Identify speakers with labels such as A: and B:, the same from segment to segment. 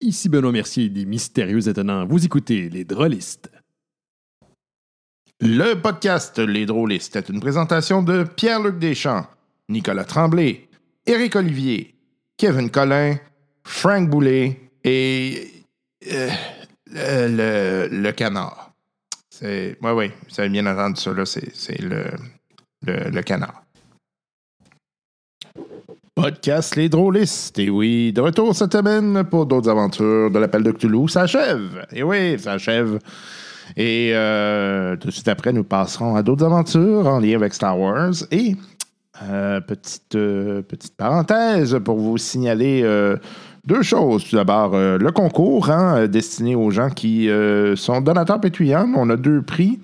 A: Ici Benoît Mercier des Mystérieux Étonnants. Vous écoutez Les Drôlistes.
B: Le podcast Les Drôlistes est une présentation de Pierre-Luc Deschamps, Nicolas Tremblay, Éric Olivier, Kevin Collin, Frank Boulet et euh, euh, le, le canard. C'est, ouais, ouais, vous avez bien entendu ça, là, c'est, c'est le, le, le canard. Podcast Les Drôlistes. Et oui, de retour cette semaine pour d'autres aventures de l'appel de Cthulhu. Ça achève. Et oui, ça achève. Et euh, tout de suite après, nous passerons à d'autres aventures en lien avec Star Wars. Et euh, petite, euh, petite parenthèse pour vous signaler euh, deux choses. Tout d'abord, euh, le concours hein, euh, destiné aux gens qui euh, sont donateurs pétuyants. On a deux prix.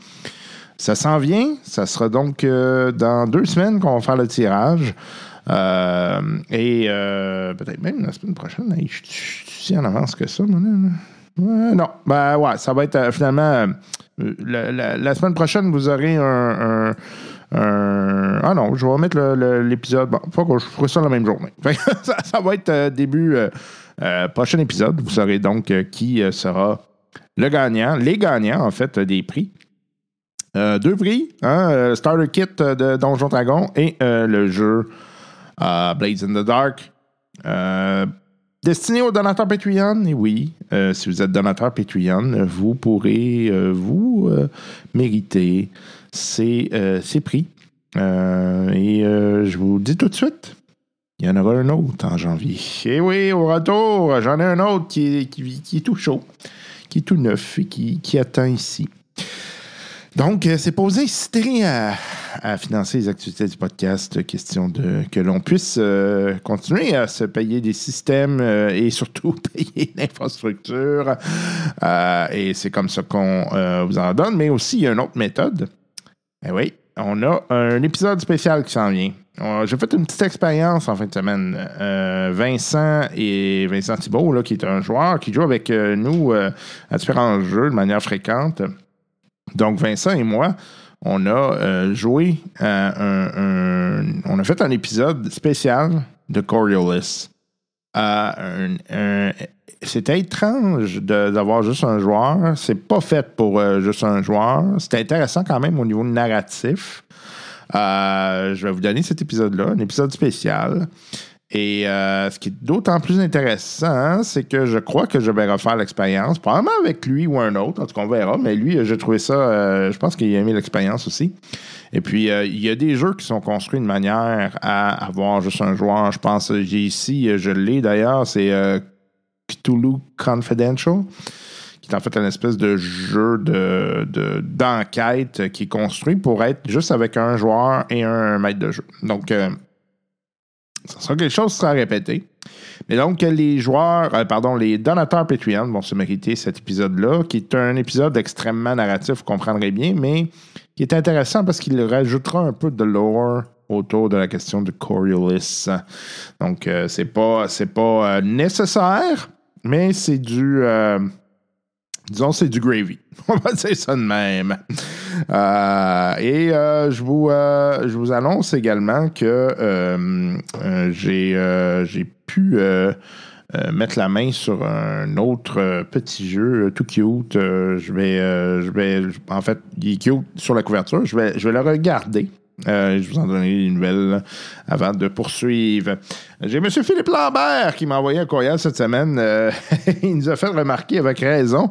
B: Ça s'en vient. Ça sera donc euh, dans deux semaines qu'on va faire le tirage. Euh, et euh, peut-être même la semaine prochaine. Hey, je suis- je suis si en avance que ça, moi. là, là. Ouais, non, ben ouais, ça va être euh, finalement. euh, la, la- la semaine prochaine, vous aurez un. un- un- ah non, je vais remettre le- le- l'épisode. Bon, faut que je ferai ça la même journée. Fait que ça, ça va être euh, début euh, euh, prochain épisode. Vous saurez donc euh, qui euh, sera le gagnant, les gagnants en fait euh, des prix. Euh, deux prix, hein, euh, Starter Kit euh, de Donjon Dragon et euh, le jeu euh, Blades in the Dark. Euh, destiné aux donateurs Patreon, et oui, euh, si vous êtes donateur Patreon, vous pourrez euh, vous euh, mériter ces, euh, ces prix. Euh, et euh, je vous dis tout de suite, il y en aura un autre en janvier. Et oui, au retour, j'en ai un autre qui, est- qui, qui est tout chaud, qui est tout neuf et qui, qui attend ici. Donc, euh, c'est pour vous inciter à, à financer les activités du podcast, euh, question de que l'on puisse euh, continuer à se payer des systèmes euh, et surtout payer l'infrastructure. Euh, et c'est comme ça qu'on euh, vous en donne. Mais aussi, il y a une autre méthode. Eh oui, on a un épisode spécial qui s'en vient. On- J'ai fait une petite expérience en fin de semaine. Euh, Vincent et Vincent Thibault, là, qui est un joueur qui joue avec euh, nous euh, à différents jeux de manière fréquente. Donc, Vincent et moi, on a euh, joué à un, un- On a fait un épisode spécial de Coriolis. Euh, un- un- C'était étrange de- d'avoir juste un joueur. C'est pas fait pour euh, juste un joueur. C'était intéressant quand même au niveau narratif. Euh, je vais vous donner cet épisode-là, un épisode spécial. Et euh, ce qui est d'autant plus intéressant, c'est que je crois que je vais refaire l'expérience, probablement avec lui ou un autre, en tout cas on verra, mais lui, euh, j'ai trouvé ça, euh, je pense qu'il a aimé l'expérience aussi. Et puis, euh, il y a des jeux qui sont construits de manière à avoir juste un joueur, je pense, euh, j'ai ici, euh, je l'ai d'ailleurs, c'est euh, Cthulhu Confidential qui est en fait un espèce de jeu de, de- d'enquête qui est construit pour être juste avec un joueur et un maître de jeu. Donc, euh, ça sera quelque chose qui sera répété. Mais donc, euh, les joueurs, euh, pardon, les donateurs Patreon vont se mériter cet épisode-là, qui est un épisode extrêmement narratif, vous comprendrez bien, mais qui est intéressant parce qu'il rajoutera un peu de lore autour de la question de Coriolis. Donc, euh, c'est pas, c'est pas euh, nécessaire, mais c'est du. euh, Disons, c'est du gravy. On va dire ça de même. Euh, et euh, je, vous, euh, je vous annonce également que euh, euh, j'ai, euh, j'ai pu euh, euh, mettre la main sur un autre euh, petit jeu euh, tout cute. Euh, je, vais, euh, je vais. En fait, il est cute sur la couverture. Je vais, je vais le regarder. Euh, je vous en donnerai des nouvelles avant de poursuivre. J'ai M. Philippe Lambert qui m'a envoyé un courriel cette semaine. Euh, il nous a fait remarquer avec raison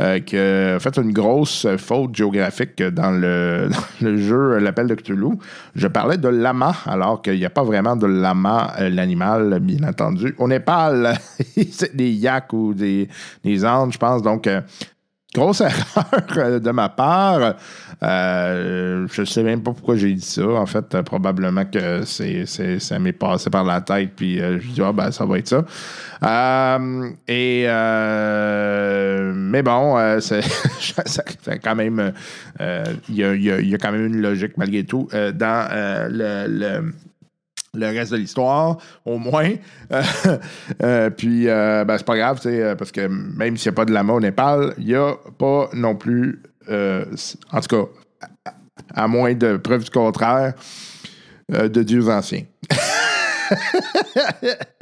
B: euh, que fait une grosse faute géographique dans le, dans le jeu euh, L'Appel de Cthulhu. Je parlais de lama, alors qu'il n'y a pas vraiment de lama, euh, l'animal, bien entendu. Au Népal, c'est des yaks ou des, des ânes, je pense. Donc, euh, Grosse erreur euh, de ma part. Euh, je ne sais même pas pourquoi j'ai dit ça. En fait, euh, probablement que c'est, c'est- ça m'est passé par la tête, puis euh, je dis, ah ben, ça va être ça. Euh, et, euh, mais bon, euh, c'est, ça fait quand même, euh, il y, a, il y a- il y a quand même une logique malgré tout euh, dans euh, le- le le reste de l'histoire, au moins. Euh, euh, puis, euh, ben, c'est pas grave, tu sais, euh, parce que même s'il n'y a pas de lama au Népal, il n'y a pas non plus, euh, c- en tout cas, à- à, à moins de preuve du contraire, euh, de dieux anciens.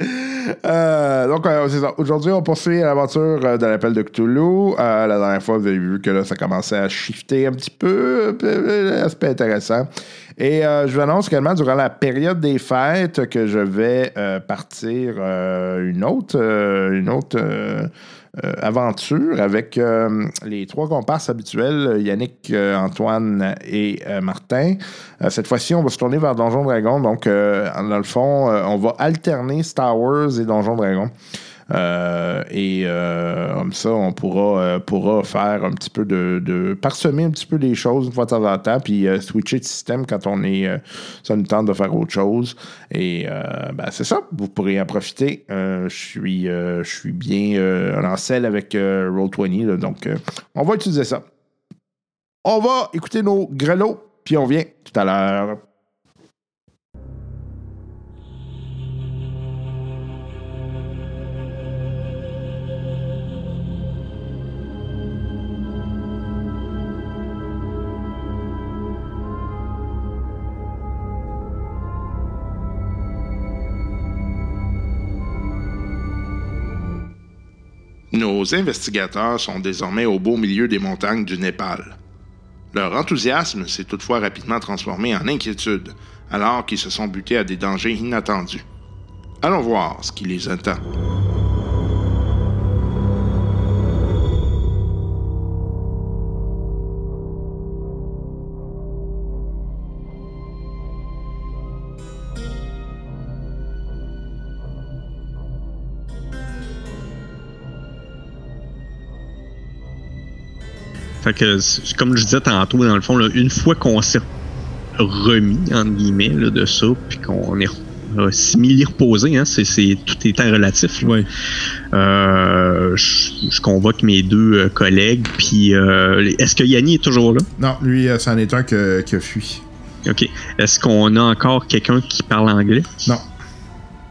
B: Euh, donc, euh, c'est ça. Aujourd'hui, on poursuit l'aventure euh, de l'appel de Cthulhu. Euh, la dernière fois, vous avez vu que là, ça commençait à shifter un petit peu. euh, Aspect intéressant. Et euh, je vous annonce également, durant la période des fêtes, que je vais euh, partir euh, une autre, euh, une autre euh, euh, aventure avec euh, les trois comparses habituels, Yannick, euh, Antoine et euh, Martin. Euh, cette fois-ci, on va se tourner vers Donjon Dragon. Donc, euh, dans le fond, euh, on va alterner Star Wars et Donjon Dragon. Euh, et euh, comme ça, on pourra, euh, pourra faire un petit peu de, de- parsemer un petit peu les choses une fois de temps en temps, puis euh, switcher de système quand on est. euh, ça nous tente de faire autre chose. Et euh, ben, c'est ça, vous pourrez en profiter. Euh, je suis euh, je suis bien euh, en selle avec euh, Roll20, là, donc euh, on va utiliser ça. On va écouter nos grelots, puis on vient tout à l'heure. Nos investigateurs sont désormais au beau milieu des montagnes du Népal. Leur enthousiasme s'est toutefois rapidement transformé en inquiétude, alors qu'ils se sont butés à des dangers inattendus. Allons voir ce qui les attend.
C: Fait que, c'est- comme je disais tantôt, dans le fond, là, une fois qu'on s'est remis, entre guillemets, là, de ça, puis qu'on est re- euh, simili-reposé, hein, c'est, c'est- tout est en relatif. là.
D: Ouais.
C: Euh, je, je convoque mes deux euh, collègues, puis euh, les- est-ce que Yanni est toujours là?
D: Non, lui, euh, c'en est un que- qui a fui.
C: OK. Est-ce qu'on a encore quelqu'un qui parle anglais?
D: Non.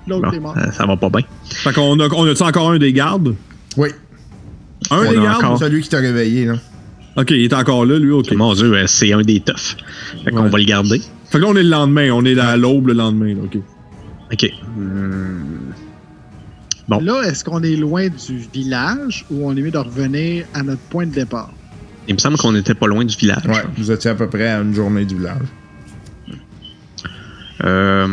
C: Bon, ça, ça va pas bien.
D: Fait qu'on a, on a-tu encore un des gardes?
B: Oui,
D: Un
C: On
D: des
C: a
D: gardes
C: encore-
D: ou celui Ah, qui t'a réveillé, là? Ok, il est encore là, lui, ok.
C: Mon Dieu, euh, c'est un des toughs. Fait qu'on
D: Ouais.
C: va le garder.
D: Fait que là, on est le lendemain, on est à l'aube le lendemain, là, ok.
C: OK.
E: Là, est-ce qu'on est loin du village ou on est mieux de revenir à notre point de départ?
C: Il me semble qu'on n'était pas loin du village.
D: Ouais, vous étiez à peu près à une journée du village.
C: Euh,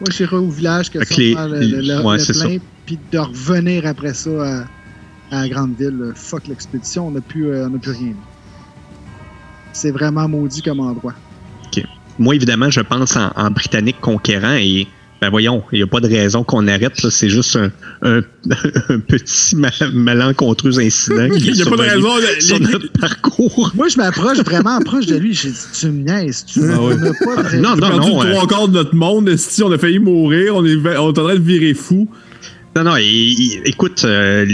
E: Moi, j'irai au village que
C: Fait
E: ça
C: que les-
E: faire le, le- le-
C: ouais,
E: le
C: c'est
E: plein, puis de revenir après ça à, à la grande ville. là. Fuck l'expédition, on n'a plus, euh, on n'a plus rien. C'est vraiment maudit comme endroit.
C: moi, évidemment, je pense en, en Britannique conquérant et ben voyons, il n'y a pas de raison qu'on arrête. là. C'est juste un, un- un petit ma- malencontreux incident. qui est
D: Il n'y a pas de
C: survenu
D: raison. les-
C: Sur
D: les-
C: notre parcours.
E: Moi, je m'approche vraiment proche de lui. J'ai dit, tu me niaises, tu
D: Ah ouais.
E: on n'a pas de
C: Non, non,
D: perdu
C: non.
D: le
C: euh,
D: trois quarts de notre monde, esti, on a failli mourir, on est, on est en train de virer fou.
C: non, non. et- et- écoute, euh,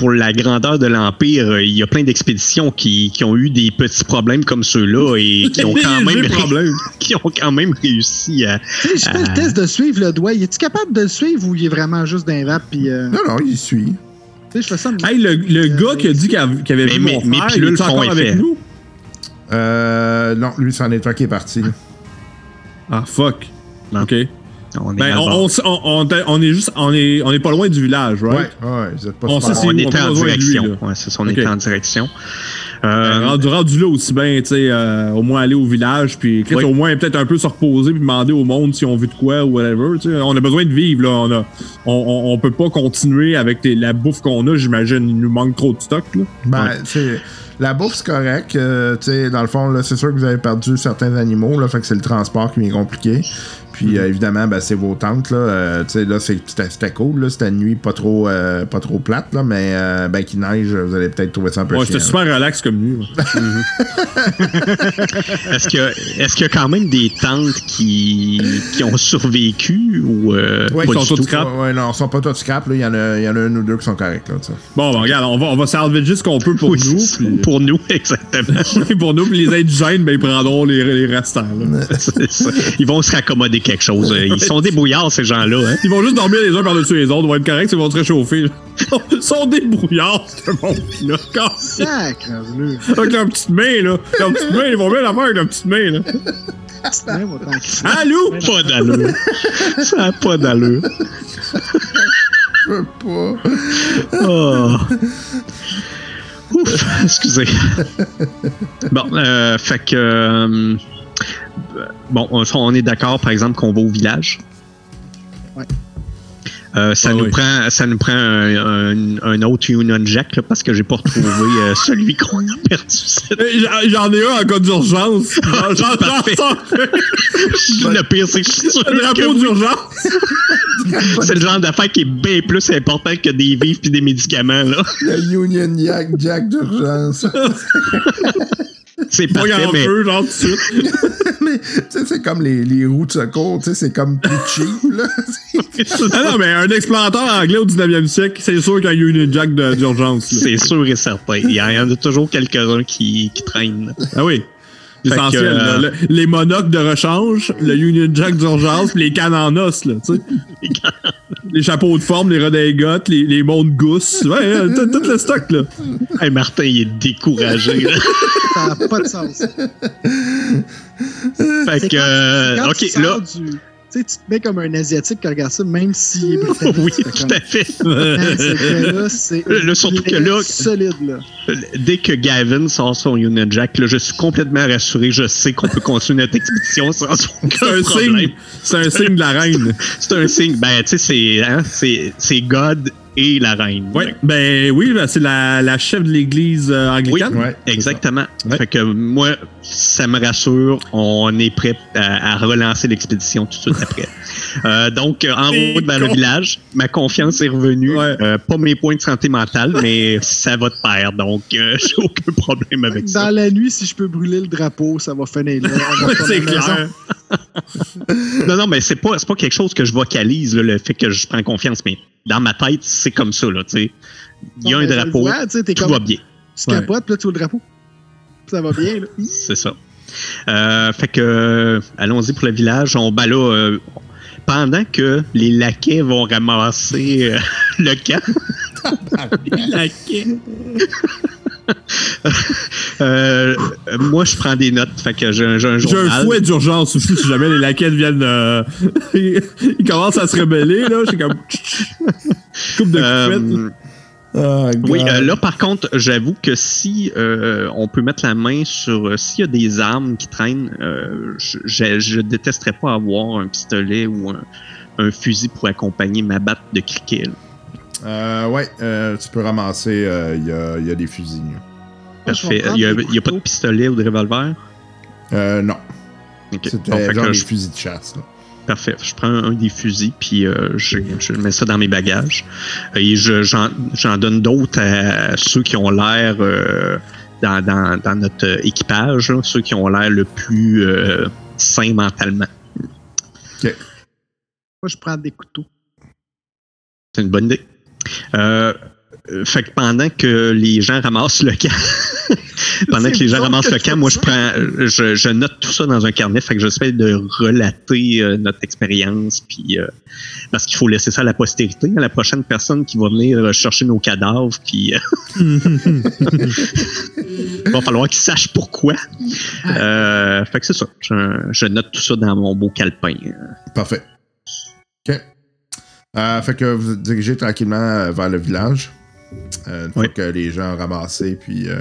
C: pour la grandeur de l'Empire, euh, il y a plein d'expéditions qui, qui ont eu des petits problèmes comme ceux-là et qui ont quand
D: Léger
C: même,
D: problème.
C: qui ont quand même réussi à.
E: Tu sais, Je fais
D: Ah.
E: le test de suivre le doigt. Es-tu capable de le suivre ou il est vraiment juste d'un rap? Puis, euh,
D: Non, non, il suit.
E: tu sais, je fais ça. de-
D: Hey, le, le
E: Euh,
D: gars qui a dit qu'il av- qu'il avait
C: Mais
D: vu
C: mes-
D: mon
C: mes
D: frère, il
C: pilules
D: est encore
C: font
D: avec
C: effet.
D: nous?
F: Euh, non, lui, c'en est toi qui est parti.
D: Ah, fuck.
C: Non.
D: Ok.
C: On est
D: Ben,
C: dans le
D: on, on, on- on- on est juste, on est, on est pas loin du village,
F: Ouais,
D: right?
F: ouais, vous êtes pas
D: On
F: super
D: sait
F: loin.
D: c'est
C: on
D: où,
C: était
D: on a
C: en
D: besoin de lui,
C: direction.
D: là.
C: Ouais, c'est ça, on
D: Ok.
C: était en direction. Euh,
D: Euh, rendu, rendu là aussi bien, tu sais, euh, au moins aller au village, puis Chris,
C: Oui.
D: au moins peut-être un peu se reposer, puis demander au monde si on veut de quoi ou whatever. tu sais. On a besoin de vivre, là. On, a, on, on- on peut pas continuer avec les- la bouffe qu'on a, j'imagine. Il nous manque trop de stock, là.
F: Ben, tu sais, la bouffe, c'est correct. euh, tu sais, dans le fond, là, c'est sûr que vous avez perdu certains animaux, là, fait que c'est le transport qui est compliqué. Puis,
D: Mm-hmm.
F: euh, évidemment, ben, c'est vos tentes, là. euh, tu sais, là, c'est- c'était c'était cool, là. C'était une nuit pas trop, euh, pas trop plate, là, mais, euh, ben, qui neige, vous allez peut-être trouver ça un peu
D: Ouais,
F: chiant,
D: j'étais
F: là.
D: super relax comme lui. là.
C: Est-ce qu'il y, a- est-ce qu'il y a quand même des tentes qui, qui ont survécu ou euh,
F: Ouais,
C: pas
D: ils
C: du
D: sont
C: tout?
D: tous scrap.
F: Ouais, ouais, non, ils sont pas tous scrap, là. Il y, en a- il y en a un ou deux qui sont corrects, là, tu sais.
D: Bon, ben, regarde, on va, on va salvager ce qu'on peut pour
C: Oui,
D: nous.
C: c'est ça,
D: puis-
C: Pour nous, exactement.
D: pour nous, puis les indigènes, ben, ils prendront les, les restants, là.
C: C'est ça. Ils vont se raccommoder quelque chose. Euh, Ils sont débrouillards, ces gens-là. Hein?
D: Ils vont juste dormir les uns par-dessus les autres, ils vont être corrects, ils vont se réchauffer. Ils sont débrouillards, ce monde-là. Quand-
E: Sacre, bleu.
D: Avec leurs petites mains, là. Leurs petites mains, ils vont bien la faire avec leurs petites mains, là.
E: Même autant que ça.
D: Allô?
C: Pas d'allure. Ça n'a pas d'allure. Oh. Ouf, excusez. Bon, euh, fait que. euh, bon, on- on est d'accord, par exemple, qu'on va au village.
E: Ouais.
C: Euh, ça,
D: Ah
C: nous
D: oui.
C: prend, ça nous prend un, un- un autre Union Jack là, parce que j'ai pas retrouvé euh, celui qu'on a perdu. cette-
D: Eh, j'en- J'en ai un en cas d'urgence. J'en j'en- j'en
C: Ah, Parfait.
D: sors
C: Le pire, c'est que je suis sûr
D: un
C: que
D: drapeau
C: oui,
D: d'urgence.
C: c'est le genre d'affaire qui est bien plus important que des vivres puis des médicaments. là.
F: Le Union Jack Jack d'urgence.
C: C'est
D: Pas
C: parfait,
D: grand
C: mais
D: peu, genre tout de suite.
F: mais tu sais, c'est comme les, les roues de secours, tu sais, c'est comme plus cheap, là.
D: Ah non, mais un explanteur anglais au 19e siècle, c'est sûr qu'il y a eu une jack de- d'urgence. là.
C: c'est sûr et certain. Il y en a toujours quelques-uns qui, qui traînent.
D: Ah oui. L'essentiel,
C: que,
D: là,
C: euh,
D: le- les monocles de rechange, le Union Jack d'urgence, pis les cannes en os, là, tu sais. les chapeaux de forme, les redingotes, les, les montres gousses. Ouais, euh, t'as tout le stock, là.
C: Hey, Martin, il est découragé. là.
E: Ça n'a pas de sens.
C: fait
E: C'est
C: que, euh,
E: Quand tu
C: ok,
E: sors
C: là,
E: du- Tu sais, tu te mets comme un Asiatique qui regarde ça, même s'il est britannique.
C: oui,
E: tu fais
C: tout
E: comme,
C: à fait.
E: Man, ce gars-là, c'est
C: Le- le surtout que là-
E: solide, là.
C: Dès que Gavin sort son Union Jack, là, je suis complètement rassuré. Je sais qu'on peut continuer notre expédition sans
D: C'est
C: aucun
D: un
C: problème.
D: signe. C'est un signe de la reine.
C: C'est un signe. Ben, tu sais, c'est hein, c'est- c'est God et la reine.
D: Ouais. Ben oui, ben, c'est la, la chef de l'église euh,
C: Oui,
D: anglicane.
F: Ouais, c'est
C: exactement.
D: Ouais.
C: Fait que moi, ça me rassure. On est prêt à, à relancer l'expédition tout de suite après. Euh, donc, euh, en
D: T'es
C: route vers
D: con.
C: le village, ma confiance est revenue.
D: Ouais.
C: Euh, pas mes points de santé mentale, mais ça va de pair. Donc, euh, j'ai aucun problème avec ça.
E: Dans la nuit, si je peux brûler le drapeau, ça va finir là. On va retourner à
D: C'est
E: la maison.
D: clair.
C: Non, non, mais c'est pas, c'est pas quelque chose que je vocalise, là, le fait que je prends confiance. Mais dans ma tête, c'est comme ça. Là, tu sais. Il y a
E: Non,
C: un
E: mais je le
C: drapeau,
E: vois, tu sais, t'es
C: tout
E: comme-
C: va bien.
E: Tu capotes, puis là, tu vois le drapeau. Ça va bien, là.
C: C'est ça. Euh, fait que, euh, allons-y pour le village. On bat là. euh, pendant que les laquais vont ramasser euh, le camp, euh, euh, moi je prends des notes. Fait que j'ai un, j'ai un
D: J'ai
C: journal.
D: un fouet d'urgence aussi, si jamais les laquettes viennent. euh, ils, ils commencent à se rebeller, là. J'ai comme. Coupe de
C: Euh,
D: coupette.
F: Ah,
C: oui,
F: God.
C: euh, là par contre, j'avoue que si euh, on peut mettre la main sur. euh, S'il y a des armes qui traînent, euh, je, je- je détesterais pas avoir un pistolet ou un, un fusil pour accompagner ma batte de cricket. là.
F: Euh, ouais, euh, tu peux ramasser, euh, il y, a, il y a des fusils.
C: Parfait.
E: Je vais
C: Il n'y a,
E: prendre
C: il y a pas de
E: des
C: pistolet ou de revolver?
F: Euh, non,
C: Ok.
F: c'était
C: Bon, fait que
F: genre des
C: je-
F: fusils de chasse. là.
C: Parfait. Je prends un des fusils, puis euh, je, je mets ça dans mes bagages. Et je- j'en j'en donne d'autres à ceux qui ont l'air euh, dans, dans- dans notre euh, équipage, là, ceux qui ont l'air le plus euh, sains mentalement.
E: Moi, je prends des couteaux.
C: C'est une bonne idée. Euh, euh, fait que pendant que les gens ramassent le camp, pendant que les gens
E: bizarre
C: ramassent
E: que
C: le
E: tu
C: camp,
E: fasses
C: moi je
E: ça.
C: prends, euh, je, je note tout ça dans un carnet. Fait que j'essaie de relater euh, notre expérience, puis euh, parce qu'il faut laisser ça à la postérité, à la prochaine personne qui va venir euh, chercher nos cadavres, puis euh, il va falloir qu'ils sachent pourquoi. Euh, fait que c'est ça. Je, je note tout ça dans mon beau calepin.
F: Parfait. OK. Euh, fait que vous vous dirigez tranquillement euh, vers le village. Euh, une fois
C: Oui.
F: que les gens ont ramassé puis euh,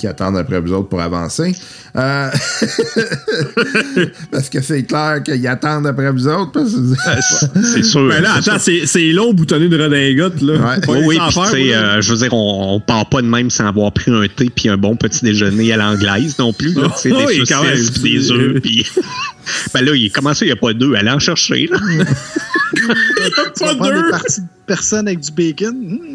F: qui attendent après vous autres pour avancer. Euh, parce que c'est clair qu'ils attendent après vous autres. Parce que...
C: Euh, c'est c'est sûr.
D: Ben là,
C: c'est sûr.
D: attends, c'est c'est long boutonné de redingote, là.
F: Ouais.
D: Faut
C: Oui,
D: les
C: oui,
D: en
C: puis tu
D: faire,
C: sais,
D: moi, là.
C: euh, je veux dire, on, on part pas de même sans avoir pris un thé puis un bon petit déjeuner à l'anglaise non plus. Là, tu sais,
D: Ah, Oui,
C: des
D: quand même.
C: saucisses, puis des œufs, puis... ben là, il, comment ça, il n'y a pas deux? Allez en chercher, là.
E: Tu vas
D: Pas
E: prendre
D: deux.
E: des parties de personnes avec du bacon. Hmm.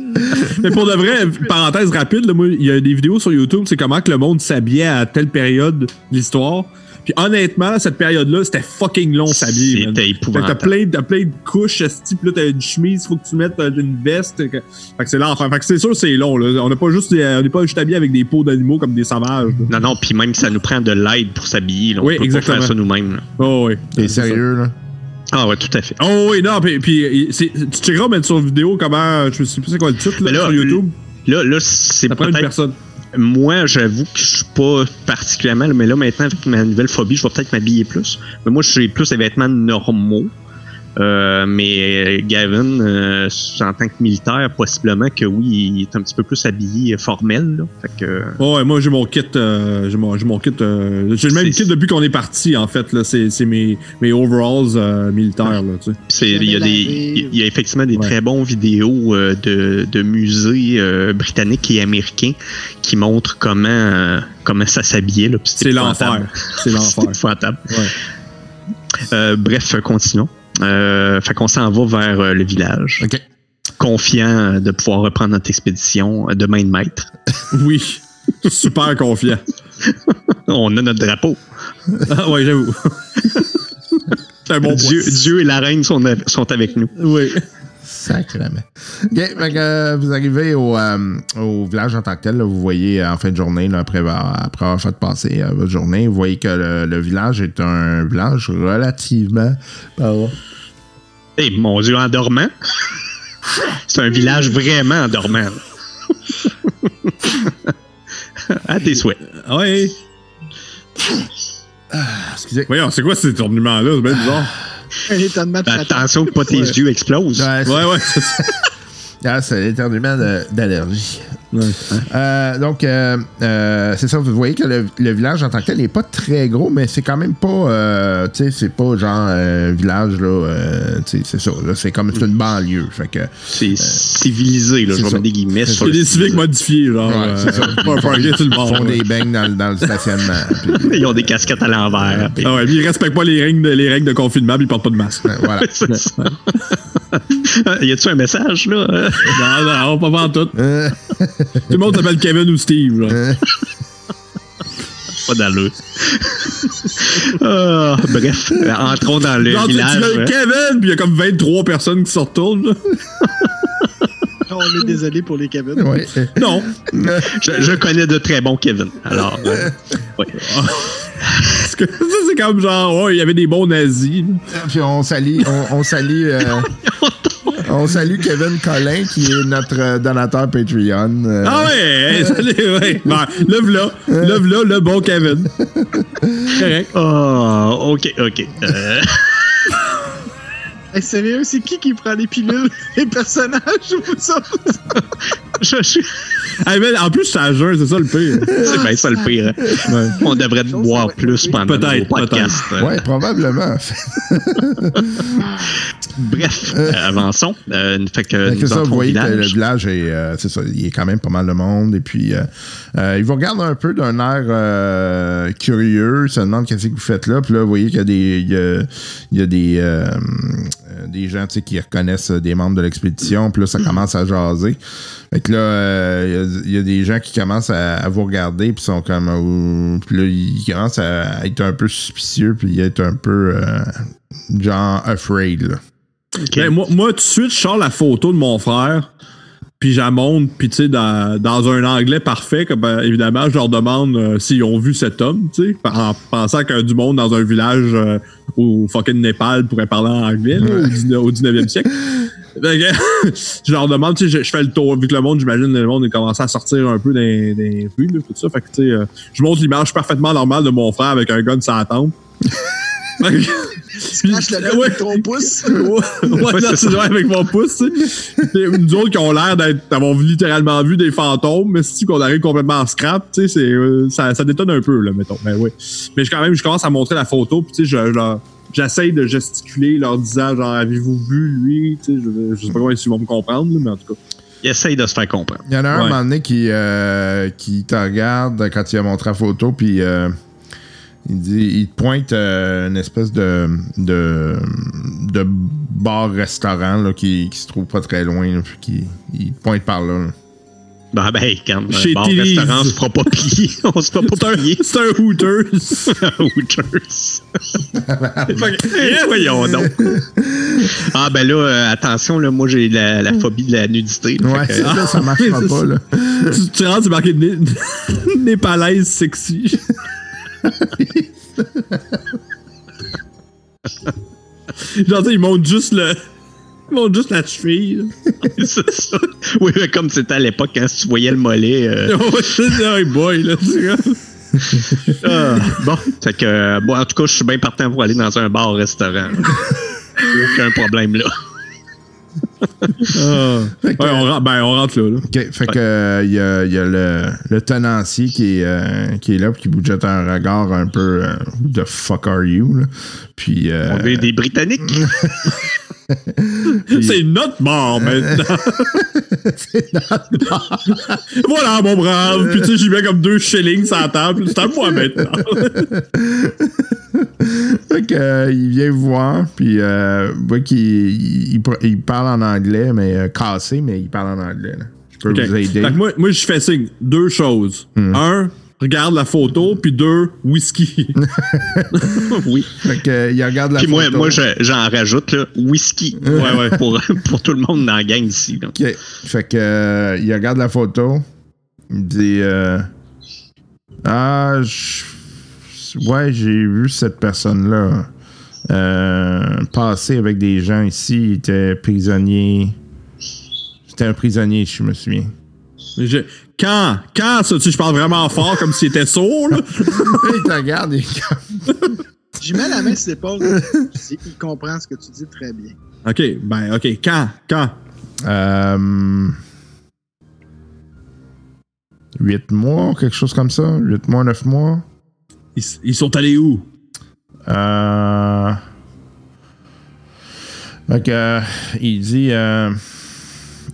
D: Mais pour de vrai, parenthèse rapide, là, moi, il y a des vidéos sur YouTube, c'est comment que le monde s'habillait à telle période de l'histoire. Puis honnêtement, cette période-là, c'était fucking long de s'habiller. man.
C: C'était
D: Fait que T'as
C: épouvantable.
D: plein, de- t'as plein de couches, ce type là, t'as une chemise, faut que tu mettes euh, une veste. que- Fait que c'est l'enfer. Fait que c'est sûr c'est long, là. On n'est pas juste, des- on n'est pas juste habillé avec des peaux d'animaux comme des sauvages. là.
C: Non, non, puis même ça nous prend de l'aide pour s'habiller. là. On
D: Oui,
C: peut pas
D: exactement.
C: faire ça nous-mêmes. là.
D: Oh oui.
F: T'es sérieux, là?
C: Ah ouais, tout à fait.
D: Oh oui, non, puis, puis c'est- tu checkeras mettre sur vidéo comment. Je sais plus c'est quoi le titre
C: Mais
D: là,
C: là,
D: sur YouTube.
C: Là, là c'est
D: Ça prend une
C: peut-être
D: personne.
C: moi, j'avoue que je suis pas particulièrement, mais là maintenant avec ma nouvelle phobie, je vais peut-être m'habiller plus. Mais moi, j'ai plus des vêtements normaux. Euh, mais Gavin, euh, en tant que militaire, possiblement que oui, il est un petit peu plus habillé euh, formel. Là. Fait que, euh,
D: Oh, ouais, moi j'ai mon kit. euh, j'ai mon, j'ai mon kit. euh, j'ai le même
C: C'est-
D: kit depuis qu'on est parti en fait. là. C'est c'est mes, mes overalls euh, militaires. Là, tu sais.
C: c'est- il y a des, il y a effectivement des
D: Ouais.
C: très bons vidéos euh, de, de musées euh, britanniques et américains qui montrent comment euh, comment ça s'habillait. là, puis
D: C'est
C: épouvantable.
D: l'enfer. C'est l'enfer.
C: C'est épouvantable.
D: Ouais.
C: Euh, bref, continuons. Euh, fait qu'on s'en va vers euh, le village,
F: OK.
C: confiant euh, de pouvoir reprendre notre expédition euh, de main de maître.
D: Oui. Super confiant.
C: On a notre drapeau.
D: Ah, ouais, j'avoue. c'est un bon
C: Dieu,
D: point.
C: Dieu et la reine sont, av- sont avec nous.
D: Oui.
F: Sacrément. OK, fait que, euh, vous arrivez au, euh, au village en tant que tel. là, vous voyez euh, en fin de journée, là, après, avoir- après avoir fait passer euh, votre journée, vous voyez que le, le village est un village relativement. pardon,
C: Eh mon Dieu, endormant. C'est un village vraiment endormant. à tes souhaits.
D: Ah Ouais.
F: excusez.
D: Voyons, c'est quoi cet ornement-là? C'est bien bizarre.
E: Un étonnement de flatteur.
C: Euh, Attention que pas tes yeux explosent.
F: Ouais, Euh, c'est-
D: Ouais, ouais. c'est ça.
F: Ah, c'est l'éternuement de- d'allergie.
D: Ouais.
F: Euh, donc, euh, euh, c'est ça, vous voyez que le, le village en tant que tel n'est pas très gros, mais c'est quand même pas. euh, tu sais, c'est pas genre euh, village, là. euh, tu sais, c'est ça. là, C'est comme c'est une banlieue. Fait que.
C: C'est civilisé, là.
F: c'est
C: Je vais
F: ça.
C: mettre des guillemets sur
D: C'est
C: le
D: des civiques modifiés, genre.
F: Ouais,
D: euh,
F: c'est ça.
D: Pas un parquet sur le
F: Ils
D: bord.
F: font
D: ouais.
F: des beignes dans, le- dans le stationnement. puis,
C: Ils ont des casquettes à l'envers. puis-
D: Ah ouais, puis ils respectent pas les règles de, les règles de confinement, puis ils portent pas de masque.
F: euh, voilà.
C: C'est ça. y a-tu un message, là?
D: non, non, pas en tout. Tout
F: Euh,
D: le monde s'appelle Kevin ou Steve, là.
C: Pas d'allure. Ah, bref, entrons dans le
D: Genre, tu- tu
C: village. hein.
D: viens, Kevin, puis il y a comme 23 personnes qui se retournent, là.
E: Oh, On est désolé pour les cabines.
F: Ouais.
D: Non.
C: Je, je connais de très bons Kevin. Alors, euh, ouais.
D: Parce que ça, c'est comme genre, ouais, il y avait des bons nazis. là.
F: Puis on salue, on, on salue, euh, on salue Kevin Collin qui est notre euh, donateur Patreon. euh,
D: Ah ouais, hey, salut, ouais. Ben, le voilà. Le voilà, le bon Kevin. Correct.
C: Ah, ok, ok. Euh,
E: Hey, sérieux, c'est qui qui prend les pilules? Les personnages ou ça?
C: je- je-
D: Hey, mais en plus, c'est à jeun, c'est ça le pire.
C: c'est bien ça le pire. hein. On devrait boire plus pendant hein. le
D: Peut-être,
C: podcast.
F: Ouais, probablement.
C: Bref, euh, avançons. Euh, fait que
F: Fait que
C: nous
F: Ben, ça, vous
C: entrons au
F: voyez que le
C: village.
F: village est, euh, c'est ça, il est quand même pas mal de monde. Et puis, euh, euh, ils vous regardent un peu d'un air euh, curieux. Ils se demandent qu'est-ce que vous faites là. Puis là, vous voyez qu'il y a des, il y a, il y a des, euh, euh, des gens tu sais, qui reconnaissent euh, des membres de l'expédition. Puis là, ça commence à jaser. Fait que là, euh, il y, a- il y a des gens qui commencent à, à vous regarder. Puis sont comme. euh, puis là, ils commencent à être un peu suspicieux. Puis être un peu. euh, genre, afraid. Là.
D: Ben, moi, moi, tout de suite, je sors la photo de mon frère, puis je la montre, puis tu sais, dans, dans un anglais parfait, comme, euh, évidemment, je leur demande euh, s'ils ont vu cet homme, tu sais, en pensant qu'un du monde dans un village euh, au fucking Népal pourrait parler en anglais, là, au 19 au 19e siècle. Fait que, je leur demande, tu sais, je, je fais le tour, vu que le monde, j'imagine, le monde est commencé à sortir un peu des, des rues, là, tout ça. Fait que, tu sais, euh, je montre l'image parfaitement normale de mon frère avec un gun sans tempe. Fait que- Puis-
E: Lâche le gars
D: ouais.
E: avec ton pouce.
D: Ouais, ouais, non, c'est vrai, avec mon pouce, tu sais. Puis Nous autres qui ont l'air d'être- d'avoir littéralement vu des fantômes, mais si qu'on arrive complètement en scrap, tu sais, c'est, euh, ça, ça détonne un peu, là, mettons. Mais oui. Mais je- quand même, je commence à montrer la photo, puis tu sais, je- je- j'essaye de gesticuler leur disant, genre, avez-vous vu lui, tu sais, je, je sais pas comment ils vont me comprendre, là, mais en tout cas.
C: Il essaye de se faire comprendre.
F: Il y en a un,
D: Ouais.
F: à un moment donné, qui, euh, qui te regarde quand il a montré la photo, puis euh, il, dit, il te pointe euh, une espèce de, de, de bar-restaurant là, qui, qui se trouve pas très loin, là, puis qui, il te pointe par là. là.
C: Bah ben, quand un
D: Chez
C: bon
D: Tillys.
C: restaurant, on se fera pas plier. On se fera pas plier.
D: C'est un Hooters.
C: Hooters.
D: Fait que-
C: Eh, voyons donc. Ah, ben là, euh, attention, là, moi, j'ai la, la phobie de la nudité. là,
F: Ouais,
C: fait que-
F: c'est ça, ça marchera
D: c'est
F: pas. Là.
D: tu, tu rentres, c'est marqué Né- Népalaise sexy. Genre, tu sais, ils montent juste le. Ils montent juste la cheville. là.
C: C'est ça. Oui, mais comme c'était à l'époque, quand tu voyais le mollet. euh,
D: Ouais, c'est ça, hey boy, là. tu sais, comme-
C: ah, bon, fait que, euh, bon, en tout cas, je suis bien partant pour aller dans un bar-restaurant. Aucun problème là.
D: Ah. Ouais, on rentre, ben, on rentre là. là.
F: OK, fait que euh, il y a, il y a le, le tenancier qui est, euh, qui est là puis qui vous jette un regard un peu euh, Who the fuck are you? là? Puis, euh,
C: On est des Britanniques.
D: C'est notre mort maintenant. voilà, mon brave. Puis tu sais, j'y mets comme deux shillings sur la table. C'est à moi maintenant.
F: fait que, euh, il vient vous voir puis euh, voit qu'il il, il pr- il parle en anglais mais euh, cassé mais il parle en anglais. là. Je peux
D: Ok.
F: vous
D: Fait
F: aider. Hmm.
D: que moi, moi je fais signe. Deux choses. Un, regarde la photo. Puis deux, whisky.
C: Oui.
F: Fait que, euh, il regarde la
C: Puis moi,
F: photo.
C: moi je- j'en rajoute, là, whisky.
D: Ouais, ouais.
C: Pour, pour tout le monde dans la gang ici. là.
F: OK. Fait que euh, il regarde la photo. Il dit euh, Ah je- Ouais, j'ai vu cette personne-là euh, passer avec des gens ici. Il était prisonnier. C'était un prisonnier, je me souviens.
D: Mais je- Quand, quand ça, tu sais, je parle vraiment fort comme s'il était sourd. là.
F: il te regarde il est comme-
E: J'y mets la main sur l'épaule. C'est- Il comprend ce que tu dis très bien.
D: Ok, ben, ok. Quand, quand.
F: Euh, 8 mois, quelque chose comme ça. 8 mois, 9 mois.
D: Ils, ils sont allés où?
F: Euh... Fait que, euh, il dit. Euh,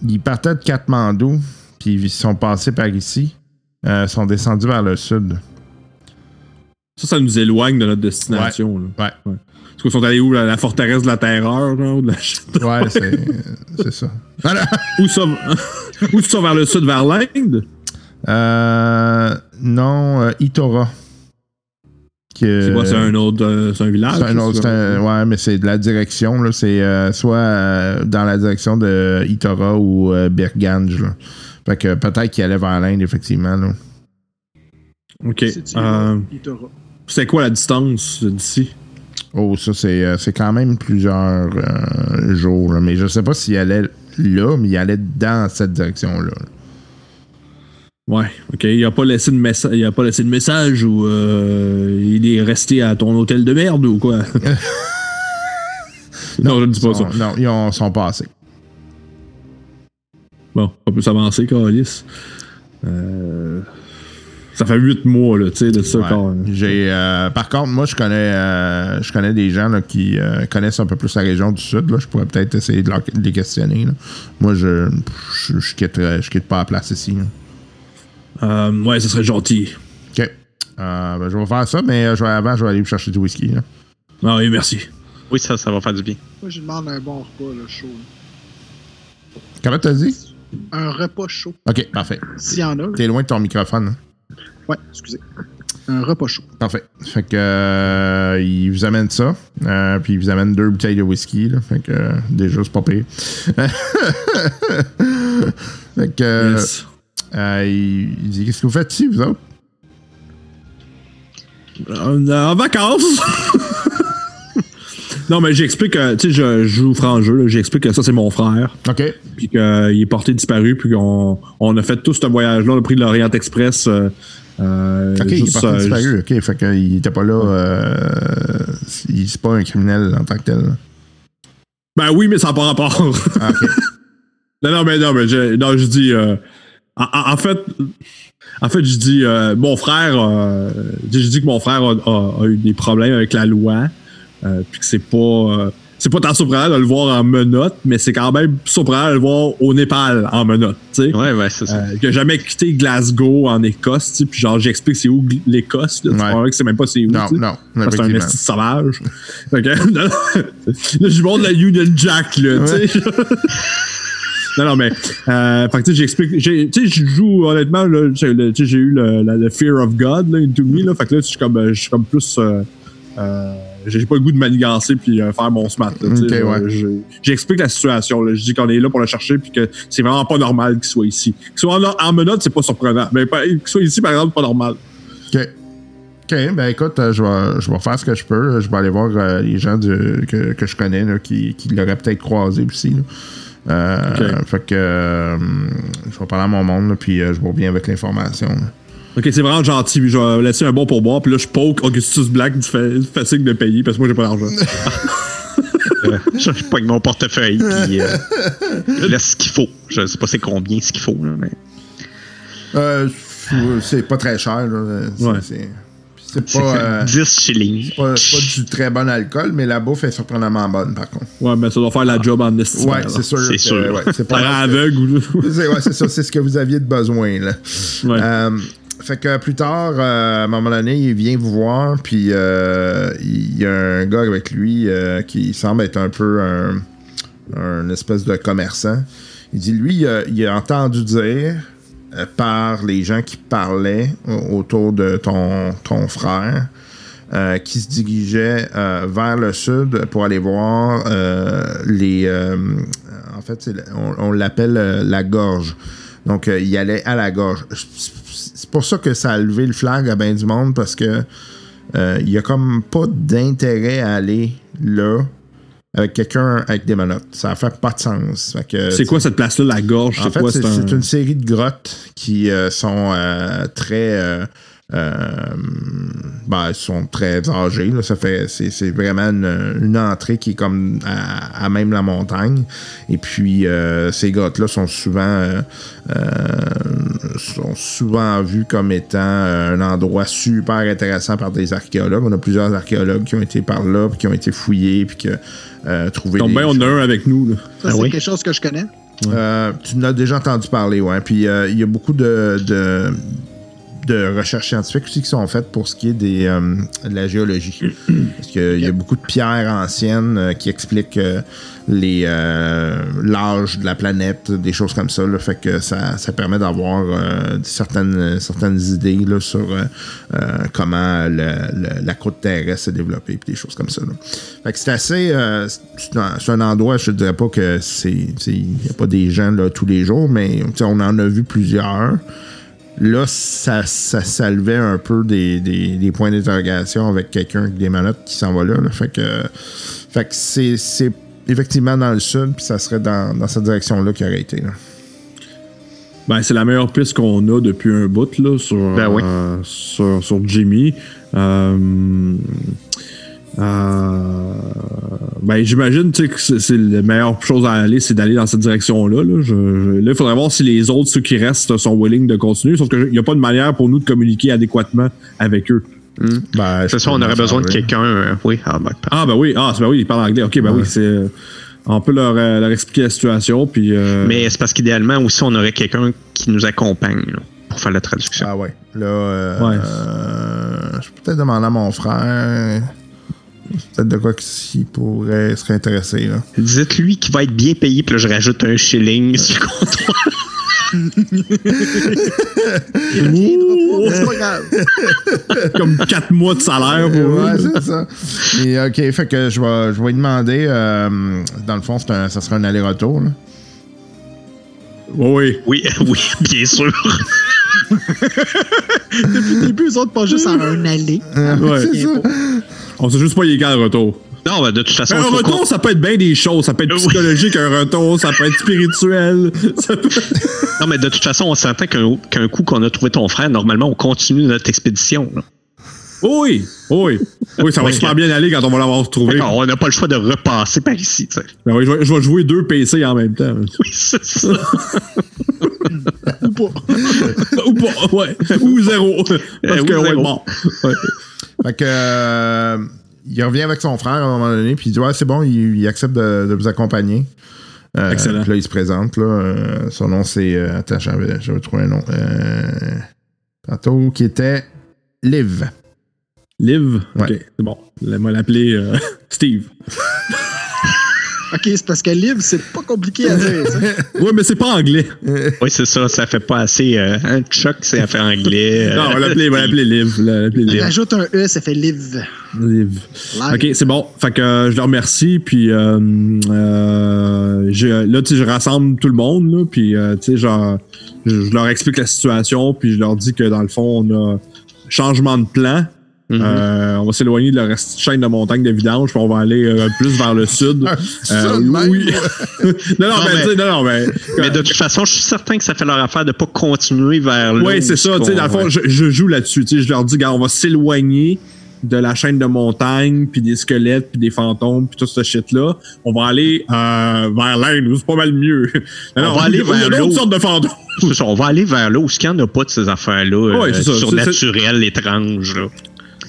F: ils partaient de Katmandou, puis ils sont passés par ici. Euh, sont descendus vers le sud.
D: Ça, ça nous éloigne de notre destination. là.
F: Ouais.
D: Parce qu'ils sont allés où? La, la forteresse de la terreur, là, ou de la
F: Ouais, c'est c'est ça. Voilà.
D: Où ça, où ça vers le sud, vers l'Inde?
F: Euh, non, euh, Itora. Que-
D: C'est quoi, c'est un autre, euh, c'est un village?
F: C'est un autre- Ah, ben c'est un- ouais, mais c'est de la direction, là. C'est euh, soit euh, dans la direction de Itora ou euh, Bergange, là. Fait que peut-être qu'il allait vers l'Inde, effectivement, là.
D: Ok.
E: Si tu y vas,
D: Euh,
E: il t'aura.
D: c'est quoi la distance d'ici?
F: Oh, ça, c'est euh, c'est quand même plusieurs euh, jours, là. Mais je sais pas s'il allait là, mais il allait dans cette direction-là.
D: Ouais, ok. Il a pas laissé de, messa- il a pas laissé de message ou euh, il est resté à ton hôtel de merde ou quoi? non, je ne dis pas ça.
F: Ils sont- non, ils ont- sont passés.
D: Bon, on peut s'avancer, Calis. Euh, ça fait huit mois, là, tu sais, de ça,
F: Ouais.
D: quand
F: J'ai, euh, par contre, moi, je connais, euh, je connais des gens là, qui euh, connaissent un peu plus la région du Sud. Là. Je pourrais peut-être essayer de, leur- de les questionner. là. Moi, je je, je quitterais- je quitte pas la place ici. là.
D: Euh, ouais, ça serait gentil.
F: OK. Euh, ben, je vais faire ça, mais euh, je vais, avant, je vais aller me chercher du whisky. là.
D: Ah oui, merci.
C: Oui, ça, ça va faire du bien.
E: Moi, je demande un bon repas là, chaud. là.
F: Comment t'as dit?
E: Un repas chaud,
F: OK, parfait.
E: s'il y en a. là.
F: T'es loin de ton microphone. hein.
E: Ouais, excusez. Un repas chaud.
F: Parfait. Fait que euh, il vous amène ça. euh, puis il vous amène deux bouteilles de whisky. là. Fait que euh, déjà, c'est pas pire. fait que. euh,
D: Yes.
F: Euh, il, il dit Qu'est-ce que vous faites ici, vous autres
D: Euh, euh, en vacances! non, mais j'explique, euh, tu sais, je je joue franc jeu, là, j'explique que ça, c'est mon frère,
F: Ok.
D: puis qu'il est porté disparu, puis qu'on on a fait tout ce voyage-là, on a pris l'Orient Express. euh, euh,
F: Ok, il
D: juste,
F: est parti
D: euh,
F: disparu. Ok, fait qu'il était pas là. Euh, il c'est pas un criminel en tant que tel. là.
D: Ben oui, mais ça n'a pas rapport.
F: Ah, ok.
D: Non, non, mais non, mais je, non, je dis. euh, en- en, en fait, en fait, je dis euh, mon frère. euh, je dis que mon frère a, a- a eu des problèmes avec la loi, euh, puis que c'est pas. euh, c'est pas tant surprenant de le voir en menottes, mais c'est quand même surprenant de le voir au Népal en menottes, tu sais.
C: Ouais, ouais, c'est ça.
D: Euh, il a jamais quitté Glasgow en Écosse, tu sais, puis genre j'explique c'est où Gl- l'Écosse, là, tu
F: Ouais.
D: vois que c'est même pas c'est où.
F: non,
D: tu sais.
F: non.
D: Parce que c'est un
F: effectivement.
D: esti de sauvage. Fait que, non, non, là, je lui montre la Union Jack, là, tu sais. non, non, mais, euh, fait que, tu sais, j'explique, j'ai- tu sais, je joue, honnêtement, là, j'ai le- tu sais, j'ai eu le, la- le Fear of God, là, Into Me, là, fait que là, je suis comme, euh, je suis comme plus, euh, euh, j'ai pas le goût de manigancer puis euh, faire mon smart. là, tu sais,
F: Ok,
D: là,
F: ouais.
D: je- J'explique la situation. Là. Je dis qu'on est là pour le chercher puis que c'est vraiment pas normal qu'il soit ici. Qu'il soit en, en menottes, c'est pas surprenant. Mais pas- qu'il soit ici, par exemple, c'est pas normal.
F: Ok. OK, ben écoute, euh, je vais, je vais faire ce que je peux. Je vais aller voir euh, les gens du- que, que je connais là, qui, qui l'auraient peut-être croisé aussi. là. Euh, Fait que euh, je vais parler à mon monde, là, puis euh, je vous reviens avec l'information. là.
D: Ok, c'est vraiment gentil. puis Je vais laisser un bon pourboire. Puis là, je poke Augustus Black du fa- facile de payer parce que moi, j'ai pas d'argent.
C: Euh, je je pogne mon portefeuille, puis euh, je laisse ce qu'il faut. Je sais pas c'est combien ce qu'il faut, là, mais
F: Euh, c'est pas très cher. là. C'est-
D: Ouais.
F: c'est- puis C'est
C: c'est
F: pas,
C: que
F: euh,
C: 10 shillings.
F: pas, pas du très bon alcool, mais la bouffe est surprenamment bonne, par contre.
D: Ouais, mais ça doit faire la job en estime.
F: Ouais, c'est sûr.
C: C'est
F: que-
C: sûr.
F: ouais, c'est
D: Par
F: pas
D: aveugle ou.
F: C'est ouais, c'est ça, c'est ce que vous aviez de besoin. Là.
D: Ouais.
F: Euh, fait que plus tard, euh, à un moment donné, il vient vous voir, puis euh, il y a un gars avec lui euh, qui semble être un peu un, un espèce de commerçant. Il dit, lui, il a, il a entendu dire euh, par les gens qui parlaient au- autour de ton, ton frère euh, qui se dirigeait euh, vers le sud pour aller voir euh, les. euh, en fait, c'est la- on, on l'appelle euh, la gorge. Donc, euh, il allait à la gorge. C'est pour ça que ça a levé le flag à bien du monde parce que euh, il y a comme pas d'intérêt à aller là avec quelqu'un avec des menottes. Ça fait pas de sens. Fait que,
D: C'est quoi cette place-là, la gorge?
F: en
D: C'est
F: fait,
D: quoi?
F: c'est
D: un-
F: c'est une série de grottes qui euh, sont euh, très. euh, euh, ben, elles sont très âgées. là. Ça fait, c'est c'est vraiment une, une entrée qui est comme à, à même la montagne. Et puis, euh, ces grottes-là sont souvent euh, euh, sont souvent vues comme étant euh, un endroit super intéressant par des archéologues. On a plusieurs archéologues qui ont été par là, puis qui ont été fouillés, puis qui ont euh, trouvé
D: Donc,
F: des
D: ben, on a un avec nous. Là.
E: Ça,
C: Ah
E: c'est
C: oui?
E: quelque chose que je connais.
F: euh, tu en as déjà entendu parler, ouais. Puis euh, il y a beaucoup de, de, de recherches scientifiques aussi qui sont faites pour ce qui est des, euh, de la géologie. Parce qu'il y a beaucoup de pierres anciennes euh, qui expliquent euh, les, euh, l'âge de la planète, des choses comme ça. là. Fait que ça, ça permet d'avoir euh, certaines, certaines idées là, sur euh, euh, comment le- le- la côte terrestre s'est développée, puis des choses comme ça. là. Fait que c'est assez. euh, c'est un, c'est un endroit, je te dirais pas que c'est. c'est- Il n'y a pas des gens là tous les jours, mais tu sais, on en a vu plusieurs. Là, ça, ça, ça levait un peu des, des- des points d'interrogation avec quelqu'un avec des manottes qui s'en va là. là. Fait que. Fait que c'est. c'est Effectivement, dans le sud, puis ça serait dans, dans cette direction-là qu'il aurait été. là.
D: Ben, c'est la meilleure piste qu'on a depuis un bout là, sur,
C: Ben oui.
D: euh, sur, sur Jimmy. Euh, euh, ben, j'imagine tu sais, que c'est, c'est la meilleure chose à aller, c'est d'aller dans cette direction-là. Là, Je- je- là, il faudrait voir si les autres, ceux qui restent, sont willing de continuer. Sauf qu'il n'y a pas de manière pour nous de communiquer adéquatement avec eux.
F: Ben,
C: C'est ça, on aurait besoin de quelqu'un. euh, oui, ah, ben,
D: Ah, ben oui, ah, ben oui ils parlent anglais. Ok, ben oui, c'est. euh, On peut leur, euh, leur expliquer la situation. Puis, euh,
C: Mais c'est parce qu'idéalement aussi, on aurait quelqu'un qui nous accompagne là, pour faire la traduction.
F: Ah ouais. Là, euh,
D: Ouais.
F: euh, je peux peut-être demander à mon frère. C'est Peut-être de quoi qu'il pourrait serait intéressé. Là.
C: Dites-lui qu'il va être bien payé, puis là, je rajoute un shilling sur le comptoir.
E: C'est pas grave.
D: comme 4 mois de salaire pour eux.
F: Ouais, c'est ça. Et, ok, fait que je vais, je vais lui demander. euh, dans le fond, c'est un- ça sera un aller-retour. là.
D: Oui,
C: Oui, oui, bien sûr.
E: Au début, eux autres, pas juste en un aller.
D: ouais.
F: C'est ça.
D: On sait juste pas il est quand le retour.
C: Non, ben, de toute façon,
D: Ben,
C: il
D: un
C: faut
D: retour,
C: qu'on-
D: ça peut être bien des choses. Ça peut être
C: Oui.
D: psychologique, un retour. Ça peut être spirituel. ça peut-
C: non, mais de toute façon, on s'entend qu'un qu'un coup qu'on a trouvé ton frère, normalement, on continue notre expédition. là.
D: Oui, oui. Oui, ça va
C: Ouais,
D: super
C: que-
D: bien aller quand on va l'avoir retrouvé.
C: Non, on n'a pas le choix de repasser par ici. tu sais.
D: Ben oui, je, vais, je vais jouer deux PC en même temps.
C: Oui, c'est ça.
D: Ou pas, ouais. Ou zéro. Parce
C: ou
D: que, ouais,
C: zéro.
D: bon. Ouais.
F: Fait que. euh, il revient avec son frère à un moment donné, puis il dit Ouais, c'est bon, il, il accepte de, de vous accompagner. Euh,
D: Excellent.
F: Puis là, il se présente. Là, euh, son nom, c'est. euh, attends, j'avais, j'avais trouvé un nom. Euh, tantôt, qui était Liv.
D: Liv.
F: Ouais.
D: Ok, c'est bon. On va l'appeler euh, Steve.
E: OK, c'est parce que libre, c'est pas compliqué à dire. ça.
D: Ouais, mais c'est pas anglais.
C: Oui, c'est ça. Ça fait pas assez. euh, hein, Chuck, c'est à faire anglais. euh,
D: Non, on va l'appeler on va l'appeler Liv. on va l'appeler Liv.
E: Rajoute un E, ça fait live.
D: Liv.
E: Live.
D: Ok, c'est bon. Fait que euh, je le remercie, puis euh, euh, j'ai- là, tu sais, je rassemble tout le monde, là, puis euh, tu sais, genre, je, je leur explique la situation, puis je leur dis que dans le fond, on a changement de plan, Euh, on va s'éloigner de la reste- chaîne de montagne de vidange, puis on va aller euh, plus vers le sud. Euh,
F: ça de même?
D: oui. non, non,
C: Non,
D: mais,
C: mais-
D: tu sais, non, non, ben, mais.
C: Mais de toute façon, je suis certain que ça fait leur affaire de pas continuer vers là
D: Oui,
C: où
D: c'est ça. Tu sais, dans le fond,
C: ouais.
D: je, je joue là-dessus. Tu sais, je leur dis, gars, on va s'éloigner de la chaîne de montagne, puis des squelettes, puis des fantômes, puis tout ce shit-là. On va aller euh, vers l'Inde, où c'est pas mal mieux.
C: On va aller
D: il y a- il y
C: vers
D: a d'autres
C: l'eau.
D: sortes de fantômes.
C: C'est ça, on va aller vers là où ce qu'il n'y en a pas de ces affaires-là
D: Ouais,
C: euh,
D: c'est ça.
C: surnaturelles, étranges. Là.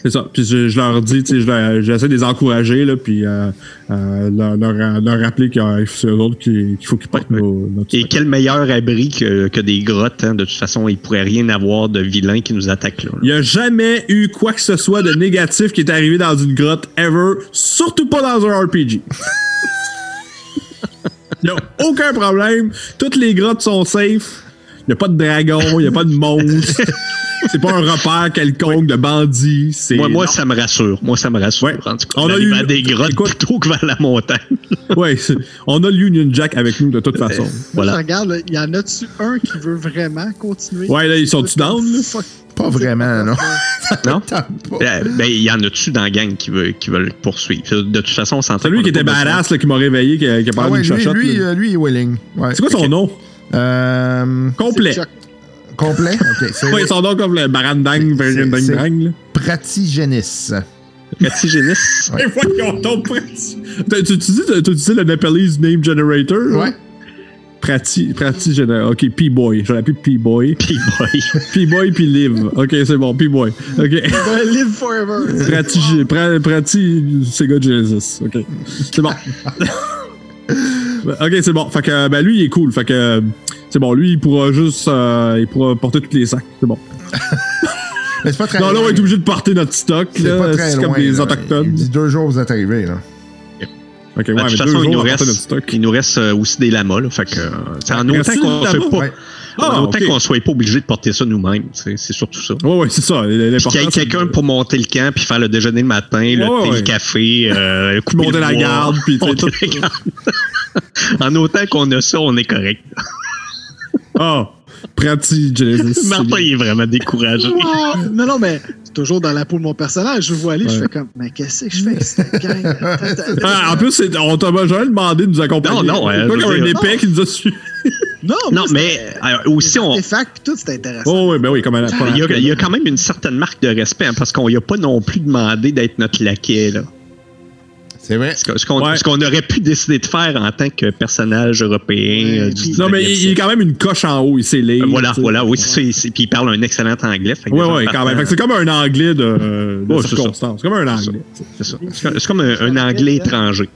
D: C'est ça. Puis je, je leur dis, tu sais, je leur- j'essaie de les encourager, là, puis euh, euh, leur, leur, leur rappeler qu'il y a- c'est eux autres qui- qu'il faut qu'ils portent
C: Ouais.
D: nos, notre.
C: Et quel meilleur abri que, que des grottes. hein. De toute façon, il ne pourrait rien avoir de vilain qui nous attaque là.
D: Il n'y a jamais eu quoi que ce soit de négatif qui est arrivé dans une grotte ever, surtout pas dans un RPG. Il n'y a aucun problème. Toutes les grottes sont safe. Il n'y a pas de dragon, il n'y a pas de monstre. C'est pas un repère quelconque de bandits. C'est
C: Moi, moi ça me rassure. Moi, ça me rassure.
D: Ouais.
C: En tout cas,
D: On
C: on
D: a
C: a
D: eu-
C: vers des grottes
D: Écoute-
C: plutôt que vers la montagne.
D: Ouais, c'est- on a l'Union Jack avec nous de toute façon.
E: Je
C: voilà.
E: regarde, là, il y en a-tu un qui veut vraiment continuer?
D: Ouais, là, ils sont-tu down? là?
E: Fuck.
F: Pas vraiment, non.
C: Non?
F: T'as pas-
C: Euh, Ben, il y en a-tu dans la gang qui veulent, qui veulent poursuivre? Euh, De toute façon, on s'entend.
D: Celui
C: qu'on
D: qui
C: a
D: était
C: pas besoin.
D: badass, là, qui m'a réveillé, qui a, qui a
F: Ah
D: parlé
F: ouais,
D: d'une
F: lui,
D: chochotte.
F: lui,
D: là.
F: euh, lui, il est willing. Ouais.
D: C'est quoi son
C: ok.
D: nom?
F: Euh,
D: Complet.
E: C'est Chuck.
F: complet? Ok, c'est
D: Ouais, son nom comme le barandang,
F: C'est-
D: dang,
F: c'est-
D: dang, là.
F: Pratigénis.
C: Petit Génis.
D: Mais voyons donc, Prati. T'as- Tu tu dis, t'as tu dis le Nepalese Name Generator? là?
F: Ouais.
D: Prati, Prati, Gener- Ok, P-Boy. Je l'appelle P-Boy.
C: P-Boy.
D: P-Boy puis Liv. Ok, c'est bon, P-Boy. Ok.
E: Ben, Live forever.
D: Prati, Ge- Pra- Prati, Sega Genesis. Ok. C'est bon. ok, c'est bon. Fait que, ben lui, il est cool. Fait que, c'est bon. Lui, il pourra juste, euh, il pourra porter tous les sacs. C'est bon.
F: Mais c'est pas très
D: Non, là, on
F: loin.
D: est obligé de porter notre stock.
F: C'est pas
D: là.
F: très
D: C'est
F: loin.
D: comme des
F: là. Il
D: autochtones.
F: dit deux jours, vous êtes arrivés. Là.
D: Ok,
C: Ah, De
D: ouais, mais
C: toute
D: deux
C: façon, il
D: jours
C: nous
D: à porter
C: reste,
D: notre stock.
C: il nous reste euh, aussi des lamas. Là, fait que, euh, c'est en
D: Reste-tu
C: autant qu'on
D: des
C: soit
D: lamas?
C: pas,
F: Ouais.
D: Ah,
C: en autant
D: ok.
C: qu'on soit pas obligé de porter ça nous-mêmes. tu sais, C'est surtout ça.
D: Ouais, ouais, c'est ça.
C: Puis qu'il y ait quelqu'un pour monter le camp, puis faire le déjeuner le matin, le
D: Ouais,
C: thé,
D: ouais.
C: le café, euh, couper
D: Monter
C: le
D: la
C: bois,
D: garde, puis tu sais,
C: monter
D: tout.
C: la garde. en autant qu'on a ça, on est correct.
D: Ah, pratique, Genesis.
C: Martin, il est vraiment découragé.
E: Wow. Non, non, mais c'est toujours dans la peau de mon personnage. Je vois aller, je fais comme, mais qu'est-ce que je fais avec cette gang?
D: Ah, en plus, c'est- on t'a jamais demandé de nous accompagner.
C: Non, non,
D: C'est
C: euh,
D: pas
C: je
D: comme
C: veux
D: un
C: dire-
D: épais qui nous a suivis.
E: non,
C: Non,
E: c'est-
C: mais euh, aussi, on,
E: Les facs puis tout, c'est intéressant.
D: Oh, oui, ben oui, comme un
C: il, y a, il y a quand même une certaine marque de respect, hein, parce qu'on lui a pas non plus demandé d'être notre laquais. Là.
F: C'est vrai.
C: Ce que- ce qu'on
D: Ouais.
C: ce qu'on aurait pu décider de faire en tant que personnage européen
E: Ouais,
C: euh,
E: puis-
C: du
D: Non, mais
C: 19e
D: il, il est quand même une coche en haut, il s'est
C: siècle.
D: libre.
C: Euh, Voilà,
D: tu sais.
C: voilà, oui, c'est ça, il- c'est- Puis il parle un excellent anglais. fait que
D: Ouais,
C: déjà,
D: ouais,
C: en
D: quand même. Fait que
C: partant,
D: c'est comme un anglais de, euh, de
C: Ouais, c'est ça.
D: circonstance. C'est comme un anglais.
C: C'est ça. C'est comme- c'est comme un, un anglais étranger.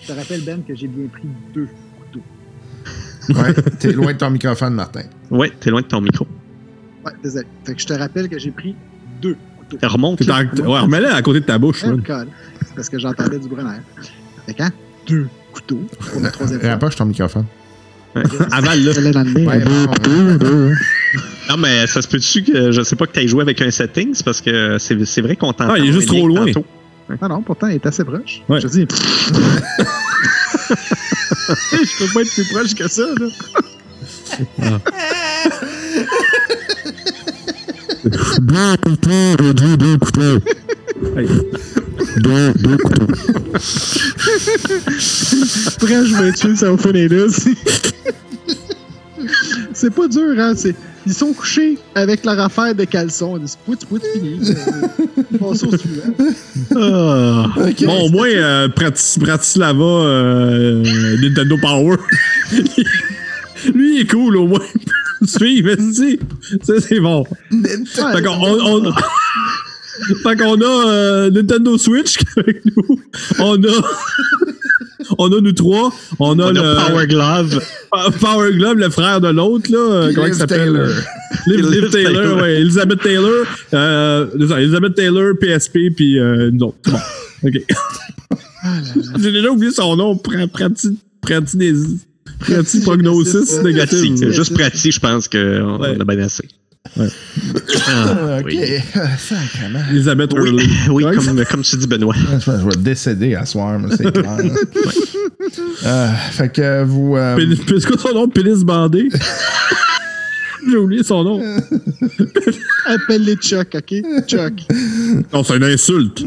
E: Je te rappelle, Ben, que j'ai bien pris deux couteaux.
F: Ouais. T'es loin de ton microphone, Martin.
C: Ouais, t'es loin de ton micro.
E: Ouais, désolé. Fait que je te rappelle que j'ai pris deux couteaux.
C: Remonte.
D: T'es
C: là.
D: en- Ouais, remets-le à côté de ta
C: Ah,
D: bouche,
E: Ouais,
D: man.
E: colle. C'est parce que j'entendais du Brunner. Fait quand deux couteaux pour la troisième fois.
F: Rapproche ton microphone.
D: Avale, là.
E: j'allais dans le nez.
F: Ouais, bon,
C: Non, mais ça se peut-tu que je sais pas que t'ailles joué avec un setting? C'est parce que c'est c'est vrai qu'on t'entend.
D: Ah, il est juste
C: bien
D: trop loin.
C: tantôt.
E: Non, Ah non, pourtant, il est assez proche.
D: Ouais.
E: Je dis. je peux pas être plus proche que ça, là.
D: Hey.
E: Après, je vais tuer ça au C'est pas dur, hein. c'est- Ils sont couchés avec leur affaire de caleçon. Ils disent poutre, poutre, fini. Ils passent au suivant.
F: Ok.
D: Bon, au moins, euh, Prati- Bratislava, euh, Nintendo Power. Lui, il est cool, au moins. Suive, vas-y. Ça, c'est bon.
C: Ah,
E: Ouais,
D: Fait qu'on on, on- Fait qu'on a euh, Nintendo Switch avec nous. On a. On a nous trois. On a,
C: On
D: le
C: a Power Glove.
D: Pa- Power Glove, le frère de l'autre, là. euh, Comment il
F: Liv
D: s'appelle?
F: Taylor.
D: Liv, Liv
C: Liv
D: Taylor,
C: Taylor.
D: ouais. Elizabeth Taylor. Euh, désolé, Elizabeth Taylor, PSP, puis euh, nous autres. C'est Bon. OK. J'ai déjà oublié son nom. Pra- Prati, prati, des, prati prognosis
E: Prati-
D: négatif.
C: Pratique. Juste pratique, je pense qu'on
D: Mmh. Ouais.
C: a bien assez.
D: Ouais.
C: Ah,
F: Ok.
C: oui.
F: Sacrement.
D: Elizabeth
C: Oui, Ah
D: Hurley.
C: oui,
D: Ouais,
C: comme, comme tu dis, Benoît.
F: Je pense que je vais décéder à soir, mais c'est clair. Euh, fait que vous. euh,
D: Pénis- C'est quoi son nom? Pénis bandé? J'ai oublié son nom.
E: Appelle-les Chuck, OK? Chuck.
D: Non, c'est une insulte.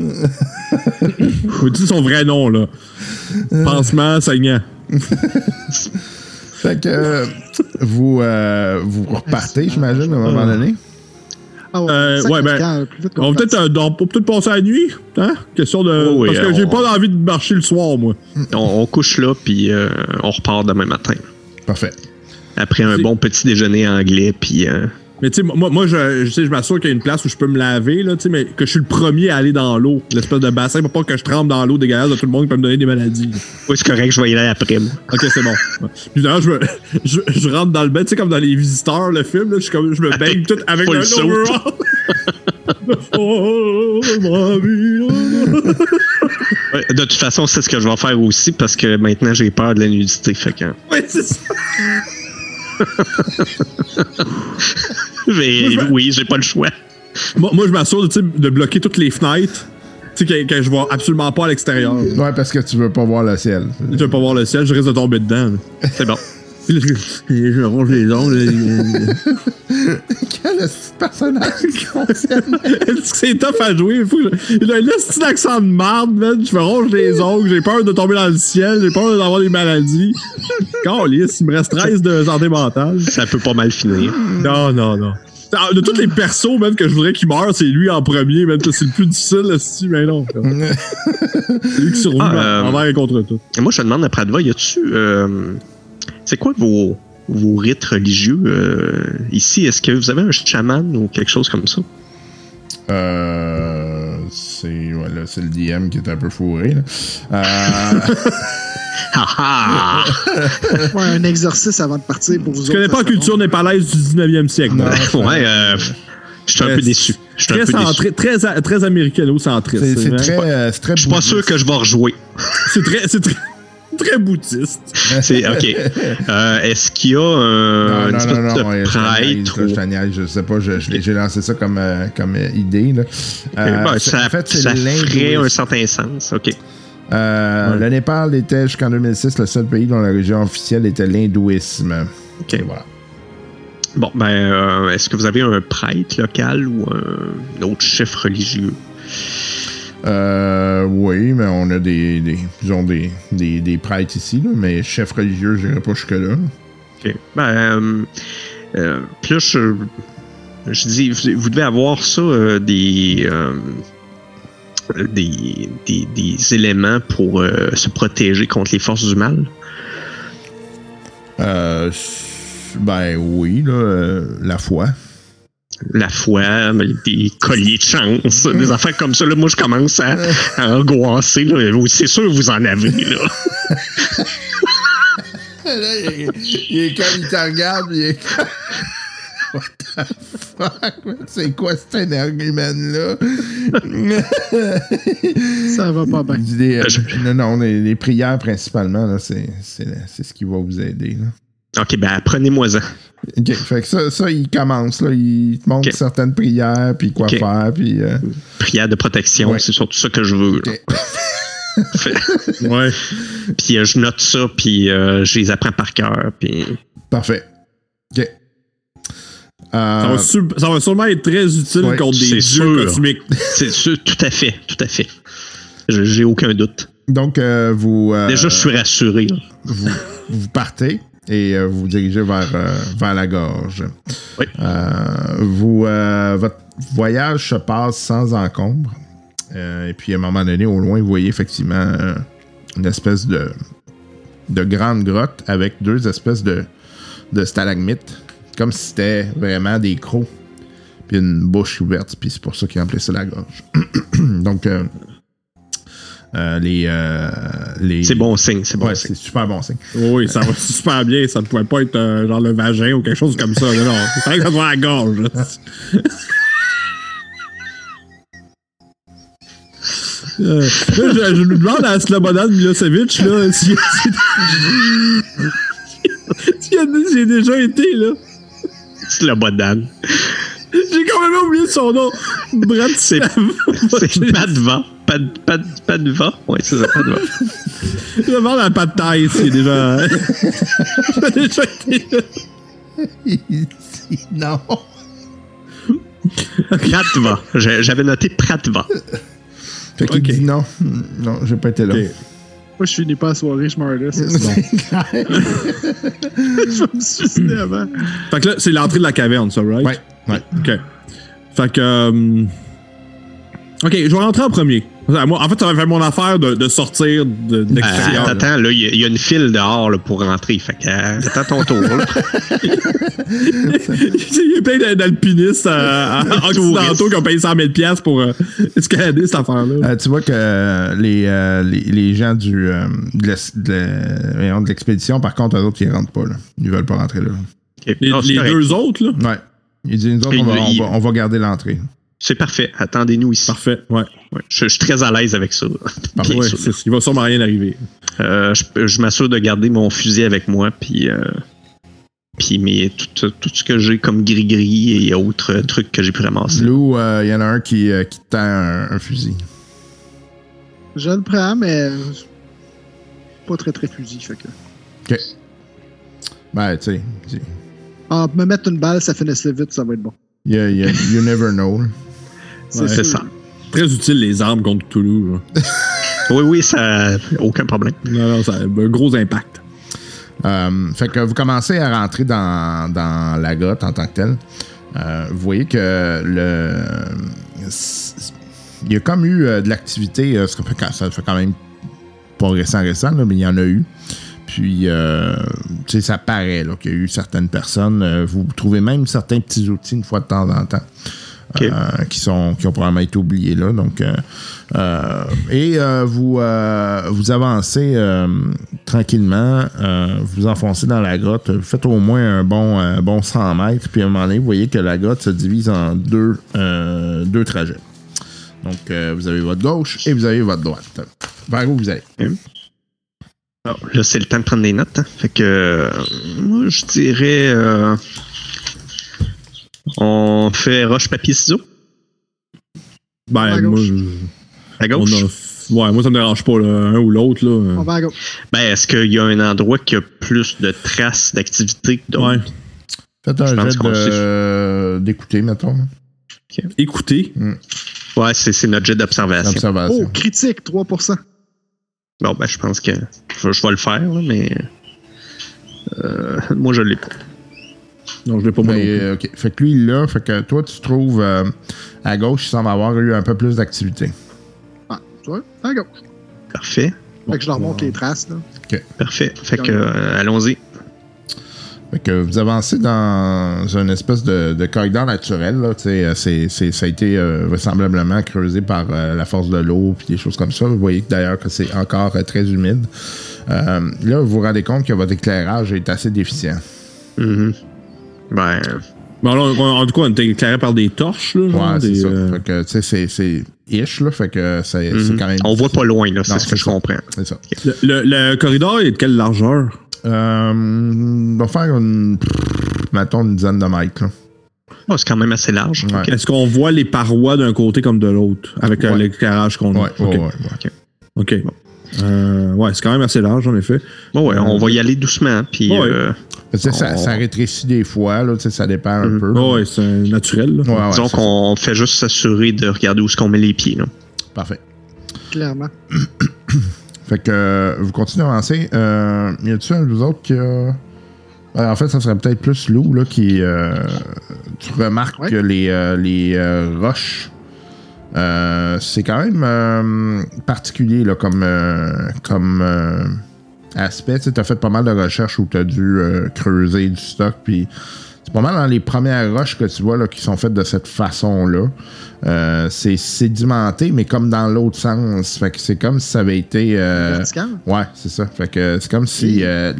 D: Faut dire son vrai nom, là. Pansement saignant.
F: Fait que euh, vous, euh, vous repartez, j'imagine, à un moment donné.
E: Ah ouais,
D: Euh,
E: ça,
D: ouais, ben,
E: quand- plus vite qu'on
D: On va
E: parte.
D: peut-être euh, dans- peut peut passer la nuit, hein? Question de.
C: Oh oui,
D: Parce que j'ai
C: on-
D: pas envie de marcher le soir, moi.
C: On, on couche là, puis euh, on repart demain matin.
F: Parfait.
C: Après un
D: C'est-
C: bon petit déjeuner anglais, puis euh,
D: Mais tu sais, moi, moi je, je, sais, je m'assure qu'il y a une place où je peux me laver, là, tu sais, mais que je suis le premier à aller dans l'eau, l'espèce de bassin, pour pas que je trempe dans l'eau dégueulasse de tout le monde qui peut me donner des maladies.
C: oui, c'est correct, je vais y aller après. moi.
D: Ok, c'est bon. Puis d'ailleurs, je, me- je, je rentre dans le bain, tu sais, comme dans les visiteurs, le film, là, je, suis comme, je me baigne tout avec
C: Full
D: un
C: saut.
D: overall. oh, ma vie, oh,
C: Ouais, De toute façon, c'est ce que je vais faire aussi parce que maintenant j'ai peur de la nudité. Fait que
D: oh. Ouais, c'est ça.
C: Mais
D: je vais-
C: oui, j'ai pas le choix.
D: Moi, moi, je m'assure de, tu sais, de bloquer toutes les fenêtres. Tu sais, que, que je vois absolument pas à l'extérieur.
F: Ouais, parce que tu veux pas voir le ciel.
D: Je veux pas voir le ciel, je risque de tomber dedans. là.
C: C'est bon.
D: Puis là, je, je ronge les ongles. là.
F: Quel est-ce de personnage qui fonctionne?
D: Est-ce que c'est tough à jouer? Faut que je- Il a un petit accent de marde, man. Je me ronge les ongles, j'ai peur de tomber dans le ciel, j'ai peur d'avoir des maladies. Calice, il me reste 13 de santé mentale.
C: Ça peut pas mal finir.
D: Non, non, non. Ah, De tous les persos, même que je voudrais qu'il meure, c'est lui en premier, même que c'est le plus difficile, là, si, mais non. C'est lui qui survit
C: Ah, euh,
D: envers et contre tout.
C: Et moi, je demande à Pradva, y a-tu. euh, c'est quoi vos, vos rites religieux euh, ici? Est-ce que vous avez un chaman ou quelque chose comme ça?
F: Euh. C'est. Ouais, là, c'est le DM qui est un peu fourré, là. Euh,
C: Ah
E: Ouais, un exercice avant de partir pour vous
D: Je connais
E: autres,
D: pas la
E: ça,
D: culture népalaise du 19e siècle. moi.
F: non,
C: ah! Ouais, euh, je suis un peu
D: Très-
C: déçu. Je suis un
D: Très,
C: peu déçu.
D: centré, très, a- très américano-centriste.
F: c'est, c'est
D: vraiment-
F: très. euh, c'est très
C: Je suis pas sûr que je vais rejouer.
D: C'est très, c'est très, très bouddhiste.
C: C'est OK. Euh, Est-ce qu'il y a
F: Non,
C: euh, une
F: non,
C: espèce
F: non, non,
C: de
F: ouais, je te niaise,
C: prêtre
F: là, je te
C: ou...
F: niaise, je sais pas, je- je l'ai- j'ai lancé ça comme, euh, comme euh, idée. Là. Euh,
C: Ben,
F: c'est-
C: ça
F: en fait, c'est
C: ça ferait
F: l'hindouisme.
C: un certain sens. OK.
F: Euh,
D: Ouais.
F: Le Népal était jusqu'en 2006 le seul pays dont la religion officielle était l'hindouisme.
C: OK.
F: Et Voilà.
C: Bon, ben, euh, est-ce que vous avez un prêtre local ou un autre chef religieux?
F: Euh, oui, mais on a des, des, disons des, des, des prêtres ici, là, mais chef religieux, je pas jusque-là.
C: OK. Ben, euh, euh, puis là, je, je dis, vous, vous devez avoir ça, euh, des, euh, des, des, des éléments pour euh, se protéger contre les forces du mal.
F: Euh, s- ben oui, là, euh, la foi.
C: La foi, des colliers de chance, des affaires comme ça. Là, moi, je commence à, à angoisser. là. Vous- C'est sûr, vous en avez. Là.
F: il, est comme, il te regarde, il est comme... What the fuck, c'est quoi cet énergumène-là?
E: Ça va pas bien.
F: Des- des- Non, non, les, les prières principalement, là, c'est, c'est, c'est ce qui va vous aider. Là.
C: OK, ben, prenez-moi-en.
F: OK, fait que ça, ça, il commence, là, il te montre
C: Ok.
F: certaines prières, puis quoi
C: Ok.
F: faire, puis... euh,
C: Prière de protection,
F: Ouais.
C: c'est surtout ça que je veux. là.
D: Ouais.
C: Puis euh, je note ça, puis euh, je les apprends par cœur. Puis
F: Parfait. OK.
D: Ça,
F: Euh,
D: va su- ça va sûrement être très utile
F: Ouais,
D: contre des
C: c'est
D: dieux
C: sûr.
D: cosmiques.
C: C'est sûr, tout à fait, tout à fait. Je- J'ai aucun doute.
F: donc, euh, vous, euh,
C: Déjà, je suis rassuré. là.
F: vous, vous partez et euh, vous vous dirigez vers, euh, vers la gorge.
C: Oui.
F: Euh, vous, euh, votre voyage se passe sans encombre. Euh, et puis, à un moment donné, au loin, vous voyez effectivement euh, une espèce de, de grande grotte avec deux espèces de, de stalagmites, comme si c'était vraiment des crocs. Puis une bouche ouverte, puis c'est pour ça qu'ils appelaient ça la gorge. Donc, euh, euh, les, euh, les.
C: C'est bon signe, c'est bon
F: Ouais,
C: signe.
F: c'est super bon signe.
D: Oui, ça va super bien. Ça ne pouvait pas être euh, genre le vagin ou quelque chose comme ça. là, Non, c'est vrai que ça doit la gorge. là. Euh, là, je, je nous demande à Slobodan Milosevic là, si, si- si il y a déjà été là.
C: C'est le bodan.
D: J'ai complètement oublié son nom. Brad,
C: C'est c'est pas de vent. Pas de, pas de- pas de vent. Ouais, c'est ça, pas de vent.
D: Je demande à Pat Taille s'il est déjà. Il a déjà été là.
F: non.
C: Pratva. J'ai- J'avais noté Euh, Pratva.
F: Fait qu'il
D: Ok.
F: dit non. Non, j'ai pas été là.
D: Ok.
E: Moi, je finis pas la soirée, je meurs là, c'est ça. je vais me suicider avant.
D: Fait que là, c'est l'entrée de la caverne, ça, right?
F: Ouais, ouais.
D: OK. Fait que... euh, OK, je vais rentrer en premier. Moi, en fait, ça va faire mon affaire de, de sortir de, de
C: Euh,
D: l'extérieur.
C: attends, attends, là, il y, a- il y a une file dehors là, pour rentrer. Fait que, euh, attends ton tour. là.
D: Il y a plein d'a- d'alpinistes euh, occidentaux qui ont payé 100 000 piastres pour euh, escalader cette affaire-là.
F: Euh, tu vois que euh, les, euh, les, les gens du, euh, de l'es- de l'e- voyons, de l'expédition, par contre, eux autres, ils rentrent pas. Là. Ils veulent pas rentrer là.
C: Ok,
D: Les,
C: non, c'est
D: les
C: correct.
D: deux autres, là.
F: Ouais. Ils disent, nous autres, on va, on va- on va garder l'entrée.
C: C'est parfait. Attendez-nous ici.
D: Parfait, ouais.
C: Ouais, Je, je suis très à l'aise avec ça. Bien
D: ouais
C: sûr.
D: c'est- il va sûrement rien arriver.
C: Euh, je peux- je m'assure de garder mon fusil avec moi, puis, euh, puis mes, tout, tout ce que j'ai comme gris-gris et autres euh, trucs que j'ai pu ramasser.
F: Lou, euh, il y en a un qui, euh, qui tend un, un fusil.
E: Je le prends, mais pas très très fusil, fait que.
F: Ben, tu sais, tu sais,
E: Ah, me mettre une balle, ça finissait vite, ça va être bon.
F: y a- y a- you never know. là.
C: Ouais, c'est
E: sûr.
C: ça.
D: Très utile, les armes contre Toulouse. là.
C: Oui, oui, ça. Aucun problème.
D: Non, non, ça a un gros impact.
F: Euh, fait que vous commencez à rentrer dans, dans la grotte en tant que telle. Euh, vous voyez que le. Il y a comme eu euh, de l'activité, euh, ça, fait, quand- ça fait quand même pas récent, récent, là, mais il y en a eu. Puis, euh, tu sais, ça paraît là, qu'il y a eu certaines personnes. euh, vous trouvez même certains petits outils une fois de temps en temps.
C: Ok.
F: euh, qui, sont, qui ont probablement été oubliés là. Donc, euh, euh, et euh, vous, euh, vous avancez euh, tranquillement, euh, vous enfoncez dans la grotte, vous faites au moins un bon, un bon 100 mètres, puis à un moment donné, vous voyez que la grotte se divise en deux, euh, deux trajets. Donc, euh, vous avez votre gauche et vous avez votre droite. Vers où vous allez?
C: Alors, là, c'est le temps de prendre des notes. hein. Fait que. euh, moi, je dirais. euh, on fait roche, papier, ciseaux.
D: Ben,
E: À
D: moi,
E: gauche.
D: je-
C: À
D: on
C: gauche.
D: a- ouais, moi, ça me dérange pas, là, un ou l'autre.
E: On
D: là.
E: va à gauche.
C: Ben, est-ce qu'il y a un endroit qui a plus de traces d'activité que
E: Ah,
C: d'autres?
D: Ouais.
F: Faites un
C: Je pense
F: jet
C: qu'on
F: de-
C: sait.
F: euh, d'écouter, mettons,
D: Écoutez,
C: Ouais, c'est, Ah, c'est notre jet d'observation.
F: l'observation.
E: Oh, critique, 3%.
C: Bon, ben, je pense que je, je vais le faire, là, mais. euh, moi, je l'ai pas.
D: non, je l'ai pas
C: Ben,
D: moi. non
F: Mais,
D: plus.
F: euh, ok. Fait que lui, là, fait que toi, tu trouves euh, à gauche, il semble avoir eu un peu plus d'activité.
E: Ah, tu vois, à gauche.
C: Parfait.
E: Fait que je leur montre les traces, là.
C: Parfait. Fait que, euh, allons-y.
F: Fait que vous avancez dans une espèce de, de corridor naturel. Là, tu sais, euh, c'est, c'est- ça a été euh, vraisemblablement creusé par euh, la force de l'eau puis des choses comme ça. Vous voyez que, d'ailleurs que c'est encore euh, très humide. Euh, là, vous vous rendez compte que votre éclairage est assez déficient.
C: Mhm. Ben,
D: Bon, là, on- en tout cas, on était éclairé par des torches. Là,
F: Ouais,
D: genre,
F: c'est
D: des,
F: ça.
D: euh,
F: Fait que, tu sais, c'est, c'est ish, là. Fait que c'est, c'est
C: mhm.
F: quand même.
C: on voit pas loin, là, c'est
F: Ben, Non,
C: ce
F: c'est
C: que je
F: ça.
C: comprends.
F: C'est ça.
D: le, le- le corridor est de quelle largeur?
F: Euh, on va faire une. Mettons une dizaine de mètres, là.
C: Oh, c'est quand même assez large.
F: Ouais.
C: Ok.
D: Est-ce qu'on voit les parois d'un côté comme de l'autre avec euh,
F: Ouais.
D: l'éclairage qu'on a?
F: Ouais, ouais,
D: OK.
F: ouais, ouais.
D: OK. Euh, ouais, c'est quand même assez large, en effet.
C: Bon, ouais, on va y aller doucement, puis
D: Ouais.
C: euh,
F: Tu sais, ça,
C: On- Mhm.
F: ça rétrécit des fois, là. Tu sais, ça dépend un peu. là.
D: Ouais, c'est un naturel. là.
F: Ouais, ouais,
C: disons
F: c'est
C: qu'on fait juste s'assurer de regarder où est-ce qu'on met les pieds. Là.
F: ça. Parfait.
E: Clairement.
F: Fait que euh, vous continuez à avancer. Euh, y a-tu un de vous autres qui a. Ben, en fait, ça serait peut-être plus Lou, là, qui. euh, tu remarques
E: Ouais.
F: que les, euh, les euh, roches. euh, c'est quand même euh, particulier là, comme, euh, comme euh, aspect. Tu as fait pas mal de recherches où tu as dû euh, creuser du stock. Puis c'est pas mal dans les premières roches que tu vois là, qui sont faites de cette façon-là. Euh, c'est sédimenté, mais comme dans l'autre sens. Fait que c'est comme si ça avait été. euh,
E: Vertical.
F: Ouais, c'est ça. Fait que c'est comme si euh,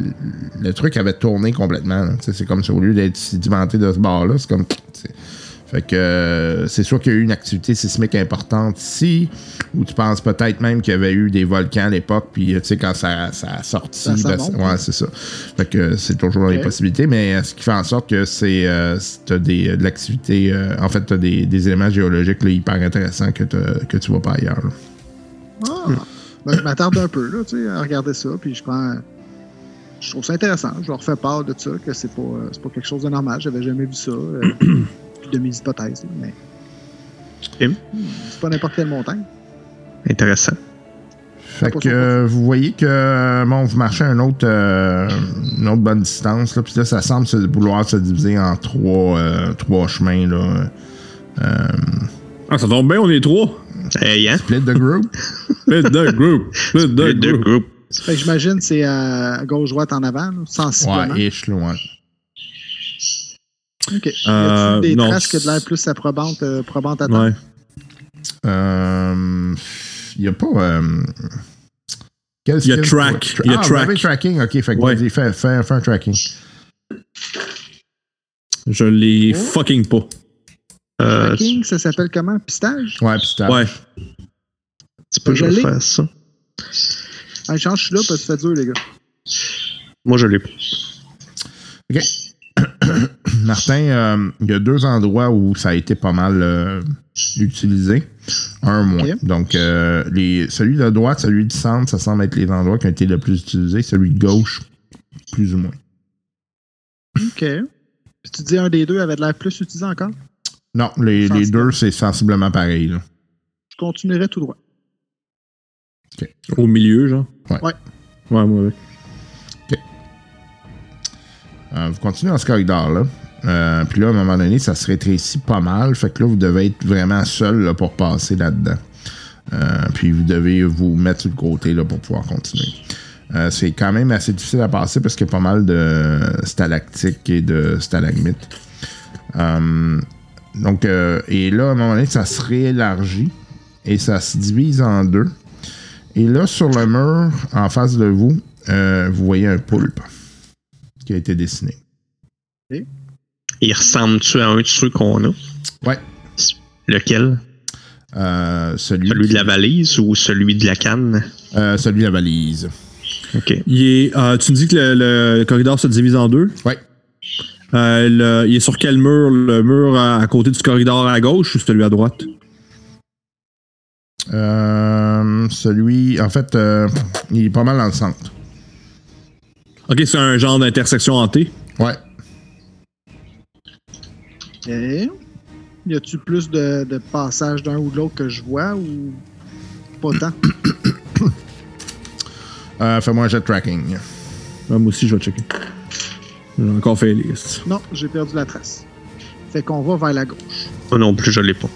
F: le truc avait tourné complètement. là. Tu sais, C'est comme si au lieu d'être sédimenté de ce bord-là, c'est comme. tu sais. Fait que euh, c'est sûr qu'il y a eu une activité sismique importante ici, où tu penses peut-être même qu'il y avait eu des volcans à l'époque, puis euh, tu sais, quand ça, ça a sorti,
E: Ça, ça
F: ben,
E: monte, hein.
F: c'est- ouais, c'est ça. Fait que euh, c'est toujours dans les
E: Ok.
F: possibilités, mais euh, ce qui fait en sorte que c'est euh, c'est- t'as des de l'activité, euh, en fait, t'as des, des éléments géologiques là, hyper intéressants que, t'as- que tu vois pas ailleurs. là.
E: Ah. Ben, je m'attarde un peu, là, tu sais, à regarder ça, puis je prends. Je trouve ça intéressant. Je leur fais part de ça, que c'est pas, euh, c'est pas quelque chose de normal. J'avais jamais vu ça. euh, de mes hypothèses. là, mais Hmm,
C: Kim?
E: c'est pas n'importe quelle montagne.
C: Intéressant.
F: Fait que euh, vous voyez que bon, vous marchez un autre, euh, une autre bonne distance, là, puis là, ça semble se, vouloir se diviser en trois, euh, trois chemins. Là. Euh,
D: Ah, ça tombe bien, on est trois.
C: Hey, hein?
F: split the group.
D: Split the group. Split
C: Les
D: the
C: deux
D: group.
C: groupes.
E: Fait que j'imagine c'est à gauche-droite en avant, là, sensiblement.
F: ouais, ish, là, ouais.
E: Ok. Y
D: Euh,
E: a-t-il des
D: non,
E: traces qui ont de l'air
D: c'est-
E: plus approbantes, euh, probantes à temps?
D: Ouais.
F: Euh, Il n'y a pas. Euh, quel
D: Il y a
F: skill-
D: track.
F: Tra-
D: Il y a
F: ah,
D: track.
F: vous avez tracking, ok. Fait que
D: Ouais.
F: vas-y, fais, fais- fais un tracking.
D: Je les fucking pas.
C: Euh,
E: Tracking, ça s'appelle comment? Pistage?
F: Ouais, puis t'as-
D: Ouais.
C: tu peux que je
E: Je l'ai.
C: refasse ça?
E: Ah, je suis là parce que ça fait dur, les gars.
C: Moi, je l'ai.
F: Martin, euh, il y a deux endroits où ça a été pas mal euh, utilisé. Un moins.
E: Ok.
F: Donc, euh, les, celui de droite, celui du centre, ça semble être les endroits qui ont été le plus utilisés. Celui de gauche, plus ou moins.
E: OK. Puis tu dis un des deux avait de l'air plus utilisé encore?
F: Non, les, les
E: Sensiblement.
F: deux, c'est sensiblement pareil. là.
E: Je continuerai tout droit.
D: Au milieu, genre.
F: Ouais.
E: Ouais.
D: Ouais, moi, avec.
F: Euh, vous continuez dans ce corridor-là. Euh, puis là, à un moment donné, ça se rétrécit pas mal. Fait que là, vous devez être vraiment seul là, pour passer là-dedans. Euh, puis vous devez vous mettre sur le côté là, pour pouvoir continuer. Euh, c'est quand même assez difficile à passer parce qu'il y a pas mal de stalactiques et de stalagmites. Euh, donc, euh, et là, à un moment donné, ça se réélargit et ça se divise en deux. Et là, sur le mur, en face de vous, euh, vous voyez un poulpe qui a été dessiné.
C: Il ressemble-tu à un de ceux qu'on a?
F: Ouais.
C: Lequel?
F: Euh, celui,
C: Celui de la valise ou celui de la canne?
F: Euh, celui de la valise.
C: OK.
D: Il est, euh, tu me dis que le, le- le corridor se divise en deux?
F: Ouais.
D: Euh, le- il est sur quel mur? Le mur à, à côté du corridor à gauche ou celui à droite?
F: Euh, celui, en fait, euh, il est pas mal dans le centre.
D: Ok, c'est un genre d'intersection hantée.
F: Ouais.
E: OK. Y a-tu plus de, de passages d'un ou de l'autre que je vois ou pas tant?
F: Euh, Fais-moi un jet de tracking.
D: Ah, moi aussi, je vais checker. J'ai encore fait les listes.
E: Non, j'ai perdu la trace. Fait qu'on va vers la gauche.
C: Moi non plus, je l'ai pas.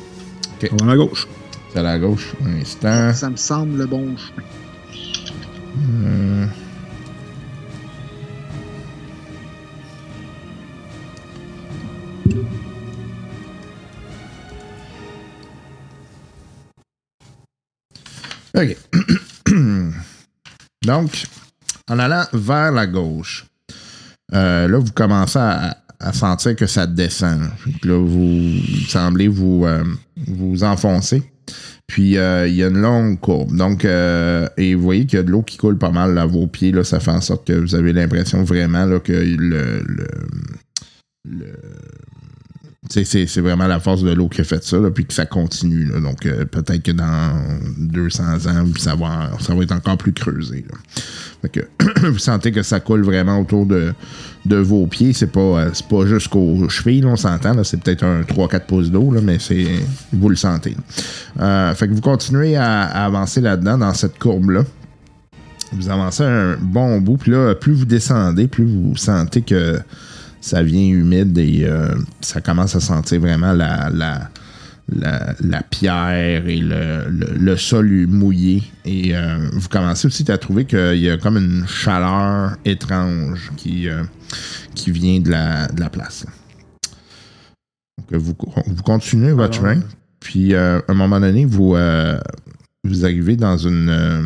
D: On va à gauche.
F: C'est à la gauche. Un
C: Hein?
F: instant.
E: Ça me semble le bon chemin.
F: Euh, OK. Donc, en allant vers la gauche, euh, là, vous commencez à, à sentir que ça descend. là. Fait que Là, vous semblez vous, euh, vous enfoncer. Puis, euh, il y a une longue courbe. Donc, euh, et vous voyez qu'il y a de l'eau qui coule pas mal à vos pieds. Là, ça fait en sorte que vous avez l'impression vraiment là, que le. le, le- c'est- c'est c'est vraiment la force de l'eau qui a fait ça, là, puis que ça continue. là. Donc, euh, peut-être que dans 200 ans, ça va, ça va être encore plus creusé. là. Fait que vous sentez que ça coule vraiment autour de, de vos pieds. C'est pas, euh, c'est pas jusqu'aux chevilles, là, on s'entend. là. C'est peut-être un 3-4 pouces d'eau, là, mais c'est vous le sentez. Euh, fait que vous continuez à, à avancer là-dedans, dans cette courbe-là. Vous avancez un bon bout, puis là, plus vous descendez, plus vous sentez que ça vient humide et euh, ça commence à sentir vraiment la, la, la, la pierre et le, le- le sol mouillé. Et euh, vous commencez aussi à trouver qu'il y a comme une chaleur étrange qui, euh, qui vient de la, de la place. Donc, euh, vous, vous continuez votre
D: Alors,
F: chemin, puis euh, à un moment donné, vous, euh, vous arrivez dans une, euh,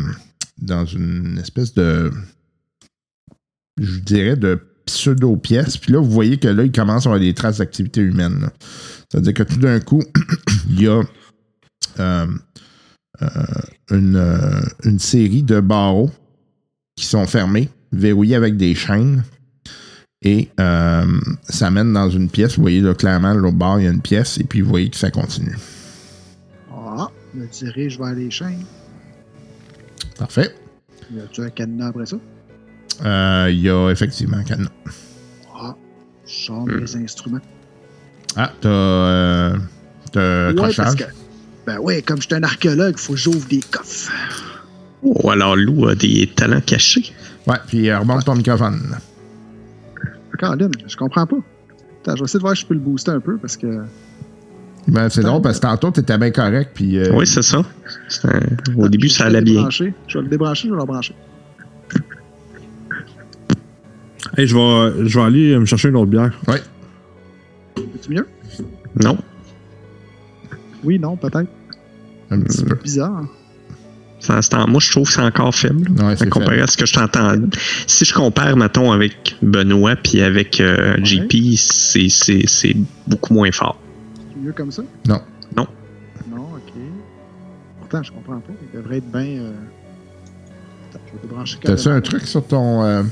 F: dans une espèce de. Je dirais de pseudo-pièce. Puis là, vous voyez que là, il commence à avoir des traces d'activité humaine. là. C'est-à-dire que tout d'un coup, il y a euh, euh, une, euh, une série de barreaux qui sont fermés, verrouillés avec des chaînes. Et euh, ça mène dans une pièce. Vous voyez là, clairement, l'autre bord, il y a une pièce. Et puis, vous voyez que ça continue.
E: Ah, je me dirige vers les chaînes.
F: Parfait.
E: Y a-tu un cadenas après ça?
F: Euh, il y a effectivement un cadenas.
C: Hmm.
E: Ah, je sors mes instruments.
F: Ah, t'as. Euh, t'as
E: Ouais,
F: accrochage.
E: parce que- ben oui, comme je suis un archéologue, faut que j'ouvre des coffres.
C: Ou alors Lou a des talents cachés.
F: Ouais, puis euh, remonte ton microphone.
E: Caroline, je comprends pas. Attends, je vais essayer de voir si je peux le booster un peu parce que.
F: Ben, c'est drôle parce que tantôt, t'étais bien correct, puis. euh,
C: Oui, c'est ça. C'est un- Au
E: Attends,
C: début,
E: je vais
C: ça
E: le
C: allait bien.
E: débrancher. Je vais le débrancher, je vais le brancher.
D: Hey, je vais, je vais aller euh, me chercher une autre bière.
E: C'est mieux?
C: Non,
E: Oui, non, peut-être.
F: Un petit
C: Hmm.
F: peu.
E: Bizarre. hein?
C: Ça, c'est en- moi, je trouve que c'est encore faible. là,
F: Ouais, c'est
C: comparé à ce que je t'entends. Si je compare, mettons, avec Benoît puis avec euh,
E: Ouais.
C: JP, c'est- c'est c'est beaucoup moins fort.
E: C'est mieux comme ça?
F: Non.
C: Non.
E: Non, ok. Pourtant, je comprends pas. Il devrait être bien. euh, Attends, je vais débrancher
F: T'as ça
E: carrément.
F: un truc sur ton. euh,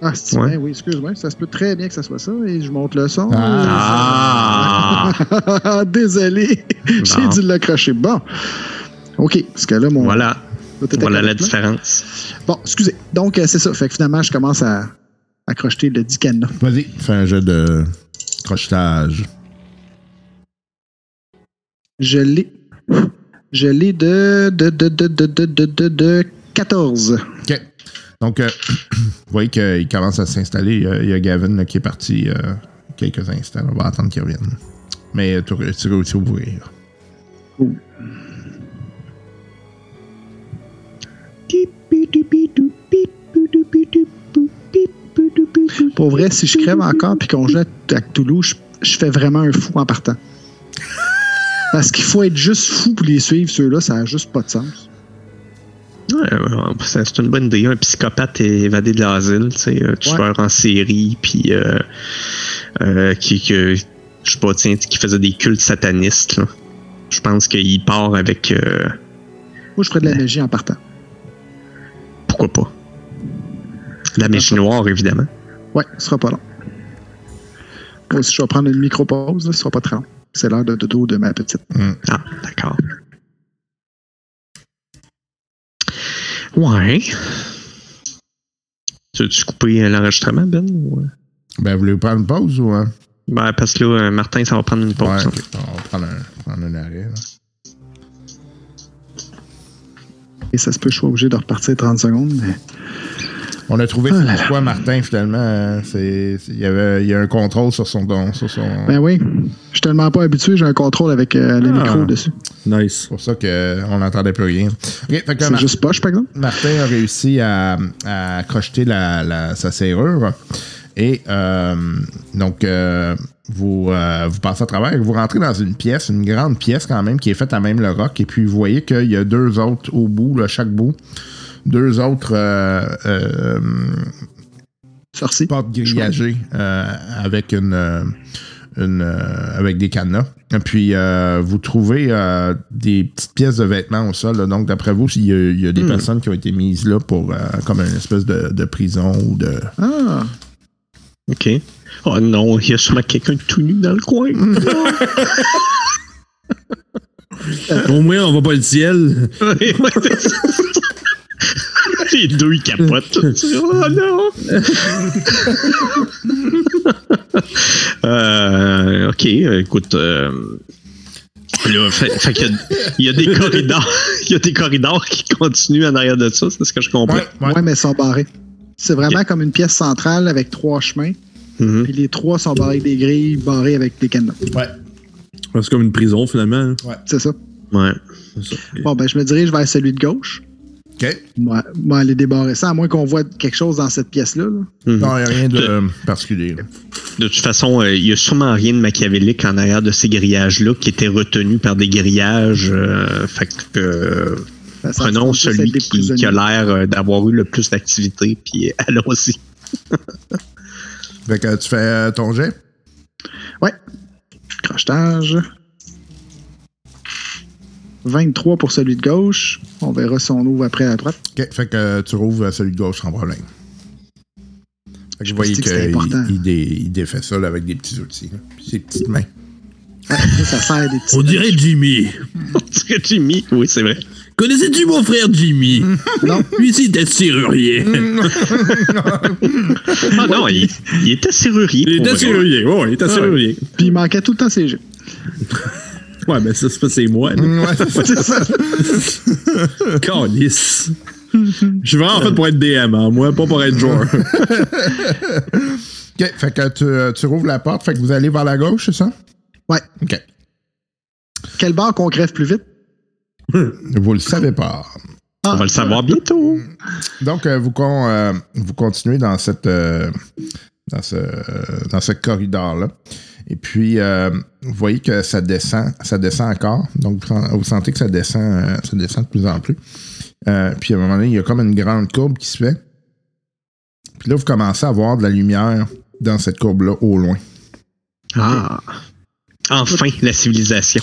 E: Ah, c'est
C: Ouais.
E: bien, oui, excuse-moi. Ça se peut très bien que ça soit ça et je monte le son.
C: Ah!
E: Ah, Désolé, j'ai
C: Bon.
E: dû l'accrocher. Bon. OK, parce que là, mon.
C: Voilà.
E: tout était
C: Voilà la
E: correct, là.
C: différence.
E: Bon, excusez. Donc, euh, c'est ça. Fait que finalement, je commence à, à crocheter le 10 cadenas.
F: Vas-y, fais un jeu de crochetage.
E: Je l'ai. Je l'ai de, de, de, de, de, de, de, de, de 14.
F: OK. Donc, euh, vous voyez qu'il commence à s'installer. Il y a- il y, a Gavin là, qui est parti euh, quelques instants. On va attendre qu'il revienne. Mais euh, tu ré- tu réussis à ouvrir.
E: Pour vrai, si je crève encore puis qu'on jette à Toulouse, je, je fais vraiment un fou en partant. Parce qu'il faut être juste fou pour les suivre, ceux-là, ça n'a juste pas de sens.
C: Ouais, euh, c'est c'est une bonne idée. Un psychopathe évadé de l'asile, tu sais, un tueur en série, puis euh, euh, qui, que- je sais pas, tiens, qui faisait des cultes satanistes. là. Je pense qu'il part avec. euh,
E: Moi, je ferais de la magie en partant.
C: Pourquoi pas? La mèche noire, évidemment.
E: Ouais, ce sera pas long. Moi aussi, je vais prendre une micro-pause, là, ce sera pas très long. C'est l'heure de dodo de ma petite.
C: Ah, d'accord. Ouais. Tu veux-tu couper euh, l'enregistrement, Ben? ou, euh?
F: Ben, voulez-vous prendre une pause ou. hein?
C: Ben, parce que là, euh, Martin, ça va prendre une pause.
F: Ouais,
C: hein.
F: ok. On va prendre un, prendre un arrêt. là.
E: Et ça se peut, je sois obligé de repartir 30 secondes. mais-
F: On a trouvé pourquoi Martin, finalement. euh, c'est- c'est- Il y, avait, il y a un contrôle sur son don. Sur son...
E: Ben oui, je suis tellement pas habitué, j'ai un contrôle avec euh, le
D: Ah.
E: micro dessus.
D: Nice.
F: C'est pour ça qu'on n'entendait plus rien. OK, fait que là,
E: C'est
F: Mar-
E: juste poche, par exemple.
F: Martin a réussi à, à crocheter la, la- sa serrure. Et euh, donc, euh, vous, euh, vous passez à travers et vous rentrez dans une pièce, une grande pièce quand même, qui est faite à même le roc. Et puis, vous voyez qu'il y a deux autres au bout, là, chaque bout, deux autres euh, euh,
E: Sorcier.
F: portes grillagées euh, avec une. euh, une, euh, avec des cadenas. Et puis, euh, vous trouvez euh, des petites pièces de vêtements au sol. là. Donc, d'après vous, il y, a- il y a
E: Hmm.
F: des personnes qui ont été mises là pour euh, comme une espèce de, de prison ou de.
E: Ah,
C: OK. Oh non, il y a sûrement quelqu'un de tout nu dans le coin.
D: Au moins, on va pas le ciel.
C: Ouais, c'est ça. Les deux, ils capotent. oh non! Euh, ok, écoute. euh, là, fait, fait qu'il y a- il y, a des corridors. Il y a des corridors qui continuent en arrière de ça, c'est ce que je comprends.
E: Ah, ouais, mais ils sont barrés. C'est vraiment comme une pièce centrale avec trois chemins,
C: Mhm.
E: puis les trois sont barrés avec des grilles, barrés avec des cadenas.
D: C'est comme une prison, finalement.
E: C'est ça.
C: Ouais.
D: C'est ça.
E: Bon, ben, je me dirige vers celui de gauche.
F: OK.
E: Moi, moi aller débarrer ça, à moins qu'on voit quelque chose dans cette pièce-là. là.
F: Non, il n'y a rien de euh, particulier. là.
C: De toute façon, euh, il y a sûrement rien de machiavélique en arrière de ces grillages-là qui étaient retenus par des grillages. euh, fait que. euh,
E: Ben, ça
C: Prenons
E: ressemble plus à
C: celui
E: des
C: qui, qui a
E: prisonniers.
C: l'air euh, d'avoir eu le plus d'activité, puis euh, allons-y.
F: Fait que tu fais euh, ton jet.
E: Crochetage. 23 pour celui de gauche. On verra si on ouvre après à droite.
F: OK. Fait que euh, tu rouvres euh, celui de gauche sans problème. Fait que
E: Je
F: vous voyez
E: pensais que c'était
F: qu'il
E: important.
F: il, dé- il défait ça là, avec des petits outils. là, puis ses petites mains.
E: Ah, ça sert des petits.
D: On dirait Jimmy.
C: On dirait Jimmy. Oui, c'est vrai.
D: Connaissais-tu mon frère Jimmy? non. Lui aussi était serrurier.
C: Ah non, il, il était serrurier.
D: il
C: pour
D: était
C: vrai.
D: serrurier, ouais, ouais, il était serrurier.
E: Puis il manquait tout le temps ses jets.
D: Ouais, mais ça, c'est pas- c'est moi, là.
F: Ouais, c'est ça.
D: Calice. Je vais en fait pour être DM, hein, moi, pas pour être joueur.
F: OK, fait que tu, euh, tu rouvres la porte, fait que vous allez vers la gauche, c'est ça?
E: Ouais.
F: OK.
E: Quel bar qu'on crève plus vite?
F: Vous le savez pas.
E: Ah.
C: On va le savoir bientôt.
F: Donc, euh, vous, con- euh, vous continuez dans cette euh, dans ce, euh, dans ce corridor-là. Et puis, euh, vous voyez que ça descend, ça descend encore. Donc, vous, sen- vous sentez que ça descend, euh, ça descend de plus en plus. Euh, puis, à un moment donné, il y a comme une grande courbe qui se fait. Puis là, vous commencez à voir de la lumière dans cette courbe-là au loin.
C: Ah. Enfin, la civilisation.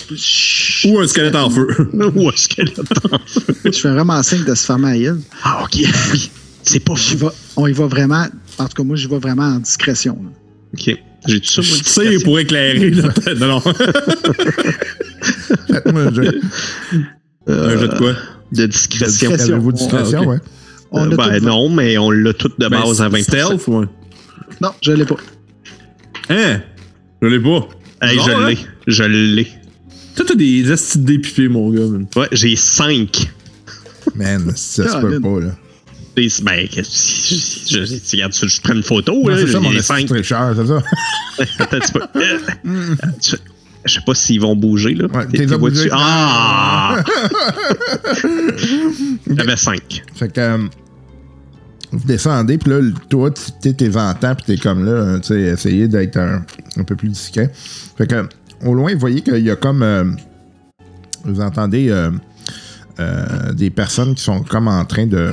D: Ou un squelette en feu.
C: Où est-ce qu'elle attend?
E: Je fais vraiment signe de se fermer à gueule.
C: Ah, ok. oui. C'est pas
E: J'y
C: fou.
E: vais- on y va vraiment. En tout cas, moi, j'y vais vraiment en discrétion. là.
C: Ok. J'ai tout ça.
D: Je
C: moi,
D: tire pour éclairer la tête. Non, non.
F: Faites-moi un jeu.
D: Un jeu de quoi?
C: Euh, de discrétion.
E: Discrétion.
F: Avez-vous discrétion,
D: Ah, ok.
F: ouais.
E: On a
C: Euh, ben
E: tout-
C: non, mais on l'a toute de base à 20
D: Ben, Stealth, ouais.
E: Non, je l'ai pas.
D: Hein? Je l'ai pas.
C: Hey, je
D: Non, hein?
C: l'ai. Je l'ai.
D: Toi, t'as des astuces dépipés, mon gars, man.
C: Ouais, j'ai 5.
F: Man, ça se peut
E: Caroline.
F: pas, là.
C: Ben, qu'est-ce que- je, je, je- regarde, tu- je prends une photo.
F: Ouais,
C: là,
F: Ben, c'est ça, mon
C: j'ai
F: esprit
C: 5.
F: très cher, c'est ça.
C: Attends, tu peux. Euh, tu- Je sais pas s'ils vont bouger, là.
F: Ouais,
C: T'es-
F: t'es
C: t'es
F: obligé.
C: vois-tu? Ah! J'avais 5.
F: Fait que euh, vous descendez, puis là, le- toi, tu- t'es tes entends, puis t'es comme là, euh, tu sais, essayer d'être un, un peu plus discret. Fait que, au loin, vous voyez qu'il y a comme. euh, vous entendez euh, euh, des personnes qui sont comme en train de.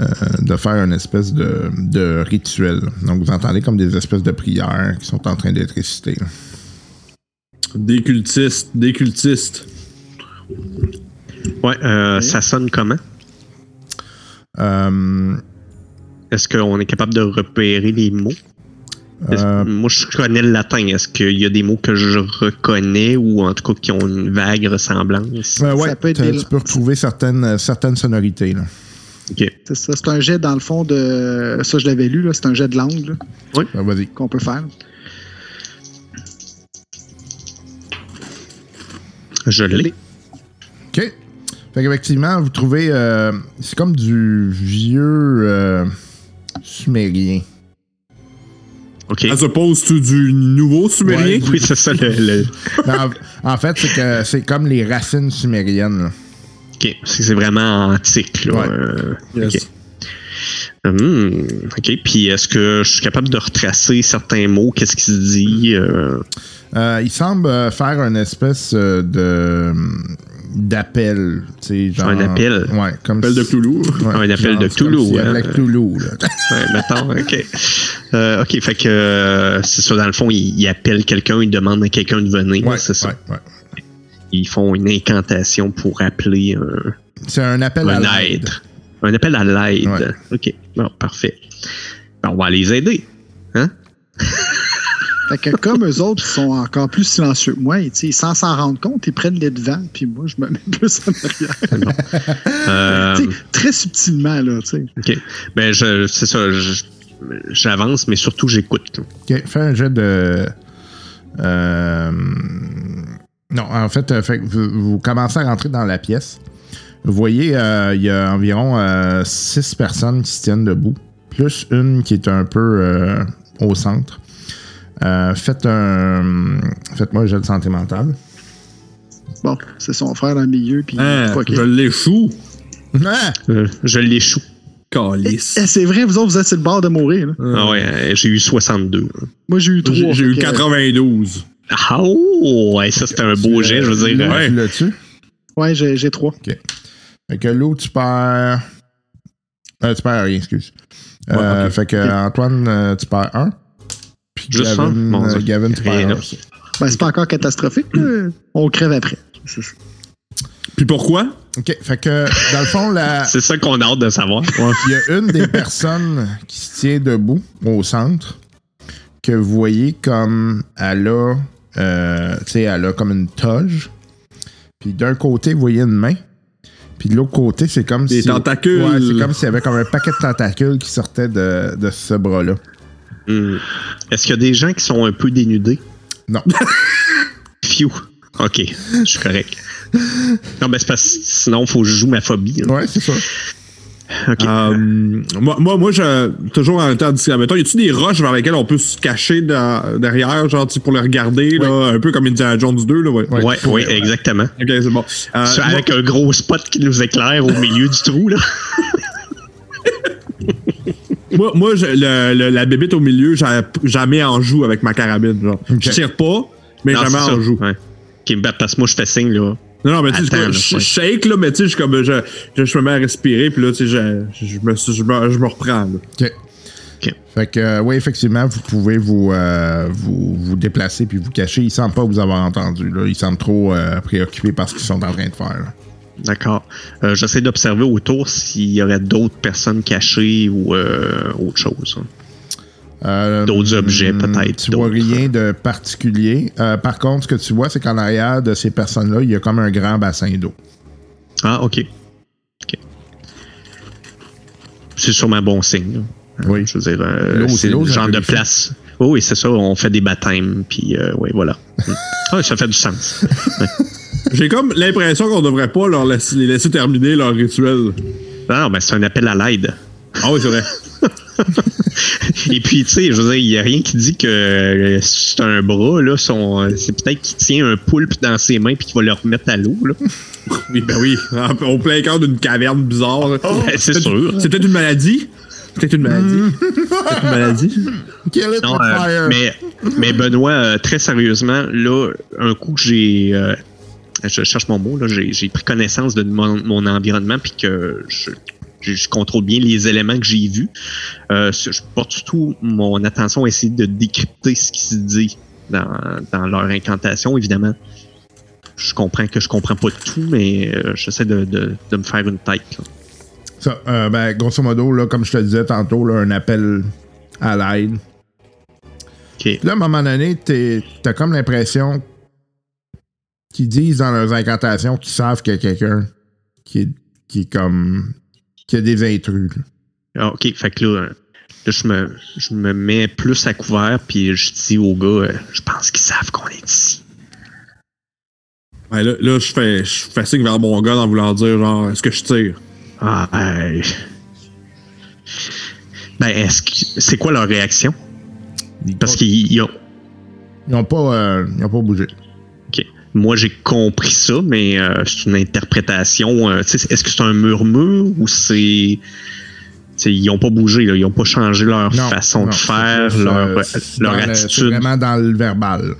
F: euh, de faire une espèce de, de rituel. Donc, vous entendez comme des espèces de prières qui sont en train d'être récitées. là.
D: Des cultistes, des cultistes.
C: Ouais, euh, ça sonne comment?
F: Euh,
C: Est-ce qu'on est capable de repérer les mots? Est-ce-
F: Euh.
C: Moi, je connais le latin. Est-ce qu'il y a des mots que je reconnais ou en tout cas qui ont une vague ressemblance?
F: euh, ouais,
E: Ça peut être
F: t'as-
E: des-
F: tu peux retrouver certaines, certaines sonorités. Là.
C: Ok.
E: C'est ça. C'est un jet, dans le fond, de. Ça, je l'avais lu, là. C'est un jet de langue, là,
F: Ben, Vas-y.
E: qu'on peut faire.
C: Je l'ai.
F: OK. Fait qu'effectivement, vous trouvez. euh, c'est comme du vieux euh, sumérien. Ah,
C: Ok.
D: Ça se pose-tu du nouveau sumérien?
C: Oui, c'est ça le. le-
F: Non, Ben, en, en fait, c'est que c'est comme les racines sumériennes. là.
C: Ok. C'est c'est vraiment antique, là.
F: Ouais.
C: Euh,
D: Yes.
C: ok. Hmm, ok. Puis est-ce que je suis capable de retracer certains mots? Qu'est-ce qui se dit? euh,
F: Euh, il semble euh, faire une espèce euh, de d'appel, tu sais, genre-
C: Un appel.
F: Ouais, comme
D: Appel de
F: si-
D: Cthulhu.
F: ouais,
C: Un appel
F: genre,
C: de
F: c'est comme
C: Cthulhu,
F: s'il y avait la
C: hein.
F: Cthulhu, là.
C: Ouais, mettons, ok. Euh, ok, fait que euh, c'est ça, dans le fond, ils, ils appellent quelqu'un, ils demandent à quelqu'un de venir,
F: Ouais,
C: c'est ça.
F: ouais, ouais.
C: Ils font une incantation pour appeler un,
F: C'est un appel
C: un
F: à l'aide.
C: aide. Un appel à l'aide.
F: Ouais.
C: Ok, bon, parfait. Ben, on va les aider.
E: Fait que comme eux autres ils sont encore plus silencieux que moi, ils, tu sais, sans s'en rendre compte, ils prennent les devants, puis moi, je me mets plus en arrière.
C: Ah Euh,
E: Tu sais, très subtilement, là, tu sais.
C: ok, ben, je- c'est ça, je- j'avance, mais surtout j'écoute.
F: Ok, fais un jet de. euh, non, en fait, euh, fait que vous, vous commencez à rentrer dans la pièce. Vous voyez, euh, il y a environ euh, six personnes qui se tiennent debout, plus une qui est un peu euh, au centre. Euh, faites un. Faites-moi un jet de santé mentale.
E: Bon, c'est son frère dans le milieu, puis
C: Ah,
D: Hein,
E: fuck it.
D: je l'échoue.
F: Ah!
C: Euh, je l'échoue.
D: Calice.
E: Eh, C'est vrai, vous autres, vous êtes sur le bord de mourir. là.
C: Ah ouais, euh, j'ai eu 62.
E: Moi, j'ai eu euh, trois.
D: J'ai j'ai
E: fait
D: eu
E: que-
D: 92.
C: Ah, oh, ouais, ça c'était un beau jet, je veux dire.
F: Lou,
C: euh,
F: tu l'as-tu?
E: Ouais, j'ai j'ai trois.
F: Fait que Lou, tu perds. Euh, tu perds rien, excuse. Euh, Fait que Antoine, euh, tu perds un. Puis
C: Juste
F: Gavin,
C: un? Mon
F: euh,
C: Dieu.
F: Gavin, tu
C: Rien
F: perds un
C: là.
F: aussi.
E: Ben, c'est pas encore catastrophique, là. On crève après. C'est ça.
D: Puis pourquoi?
F: OK. Fait que, dans le fond, la-
C: C'est ça qu'on a hâte de savoir.
F: il y a une des personnes qui se tient debout au centre que vous voyez comme elle a, euh, tu sais, elle a comme une toge. Puis d'un côté, vous voyez une main. Puis de l'autre côté, c'est comme
D: Des
F: si.
D: tentacules.
F: Ouais, c'est comme s'il y avait comme un paquet de tentacules qui sortait de, de ce bras-là.
D: Mm.
C: Hmm. Est-ce qu'il y a des gens qui sont un peu dénudés?
F: Non.
C: Phew. OK, je suis correct. Non, ben c'est parce que sinon, il faut que je joue ma phobie. hein.
F: Ouais, c'est ça.
C: OK.
D: Euh, moi, moi, moi, je, toujours en étant discret, mettons, y a-tu des roches vers lesquelles on peut se cacher dans- derrière, genre, tu sais, pour les regarder, là, un peu comme Indiana Jones 2, là, ouais.
C: ouais, ouais, exactement.
D: Ok, c'est bon. Euh,
C: Ça,
D: moi-
C: Avec un gros spot qui nous éclaire au milieu du trou, là.
D: Moi, moi je- le- le- la bébite au milieu, j'a- jamais en joue avec ma carabine. Genre. Je tire pas, mais
C: Non,
D: jamais
C: c'est
D: en
C: ça.
D: joue.
C: Ouais. OK, ben, parce que moi, je fais signe, là.
D: Non, non, mais tu sais,
C: Attends,
D: je-
C: là,
D: je
C: ouais.
D: je shake, là, mais tu sais, je, suis comme, je, je, je me mets à respirer, puis là, tu sais, je, je, me, suis- je, me, je me reprends. là.
F: OK.
C: OK.
F: Fait que, euh, oui, effectivement, vous pouvez vous, euh, vous, vous déplacer puis vous cacher. Ils semblent pas vous avoir entendu. Là. Ils semblent trop euh, préoccupés par ce qu'ils sont en train de faire. là.
C: D'accord. Euh, J'essaie d'observer autour s'il y aurait d'autres personnes cachées ou euh, autre chose.
F: Euh,
C: D'autres objets,
F: hum,
C: peut-être,
F: Tu vois
C: d'autres. euh.
F: rien de particulier. Euh, par contre, ce que tu vois, c'est qu'en arrière de ces personnes-là, il y a comme un grand bassin d'eau.
C: Ah, OK. OK. C'est sûrement bon signe. là.
F: Oui.
C: Je veux dire, euh,
F: L'eau, c'est
C: c'est
F: l'eau,
C: le
F: c'est un
C: genre
F: peu
C: de
F: difficile.
C: place. Oh, oui, c'est ça, on fait des baptêmes, puis euh, oui, voilà. Mm. ah, ça fait du sens.
D: J'ai comme l'impression qu'on devrait pas leur laisser, les laisser terminer leur rituel.
C: Non, non, ben, c'est un appel à l'aide.
D: Ah oui, c'est vrai.
C: Et puis, tu sais, je veux dire, il n'y a rien qui dit que euh, c'est un bras, là. son- euh, C'est peut-être qu'il tient un poulpe dans ses mains puis qu'il va le remettre à l'eau, là.
D: Oui, ben oui, en- au plein cœur d'une caverne bizarre.
C: Ben, c'est
D: Peut-être-
C: sûr.
D: C'est peut-être une maladie. C'est peut-être une
C: Hmm.
D: maladie. C'est une maladie.
F: Kill it
C: Non,
F: with
C: euh,
F: fire.
C: mais, mais Benoît, euh, très sérieusement, là, un coup que j'ai. euh, je cherche mon mot, là, j'ai j'ai pris connaissance de mon, mon environnement, puis que je, je- je contrôle bien les éléments que j'ai vus. Euh, ce- je porte surtout mon attention à essayer de décrypter ce qui se dit dans, dans leur incantation, évidemment. Je comprends que je comprends pas tout, mais euh, j'essaie de, de- de me faire une tête. là.
F: Ça, euh, ben, grosso modo, là, comme je te le disais tantôt, là, un appel à l'aide.
C: OK.
F: Puis là, à un moment donné, t'es- t'as comme l'impression qu'ils disent dans leurs incantations qu'ils savent qu'il y a quelqu'un qui est, qui est comme. qui a des intrus. là.
C: Ah, OK, fait que là, euh, là, je, me, je me mets plus à couvert, puis je dis au gars, euh, je pense qu'ils savent qu'on est ici.
D: Ouais, Ben là, là, je fais, je fais signe vers mon gars en voulant dire, genre, est-ce que je tire?
C: Ah, hey. Ben, est-ce que, c'est quoi leur réaction? Parce qu'ils ils ont.
F: Ils n'ont pas, euh, ils ont pas bougé.
C: OK. Moi, j'ai compris ça, mais euh, c'est une interprétation. euh, tu sais, est-ce que c'est un murmure ou c'est. tu sais, ils n'ont pas bougé, là, ils n'ont pas changé leur
F: Non,
C: façon
F: non,
C: de
F: c'est-
C: faire,
F: c'est-
C: leur, euh,
F: c'est- c'est
C: leur
F: dans le- c'est
C: attitude.
F: vraiment dans le verbal.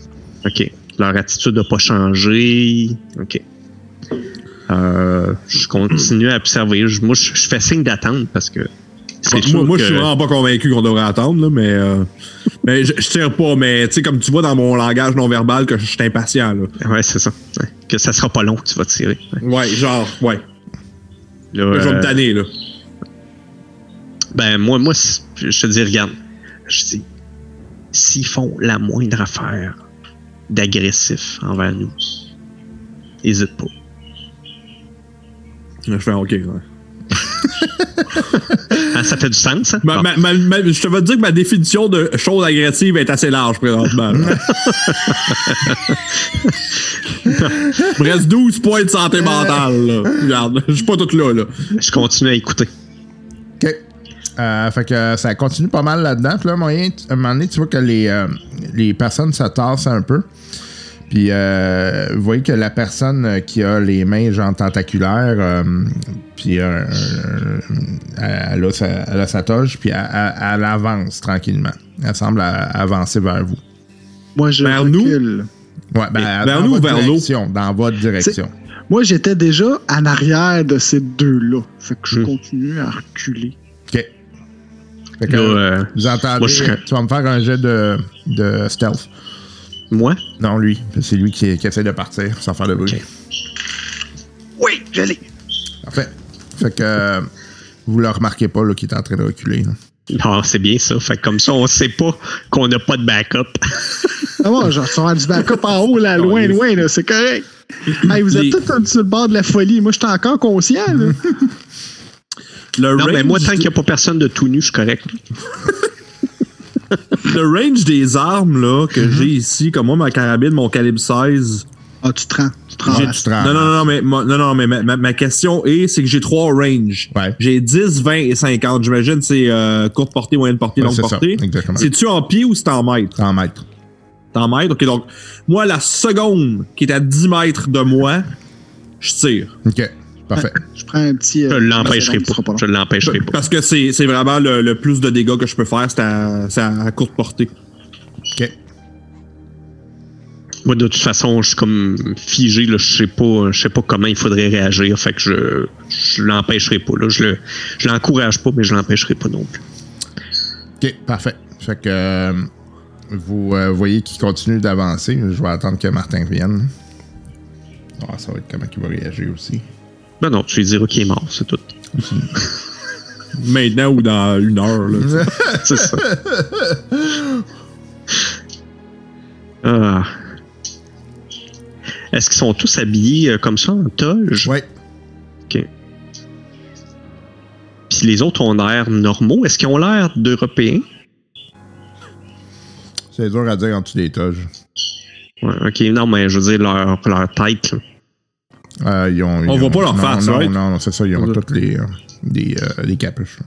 C: OK. Leur attitude n'a pas changé. OK. Euh, je continue à observer. Je- moi, je, je fais signe d'attendre parce que c'est
D: moi,
C: sûr
D: moi,
C: que-
D: je suis vraiment pas convaincu qu'on devrait attendre, là, mais, euh, mais je, je tire pas. Mais tu sais, comme tu vois dans mon langage non verbal que je suis impatient. Là.
C: Ouais, c'est ça. Ouais. Que ça sera pas long que tu vas tirer. Ouais.
D: Ouais, genre, ouais.
C: Là,
D: Là, je vais
C: euh,
D: me tanner, là.
C: ben, moi, moi, c'est- je te dis, regarde. Je dis, s'ils font la moindre affaire d'agressif envers nous, hésite pas.
D: Je fais OK. ouais.
C: Ah, ça fait du sens, hein?
D: Ma-
C: Bon.
D: ma- ma- ma- je te veux dire que ma définition de chose agressive est assez large présentement. là. Il me reste 12 points de santé mentale. Là. Regarde, je suis pas tout là. là.
C: Je continue à écouter.
F: OK. Euh, fait que ça continue pas mal là-dedans. Puis là, moyen, à un moment donné, tu vois que les, euh, les personnes se tassent un peu. Puis euh, vous voyez que la personne qui a les mains genre tentaculaires, euh, puis euh, euh, elle, a sa, elle a sa toge, puis elle, elle- elle avance tranquillement. Elle semble euh, avancer vers vous.
E: Moi, je
D: Vers nous?
E: recule.
F: Ouais, ben,
D: vers
F: dans
D: nous ou
F: votre
D: vers l'eau?
F: direction, Dans votre direction.
E: Moi, j'étais déjà en arrière de ces deux-là. Fait que je
C: Hmm.
E: continue à reculer.
F: OK. Fait que
C: Là, euh,
F: vous entendez,
C: moi, je serais-
F: tu vas me faire un jet de, de stealth.
C: moi?
F: Non, lui. C'est lui qui, qui essaie de partir sans faire de bruit.
C: Ok. Oui, je l'ai.
F: Parfait. Fait que euh, vous le remarquez pas là, qu'il est en train de reculer. là.
C: Non, Ah, c'est bien ça. Fait que comme ça, on sait pas qu'on n'a pas de backup.
E: Ah ouais, genre, ils sont à du backup en haut, là, loin, loin, là, c'est correct. Hey, vous
D: Les-
E: êtes tous un petit sur le bord de la folie. Moi, je suis encore conscient. Là.
D: Le
C: Non, mais moi,
D: range
C: tant
D: de-
C: qu'il n'y a pas personne de tout nu, je suis correct.
D: le range des armes là,
F: Mm-hmm.
D: que j'ai ici, comme moi, ma carabine, mon calibre 16.
E: Ah, tu te rends. Tu te rends.
F: Ah, tu te rends.
D: Non, non, non, mais, ma, non, non, mais ma, ma- ma question est c'est que j'ai trois ranges.
F: Ouais.
D: J'ai 10, 20 et 50. J'imagine c'est euh, courte portée, moyenne portée,
F: Ouais,
D: longue
F: c'est ça,
D: portée.
F: exactement.
D: C'est-tu en pied ou c'est en mètre?
F: 100 mètres.
D: C'est en mètre. OK, donc, moi, la seconde qui est à 10 mètres de moi, je tire.
F: OK. Parfait.
E: Je prends un petit.
C: Je l'empêcherai pas. Je l'empêcherai pas.
D: Parce que c'est c'est vraiment le, le plus de dégâts que je peux faire, c'est à, c'est à courte portée.
F: OK.
C: Moi, de toute façon, je suis comme figé. Là, je sais pas, je sais pas comment il faudrait réagir. Fait que je, je l'empêcherai pas. Là, je le, je l'encourage pas, mais je l'empêcherai pas non plus.
F: OK, parfait. Fait que euh, vous euh, voyez qu'il continue d'avancer. Je vais attendre que Martin vienne. Ah, ça va être comment il va réagir aussi.
C: Ben non, tu lui diras qu'il est mort, c'est tout.
D: Maintenant ou dans une heure. Là,
C: C'est ça. Ah. Est-ce qu'ils sont tous habillés euh, comme ça en toge?
F: Ouais.
C: Puis les autres ont l'air normaux. Est-ce qu'ils ont l'air d'Européens?
F: C'est dur à dire en dessous des toges.
C: Ouais, ok, non, mais je veux dire leur, leur tête. là.
F: Euh, ils ont, ils
D: On
F: ont-
D: voit pas leur
F: non,
D: face,
F: Non,
D: right?
F: non, non, c'est ça. Ils ont toutes les, euh, des, euh, des capuches.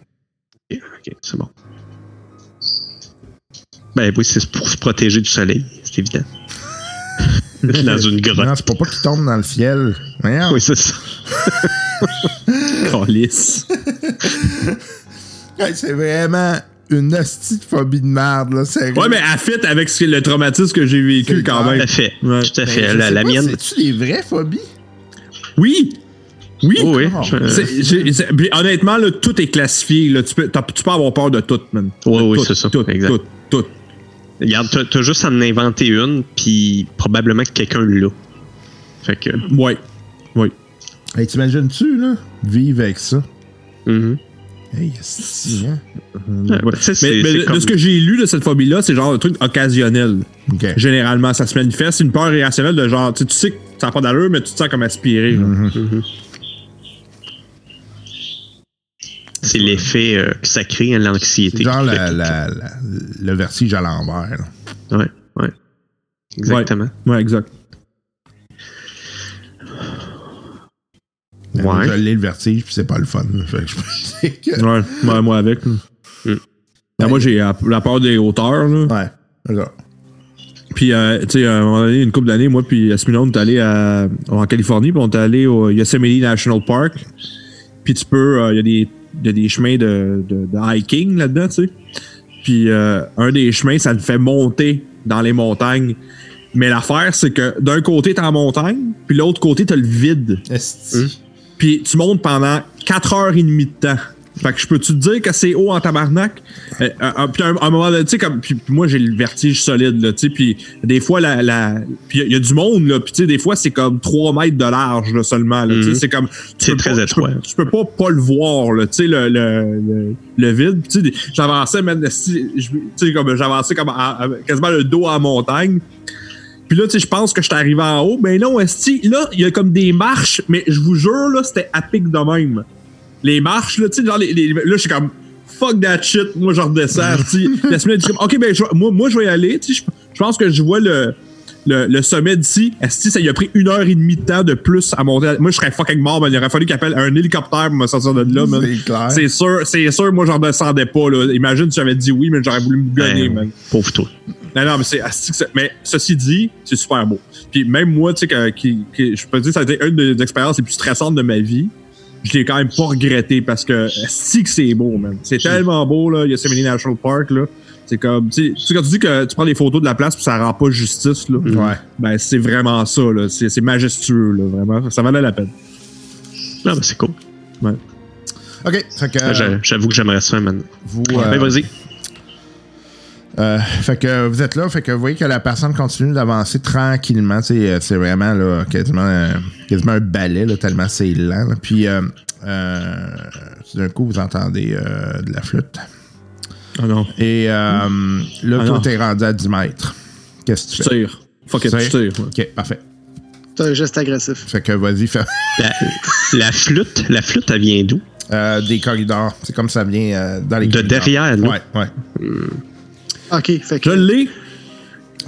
C: Ok, ok, c'est bon. Ben oui, c'est pour se protéger du soleil, c'est évident. Dans une grotte.
F: Non, c'est pour pas qu'ils tombent dans le ciel. Voyons.
C: Oui, c'est ça.
D: Calice.
F: Hey, c'est vraiment une hostie de phobie de merde, là. Sérieux.
D: Ouais, mais à fit avec ce- le traumatisme que j'ai vécu
F: C'est
D: quand
F: clair.
D: même.
C: Tout à fait.
D: Ouais.
C: Tout à
F: Ben,
C: fait.
F: je
C: la
F: sais
C: la
F: pas,
C: mienne.
F: C'est-tu des vraies phobies?
D: Oui! Oui!
C: Oh, oui.
F: Oh.
C: je-
D: C'est- j'ai- c'est- puis honnêtement, là, tout est classifié. là. Tu, peux, t'as- tu peux avoir peur de tout, man.
C: Ouais,
D: De
C: oui,
D: tout,
C: c'est ça,
D: Tout,
C: exact.
D: tout, tout.
C: Regarde, t'as- t'as juste à en inventer une, puis probablement que quelqu'un l'a. Fait que.
D: Ouais. Oui.
F: Hey, t'imagines-tu, là, vivre avec ça?
C: mhm.
F: Hey, hostie, hein?
C: Ouais, tu sais,
D: Mais,
C: c'est-
D: mais
C: c'est
D: de,
C: comme-
D: de ce que j'ai lu de cette phobie-là, c'est genre un truc occasionnel.
F: OK.
D: Généralement, ça se manifeste. C'est une peur irrationnelle de genre, tu sais, tu sais que ça n'a pas d'allure, mais tu te sens comme aspiré. là.
C: c'est l'effet euh, que ça crée, hein, l'anxiété.
F: C'est genre
C: qui fait
F: la-
C: que-
F: la- la- le vertige à l'envers. là.
C: Ouais, ouais. Exactement.
D: Ouais, ouais, exact.
F: Mais
C: Ouais.
F: moi, Je l'ai le vertige, puis c'est pas le fun. Fait que je sais que-
D: Ouais, ouais, moi avec. là. Ben, moi, j'ai euh, la peur des hauteurs. Là.
F: Ouais. Alors,
D: Puis, euh, tu sais, à un moment donné, une couple d'années, moi, puis Aspinall, on est allé à- en Californie, puis on est allé au Yosemite National Park. Puis tu peux, euh, il y, a des- il y a des chemins de, de- de hiking là-dedans, tu sais. Puis euh, un des chemins, ça te fait monter dans les montagnes. Mais l'affaire, c'est que d'un côté, t'es en montagne, puis l'autre côté, t'as le vide.
F: esti.
D: Puis tu montes pendant 4 heures et demie de temps. Fait que je peux-tu te dire que c'est haut en tabarnak? Euh, euh, euh, puis à un, à un moment donné, tu sais, comme. Puis, puis moi, j'ai le vertige solide, là, tu sais. Puis des fois, la. la puis il y, a du monde, là. Puis tu sais, des fois, c'est comme 3 mètres de large, là, seulement, là. Tu sais,
C: Mhm.
D: c'est comme. tu
C: C'est
D: peux
C: très
D: pas-
C: étroit.
D: Tu peux, tu peux pas pas le voir, là. Tu sais, le, le, le, le vide. Puis tu sais, des- j'avançais, même. Tu sais, comme j'avançais comme à- à- quasiment le dos à la montagne. Puis là, tu sais, je pense que je suis arrivé en haut. Mais non, esti, là, il y a comme des marches, mais je vous jure, là, c'était à pic de même. Les marches, là, tu sais, genre, les, les- là, je suis comme, fuck that shit, moi, je redescends, tu sais. La semaine, elle dit comme, ok, ben, je vais- moi, moi, je vais y aller, tu sais, je- je pense que je vois le, le, le sommet d'ici. Esti, ça lui a pris une heure et demie de temps de plus à monter. Moi, je serais fucking mort, man. Il aurait fallu qu'il appelle un hélicoptère pour me sortir de là, man.
F: C'est clair.
D: C'est sûr, c'est sûr, moi, je redescendais pas, là. Imagine si j'avais dit oui, mais j'aurais voulu me gonner,
C: Ben,
D: man.
C: Pauvre toi.
D: Non, non, mais c'est asti que ça- Mais ceci dit, c'est super beau. Puis même moi, tu sais, que, qui- qui- je peux dire que ça a été une des expériences les plus stressantes de ma vie. Je l'ai quand même pas regretté parce que si que c'est beau, man. C'est tellement beau, là, Yosemite National Park, là. C'est comme, tu sais, tu sais, quand tu dis que tu prends des photos de la place puis ça rend pas justice, là.
F: Ouais.
D: Ben, c'est vraiment ça, là. C'est c'est majestueux, là, vraiment. Ça valait la peine.
C: Non, ben, c'est cool.
F: OK. Fait que, euh,
C: Ah, j'a- J'avoue que j'aimerais ça maintenant.
F: vous,
C: Mais
F: euh,
C: vas-y.
F: euh, fait que vous êtes là, fait que vous voyez que la personne continue d'avancer tranquillement. Tu sais, euh, C'est vraiment là, quasiment, euh, quasiment un balai, là, tellement c'est lent. là. Puis euh, euh, d'un coup, vous entendez euh, de la flûte.
D: Ah non.
F: Et euh, là,
D: Ah
F: toi,
D: non.
F: t'es rendu à 10 mètres. Qu'est-ce que
D: Tu
F: tu fais?
D: tires. Fuck it, tu
F: Tire?
D: tires. ouais.
F: OK, parfait.
E: C'est un geste agressif.
F: Fait que vas-y, fais
C: La, la flûte, la flûte, elle vient d'où?
F: euh, des corridors. C'est comme ça vient euh, dans les
C: De
F: corridors.
C: derrière, là.
F: Ouais, ouais.
E: OK, fait
D: Je
E: que,
D: l'ai.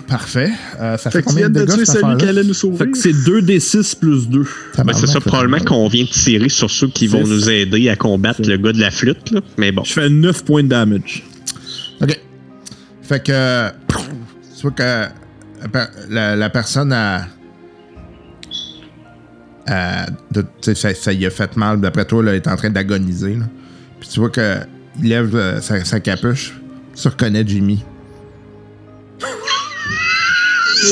F: Parfait. Euh, ça fait,
E: fait que tu
F: combien
E: viens
F: de
E: de
F: dégâts,
E: tuer
F: cette
E: celui qui
F: affaire-là?
E: allait nous sauver.
D: Fait que c'est 2d6 plus 2.
C: Ben, c'est ça, probablement qu'on vient de tirer sur ceux qui vont
D: Six.
C: nous aider à combattre le gars de la flûte, là. Mais bon.
D: Je fais 9 points de damage.
F: OK. Fait que. Tu vois que la per- la, la personne a. a- de- tu sais, ça, ça y a fait mal, d'après toi, là, elle est en train d'agoniser. là. Puis tu vois que il lève euh, sa, sa capuche. Tu reconnais Jimmy.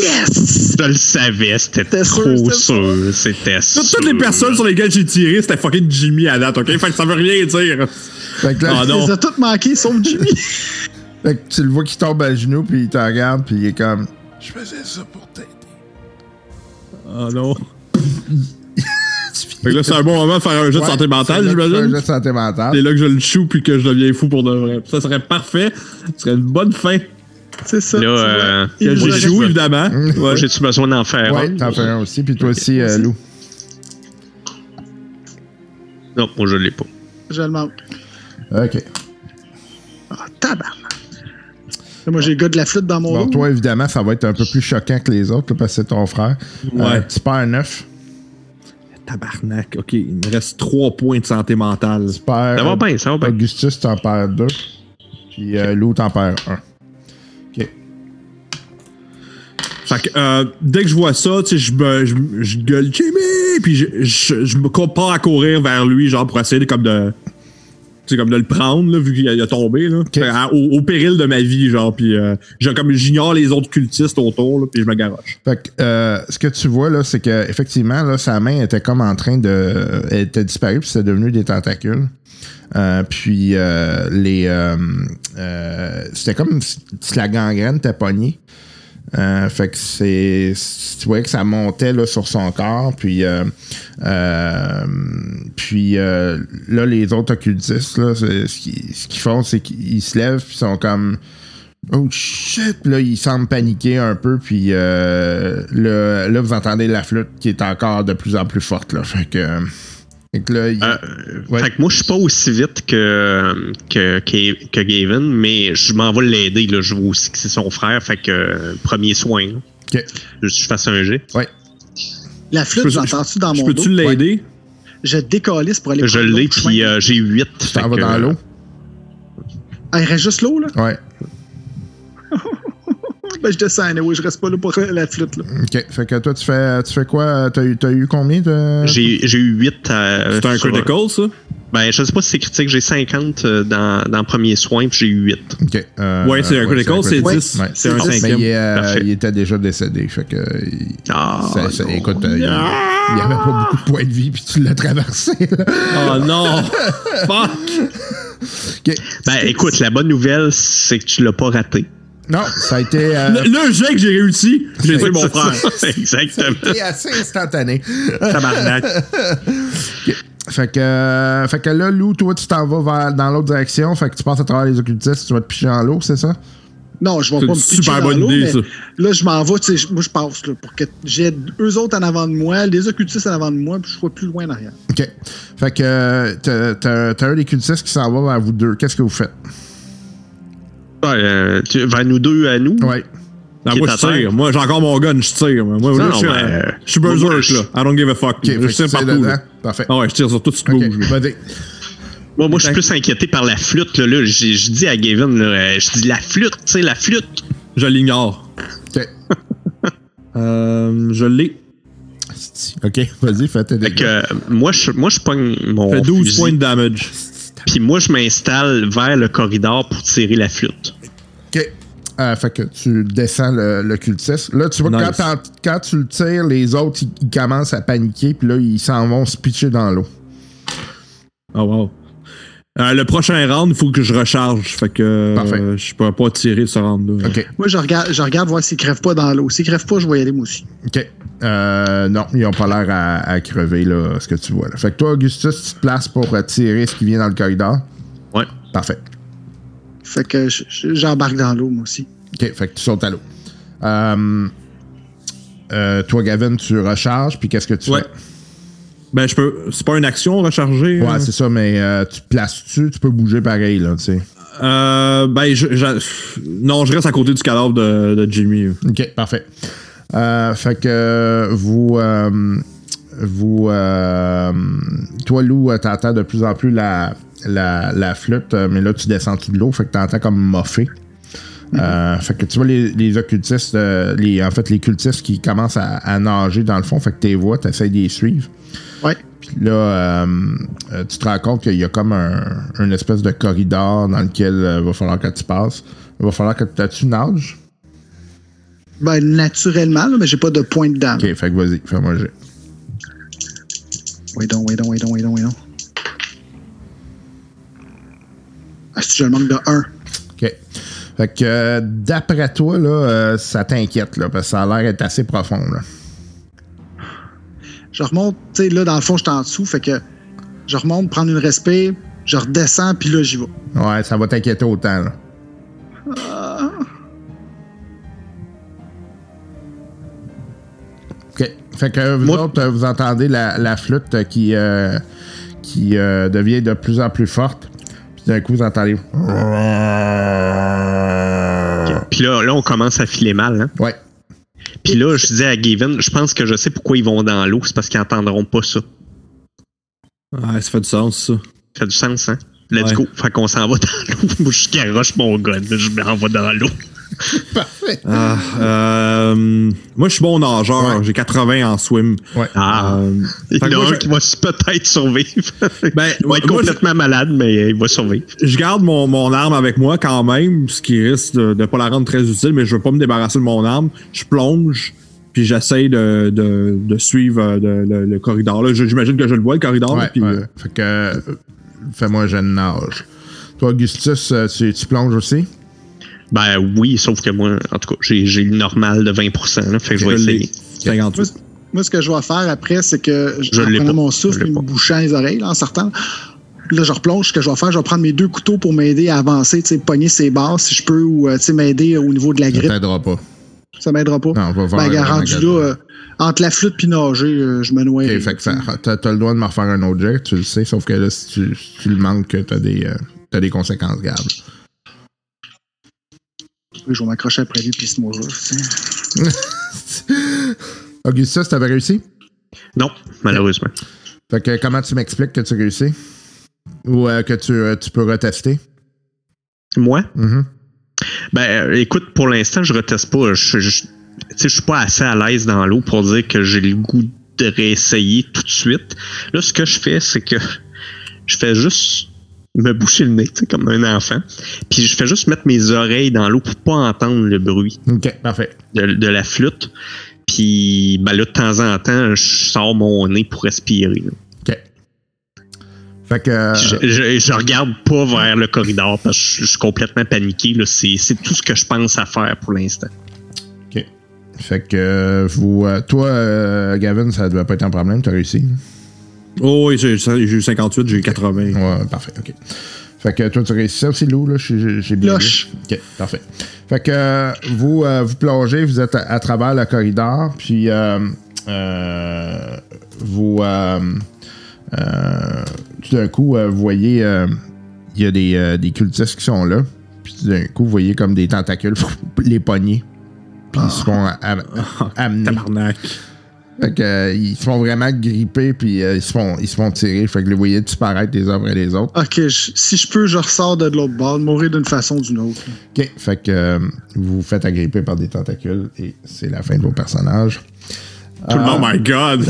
E: Yes!
C: Je le savais, c'était
E: T'es sûr,
C: trop
E: c'était
C: sûr. C'était sûr.
D: Toutes les personnes sur lesquelles j'ai tiré, c'était fucking Jimmy à date, ok? Fait que ça veut rien dire.
F: Fait que, là,
D: Ah
E: Il
D: non.
E: les a toutes manqués, sauf Jimmy.
F: fait que tu le vois qui tombe à genoux, puis il te regarde, puis il est comme. Je faisais ça pour t'aider. Ah,
D: Oh non. Fait que là, c'est un bon moment de faire un jeu de
F: Ouais,
D: santé mentale,
F: c'est là que tu fais Un
D: j'imagine.
F: jeu de santé mentale.
D: C'est là que je le choue puis que je deviens fou pour de vrai. Ça serait parfait. Ce serait une bonne fin.
E: C'est ça.
C: Là,
E: tu vois.
C: euh,
E: Il
D: Que
E: nous
D: je
E: a
D: joue,
E: resté-
D: évidemment. Ouais.
C: Moi, J'ai-tu besoin d'en faire
F: Ouais,
C: un?
F: t'en fais un aussi, puis toi aussi, euh, Lou.
C: Non, moi, je l'ai pas.
E: Je le manque.
F: OK.
E: Ah, tabarnak. Là, Moi, j'ai le gars de la flûte dans mon
F: Bon,
E: dos.
F: toi, évidemment, ça va être un peu plus choquant que les autres, là, parce que c'est ton frère.
D: Ouais.
F: Euh, tu perds 9.
D: Tabarnak, ok. Il me reste 3 points de santé mentale.
F: Tu perds.
C: Ça va bien, ça va bien.
F: Augustus, t'en perds 2. Puis euh, Lou, t'en perds 1. OK.
D: Fait que, euh, dès que je vois ça, tu sais, je, me- je, je gueule Jimmy, puis je, je, je me compare à courir vers lui, genre pour essayer de, comme de, tu sais, comme de le prendre, là, vu qu'il a, il a tombé, là, Fait, à- au, au péril de ma vie, genre, puis euh, je- comme j'ignore les autres cultistes autour, là, puis je me garoche.
F: Fait que, euh, ce que tu vois, là, c'est que effectivement, là, sa main était comme en train de. Elle était disparue, puis c'était devenu des tentacules. Euh, puis euh, les. euh, euh, c'était comme si si la gangrène t'a pogné. Euh, fait que c'est. Tu voyais que ça montait là, sur son corps. Puis. euh, euh, puis euh, là, les autres occultistes, là, c'est- ce qu'ils ce qu'ils font, c'est qu'ils se lèvent, puis ils sont comme. Oh shit! Puis Là, il semble paniquer un peu, puis euh, le- là, vous entendez la flûte qui est encore de plus en plus forte. Là. Fait que. Fait que là, il-
C: Euh,
F: Ouais.
C: Fait que moi, je suis pas aussi vite que, que, que, que Gavin, mais je m'en vais l'aider. là. Je vois aussi que c'est son frère, fait que euh, premier soin. là.
F: Ok.
C: Juste que Je fasse un jet.
E: La
D: Je
E: flûte,
D: peux-
E: j'entends-tu
F: Ah,
E: dans
D: je
E: mon
D: peux-tu
E: dos?
D: l'aider?
E: Je décalisse pour aller
C: Je
E: prendre
C: l'ai,
E: l'autre
C: puis
E: chemin.
C: euh, j'ai 8.
F: t'en vas
C: euh,
F: dans
D: hein?
F: l'eau.
E: Ah, il reste juste l'eau, là?
F: Ouais.
E: Ben, je descends, anyway, je reste pas là pour la flûte, là.
F: OK. Fait que toi, tu fais, tu fais quoi? T'as eu, t'as eu combien de.
C: J'ai j'ai eu 8.
D: C'est
C: Euh,
D: un critical, ça?
C: Ben, je sais pas si c'est critique. J'ai 50 euh, dans, dans premier soin, puis j'ai eu 8.
F: OK. euh,
D: ouais, c'est un critical, c'est
E: Ouais.
D: 10.
F: Ouais.
D: C'est un
E: C'est dix.
F: Mais
D: cinquième.
F: il, est, euh,
C: Parfait.
F: il était déjà décédé. Fait que. il-
C: Ah,
F: ça- ça-
C: non.
F: écoute, euh, il n'y avait pas beaucoup de points de vie, puis tu l'as traversé. là.
D: Oh
F: Ah,
D: non! Fuck!
F: OK.
C: Ben, écoute, la bonne nouvelle, c'est que tu l'as pas raté.
F: Non, ça a été. euh,
D: Le, le jet que j'ai réussi, j'ai tué mon frère.
C: Exactement.
F: c'était assez instantané.
D: Tabarnak.
F: Fait que, euh, fait que là, Lou, toi, tu t'en vas vers, dans l'autre direction. Fait que tu passes à travers les occultistes, tu vas te picher dans l'eau, c'est ça?
E: Non, je
D: C'est
E: vais pas
D: une
E: me pitcher
D: super
E: dans
D: bonne
E: l'eau,
D: idée,
E: mais
D: ça.
E: Là, je m'en vais, tu sais, je- moi, je passe, là, pour que j'ai eux autres en avant de moi, les occultistes en avant de moi, puis je sois plus loin en arrière.
F: OK. Fait que euh, t'as- t'as t'as un des cultistes qui s'en va vers vous deux. Qu'est-ce que vous faites?
C: Ouais, euh, tu- vers nous deux, à nous.
F: Ouais.
D: Non,
C: Qui
D: moi,
C: est à
D: je tire.
C: terre.
D: Moi, j'ai encore mon gun, je tire. Moi, Moi,
C: Non,
D: je, suis,
C: non,
D: euh,
C: mais-
D: je suis
C: Moi,
D: berserk,
C: je-
D: là. I don't give a fuck.
F: OK. fait
D: je
F: que
D: tire
F: tu tires
D: partout.
F: dedans.
D: là.
F: Parfait.
D: Ah ouais, je tire sur tout ce qui
F: OK.
D: bouge. là.
F: Vas-y.
C: Moi, moi je suis plus inquiété par la flûte. Là, là J'ai- je dis à Gavin, là, euh, je dis la flûte, tu sais, la flûte.
D: Je l'ignore.
F: OK.
D: Euh, je l'ai.
F: OK. Vas-y, fais tes
C: Fait que,
F: dégâts.
C: euh, moi, je, moi, je pogne mon.
D: Fait 12
C: fusil,
D: points de damage.
C: Puis moi, je m'installe vers le corridor pour tirer la flûte.
F: OK. Euh, fait que tu descends le, le cultiste. Là, tu vois,
D: Nice.
F: quand, t'en- quand tu le tires, les autres, ils, ils commencent à paniquer, puis là, ils s'en vont se pitcher dans l'eau.
D: Oh
F: Ah,
D: wow. Euh, le prochain round, il faut que je recharge. Fait que euh,
F: Parfait.
D: je pourrais pas tirer ce round-là.
F: OK.
E: Moi, je regarde, je regarde voir s'ils crèvent pas dans l'eau. S'ils crèvent pas, je vais y aller, moi aussi.
F: OK. Euh, non, ils n'ont pas l'air à, à crever, là, ce que tu vois. Là. Fait que toi, Augustus, tu te places pour euh, tirer ce qui vient dans le corridor.
C: Ouais.
F: Parfait.
E: Fait que je- je- j'embarque dans l'eau, moi aussi.
F: OK, fait que tu sautes à l'eau. Euh, Euh, toi, Gavin, tu recharges, puis qu'est-ce que tu
C: Ouais.
F: fais?
D: Ben, je peux. C'est pas une action hein? rechargée.
F: Ouais, c'est ça, mais euh, tu te places-tu, tu peux bouger pareil, là, tu sais.
D: Euh, ben, je, je- non, je reste à côté du cadavre de, de Jimmy.
F: OK, parfait. Euh, fait que euh, vous. euh, vous. euh, toi, Lou, euh, t'entends de plus en plus la, la, la flûte, euh, mais là, tu descends tout de l'eau, fait que t'entends comme moffer. Euh, fait que tu vois les, les occultistes, euh, les, en fait, les cultistes qui commencent à, à nager dans le fond, fait que tes voix, t'essayes de les suivre.
E: Ouais.
F: Puis là, euh, euh, tu te rends compte qu'il y a comme un, une espèce de corridor dans lequel il va falloir que tu passes. Il va falloir que t- tu nages.
E: Ben, naturellement, là, mais j'ai pas de point de dame.
F: Ok, fait que vas-y, fais-moi le jet.
E: Oui, donc, oui, donc, oui, donc, oui, donc, oui, donc. Ah, si je le manque de 1.
F: OK. Fait que euh, d'après toi, là, euh, ça t'inquiète, là, parce que ça a l'air d'être assez profond. Là.
E: Je remonte, tu sais, là, dans le fond, je suis en dessous, fait que je remonte, prendre une respire, je redescends, puis là, j'y vais.
F: Ouais, ça va t'inquiéter autant. Là. OK. Fait que vous
E: Moi-
F: autres, euh, vous entendez la, la flûte euh, qui, euh, qui euh, devient de plus en plus forte. Puis d'un coup, vous entendez.
C: Puis là, là, on commence à filer mal. Hein?
F: Ouais.
C: Puis là, je disais à Gavin, je pense que je sais pourquoi ils vont dans l'eau. C'est parce qu'ils n'entendront pas ça.
D: Ouais, ça fait du sens, ça.
C: Ça a du sens, hein? Let's
D: Ouais.
C: go. Fait qu'on s'en va dans l'eau. Moi, je garoche mon gun. Je m'en vais dans l'eau.
D: Ah, euh, moi, je suis bon nageur. J'ai 80 en swim.
F: Ouais.
C: Ah!
D: Euh,
C: il y
D: fait
C: en
D: que
C: a
D: moi,
C: un
D: je-
C: qui va s- peut-être survivre.
D: Ben,
C: il va être
D: moi,
C: complètement malade, mais il va survivre.
D: je garde mon, mon arme avec moi quand même, ce qui risque de ne pas la rendre très utile, mais je veux pas me débarrasser de mon arme. Je plonge, puis j'essaye de, de, de suivre euh, de- le, le corridor. Là, je- j'imagine que je le vois, le corridor.
F: Ouais,
D: puis,
F: ouais.
D: euh,
F: Fait que. euh, Fais-moi un jeu de nage. Toi, Augustus, euh, tu, tu plonges aussi?
C: Ben oui, sauf que moi, en tout cas, j'ai j'ai le normal de 20%. Là, fait que je vais
D: je l'ai.
C: essayer.
D: 58.
E: Moi, ce que je vais faire après, c'est que
C: Je
E: je en
C: l'ai pas.
E: prenant mon
C: Je
E: souffle
C: l'ai
E: et me
C: pas.
E: bouchant les oreilles, là, en sortant. Là, je replonge. Ce que je vais faire, je vais prendre mes deux couteaux pour m'aider à avancer, tu sais, pogner ses barres si je peux, ou euh, tu sais, m'aider au niveau de la
F: Ça
E: grippe.
F: t'aidera pas.
E: Ça m'aidera pas.
F: Non, on va voir.
E: Ben, gars,
F: vraiment
E: rendu
F: que-
E: là, euh, entre la flûte puis nager, euh, je me noie.
F: Ok, fait que ça- t'as, t'as le droit de me refaire un autre jet, tu le sais, sauf que là, si tu, si tu le manques, t'as des, euh, t'as des conséquences graves.
E: Je vais m'accrocher après lui puis se mourir. tu sais.
F: Augustus, t'avais réussi?
C: Non, malheureusement.
F: Fait que comment tu m'expliques que tu réussis? Ou euh, que tu, euh, tu peux retester?
C: Moi,
F: Mhm.
C: ben euh, écoute, pour l'instant, je reteste pas. Je, je, tu sais, je suis pas assez à l'aise dans l'eau pour dire que j'ai le goût de réessayer tout de suite. Là, ce que je fais, c'est que je fais juste me boucher le nez, tu sais, comme un enfant. Puis je fais juste mettre mes oreilles dans l'eau pour pas entendre le bruit.
F: Ok, parfait.
C: de, de la flûte. Puis ben là, de temps en temps, je sors mon nez pour respirer. là.
F: Ok. Fait que. euh,
C: Puis Je, je, je regarde pas vers le corridor parce que je, je suis complètement paniqué. là. C'est c'est tout ce que je pense à faire pour l'instant.
F: ok. Fait que euh, vous. euh, toi, euh, Gavin, ça devait pas être un problème, t'as réussi.
D: Oh, oui, j'ai j'ai eu 58, j'ai eu 80.
F: Ouais, parfait, ok. Fait que toi, tu réussis ça aussi, Lou, là, j'ai j'ai bien.
E: Loche.
F: vu. Ok, parfait. Fait que euh, vous, euh, vous plongez, vous êtes à, à travers le corridor, puis euh, euh, vous. euh, euh, tout d'un coup, euh, vous voyez, euh, il y a des, euh, des cultistes qui sont là, puis tout d'un coup, vous voyez comme des tentacules les pogner, puis ils se font am- amener.
D: Tabarnak.
F: Fait que, euh, ils se font vraiment gripper, puis euh, ils, se font, ils se font tirer. Fait que vous les voyez disparaître les uns après les autres.
E: Ok, je- si je peux, je ressors de l'autre bord, mourir d'une façon ou d'une autre.
F: OK. Fait que euh, vous vous faites agripper par des tentacules et c'est la fin de vos personnages.
D: Tout
C: Ah.
D: le monde, oh my god.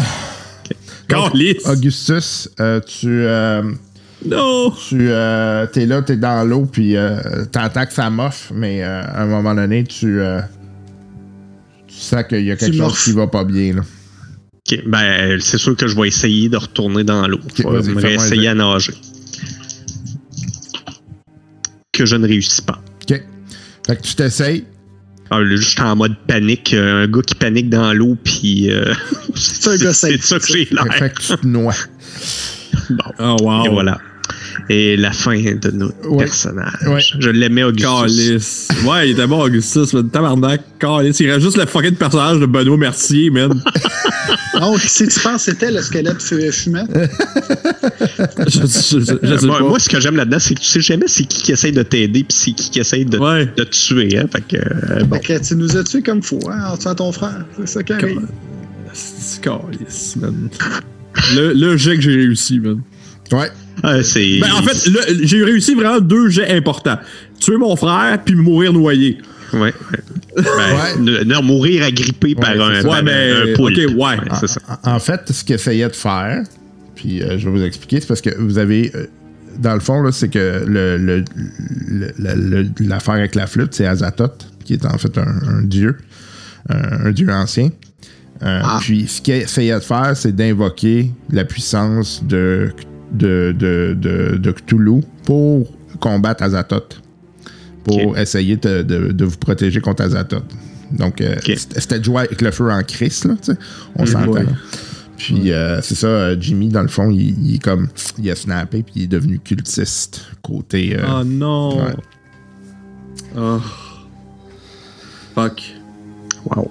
D: Calice.
F: Augustus, euh, tu, euh,
D: Non.
F: tu euh, es là, t'es dans l'eau, puis euh, t'entends que ça moffe, mais euh, à un moment donné, tu, euh, tu sens qu'il y a quelque chose
E: morfles.
F: qui va pas bien. Là.
C: Ok, Ben, c'est sûr que je vais essayer de retourner dans l'eau. Je vais
F: vas-y,
C: me
F: fais-moi un
C: réessayer
F: jet.
C: à nager. Que je ne réussis pas.
F: OK. Fait que tu t'essayes.
C: Ah, là, je suis en mode panique. euh, Un gars qui panique dans l'eau, puis. euh,
E: un
C: c'est
E: gars
C: c'est de ça que j'ai l'air.
F: Fait que tu te noies.
C: Bon.
D: Oh wow.
C: Et voilà. et la fin de nos
F: Ouais.
C: personnages.
F: Ouais.
C: Je l'aimais Augustus.
D: Calice. Ouais, il était bon, Augustus, mais tabarnak, calice. Il reste juste le fucking personnage de Benoît Mercier, man.
E: Oh, qui c'est que tu penses c'était le squelette fu- fumant?
F: Euh,
D: je, je- je- je sais
C: Euh, Moi,
D: pas.
C: moi, ce que j'aime là-dedans, c'est que tu sais jamais c'est qui qui essaie de t'aider puis c'est qui qui essaie de,
D: Ouais.
C: de te tuer. Hein? Fait que, euh, bon.
E: Fait que tu nous as tués comme fou, hein, en tuant ton frère. C'est ça qui arrive.
D: C'est calice, man. Le, le jet que j'ai réussi, man.
F: Ouais.
C: Ah, c'est-
D: Ben, en fait, le- j'ai réussi vraiment deux jets importants. Tuer mon frère, puis mourir noyé.
C: Ouais, ouais. Ben, ne- non, mourir agrippé par un,
D: c'est ça.
C: par
D: Ouais,
C: un
D: mais-
C: poulpe.
D: ok, ouais.
C: c'est ça.
F: En en fait, ce qu'il essayait de faire, puis euh, je vais vous expliquer, c'est parce que vous avez. euh, dans le fond, là, c'est que le, le- le- le- le- l'affaire avec la flûte, c'est Azathoth, qui est en fait un, un dieu, un, un dieu ancien. Euh,
C: Ah.
F: Puis ce qu'il essayait de faire, c'est d'invoquer la puissance de, de, de, de- de Cthulhu pour combattre Azathoth, pour
C: Ok.
F: essayer de, de- de vous protéger contre Azathoth. Donc, euh,
C: Ok. Mhm.
F: c'était c'était de jouer avec le feu en crise, là, tu sais. On s'entend. là. Puis euh, c'est ça, euh, Jimmy, dans le fond, il, il est comme. Il a snappé, puis il est devenu cultiste côté. euh,
C: Ah.
D: Oh non.
F: ouais.
D: Oh. Fuck.
C: Wow.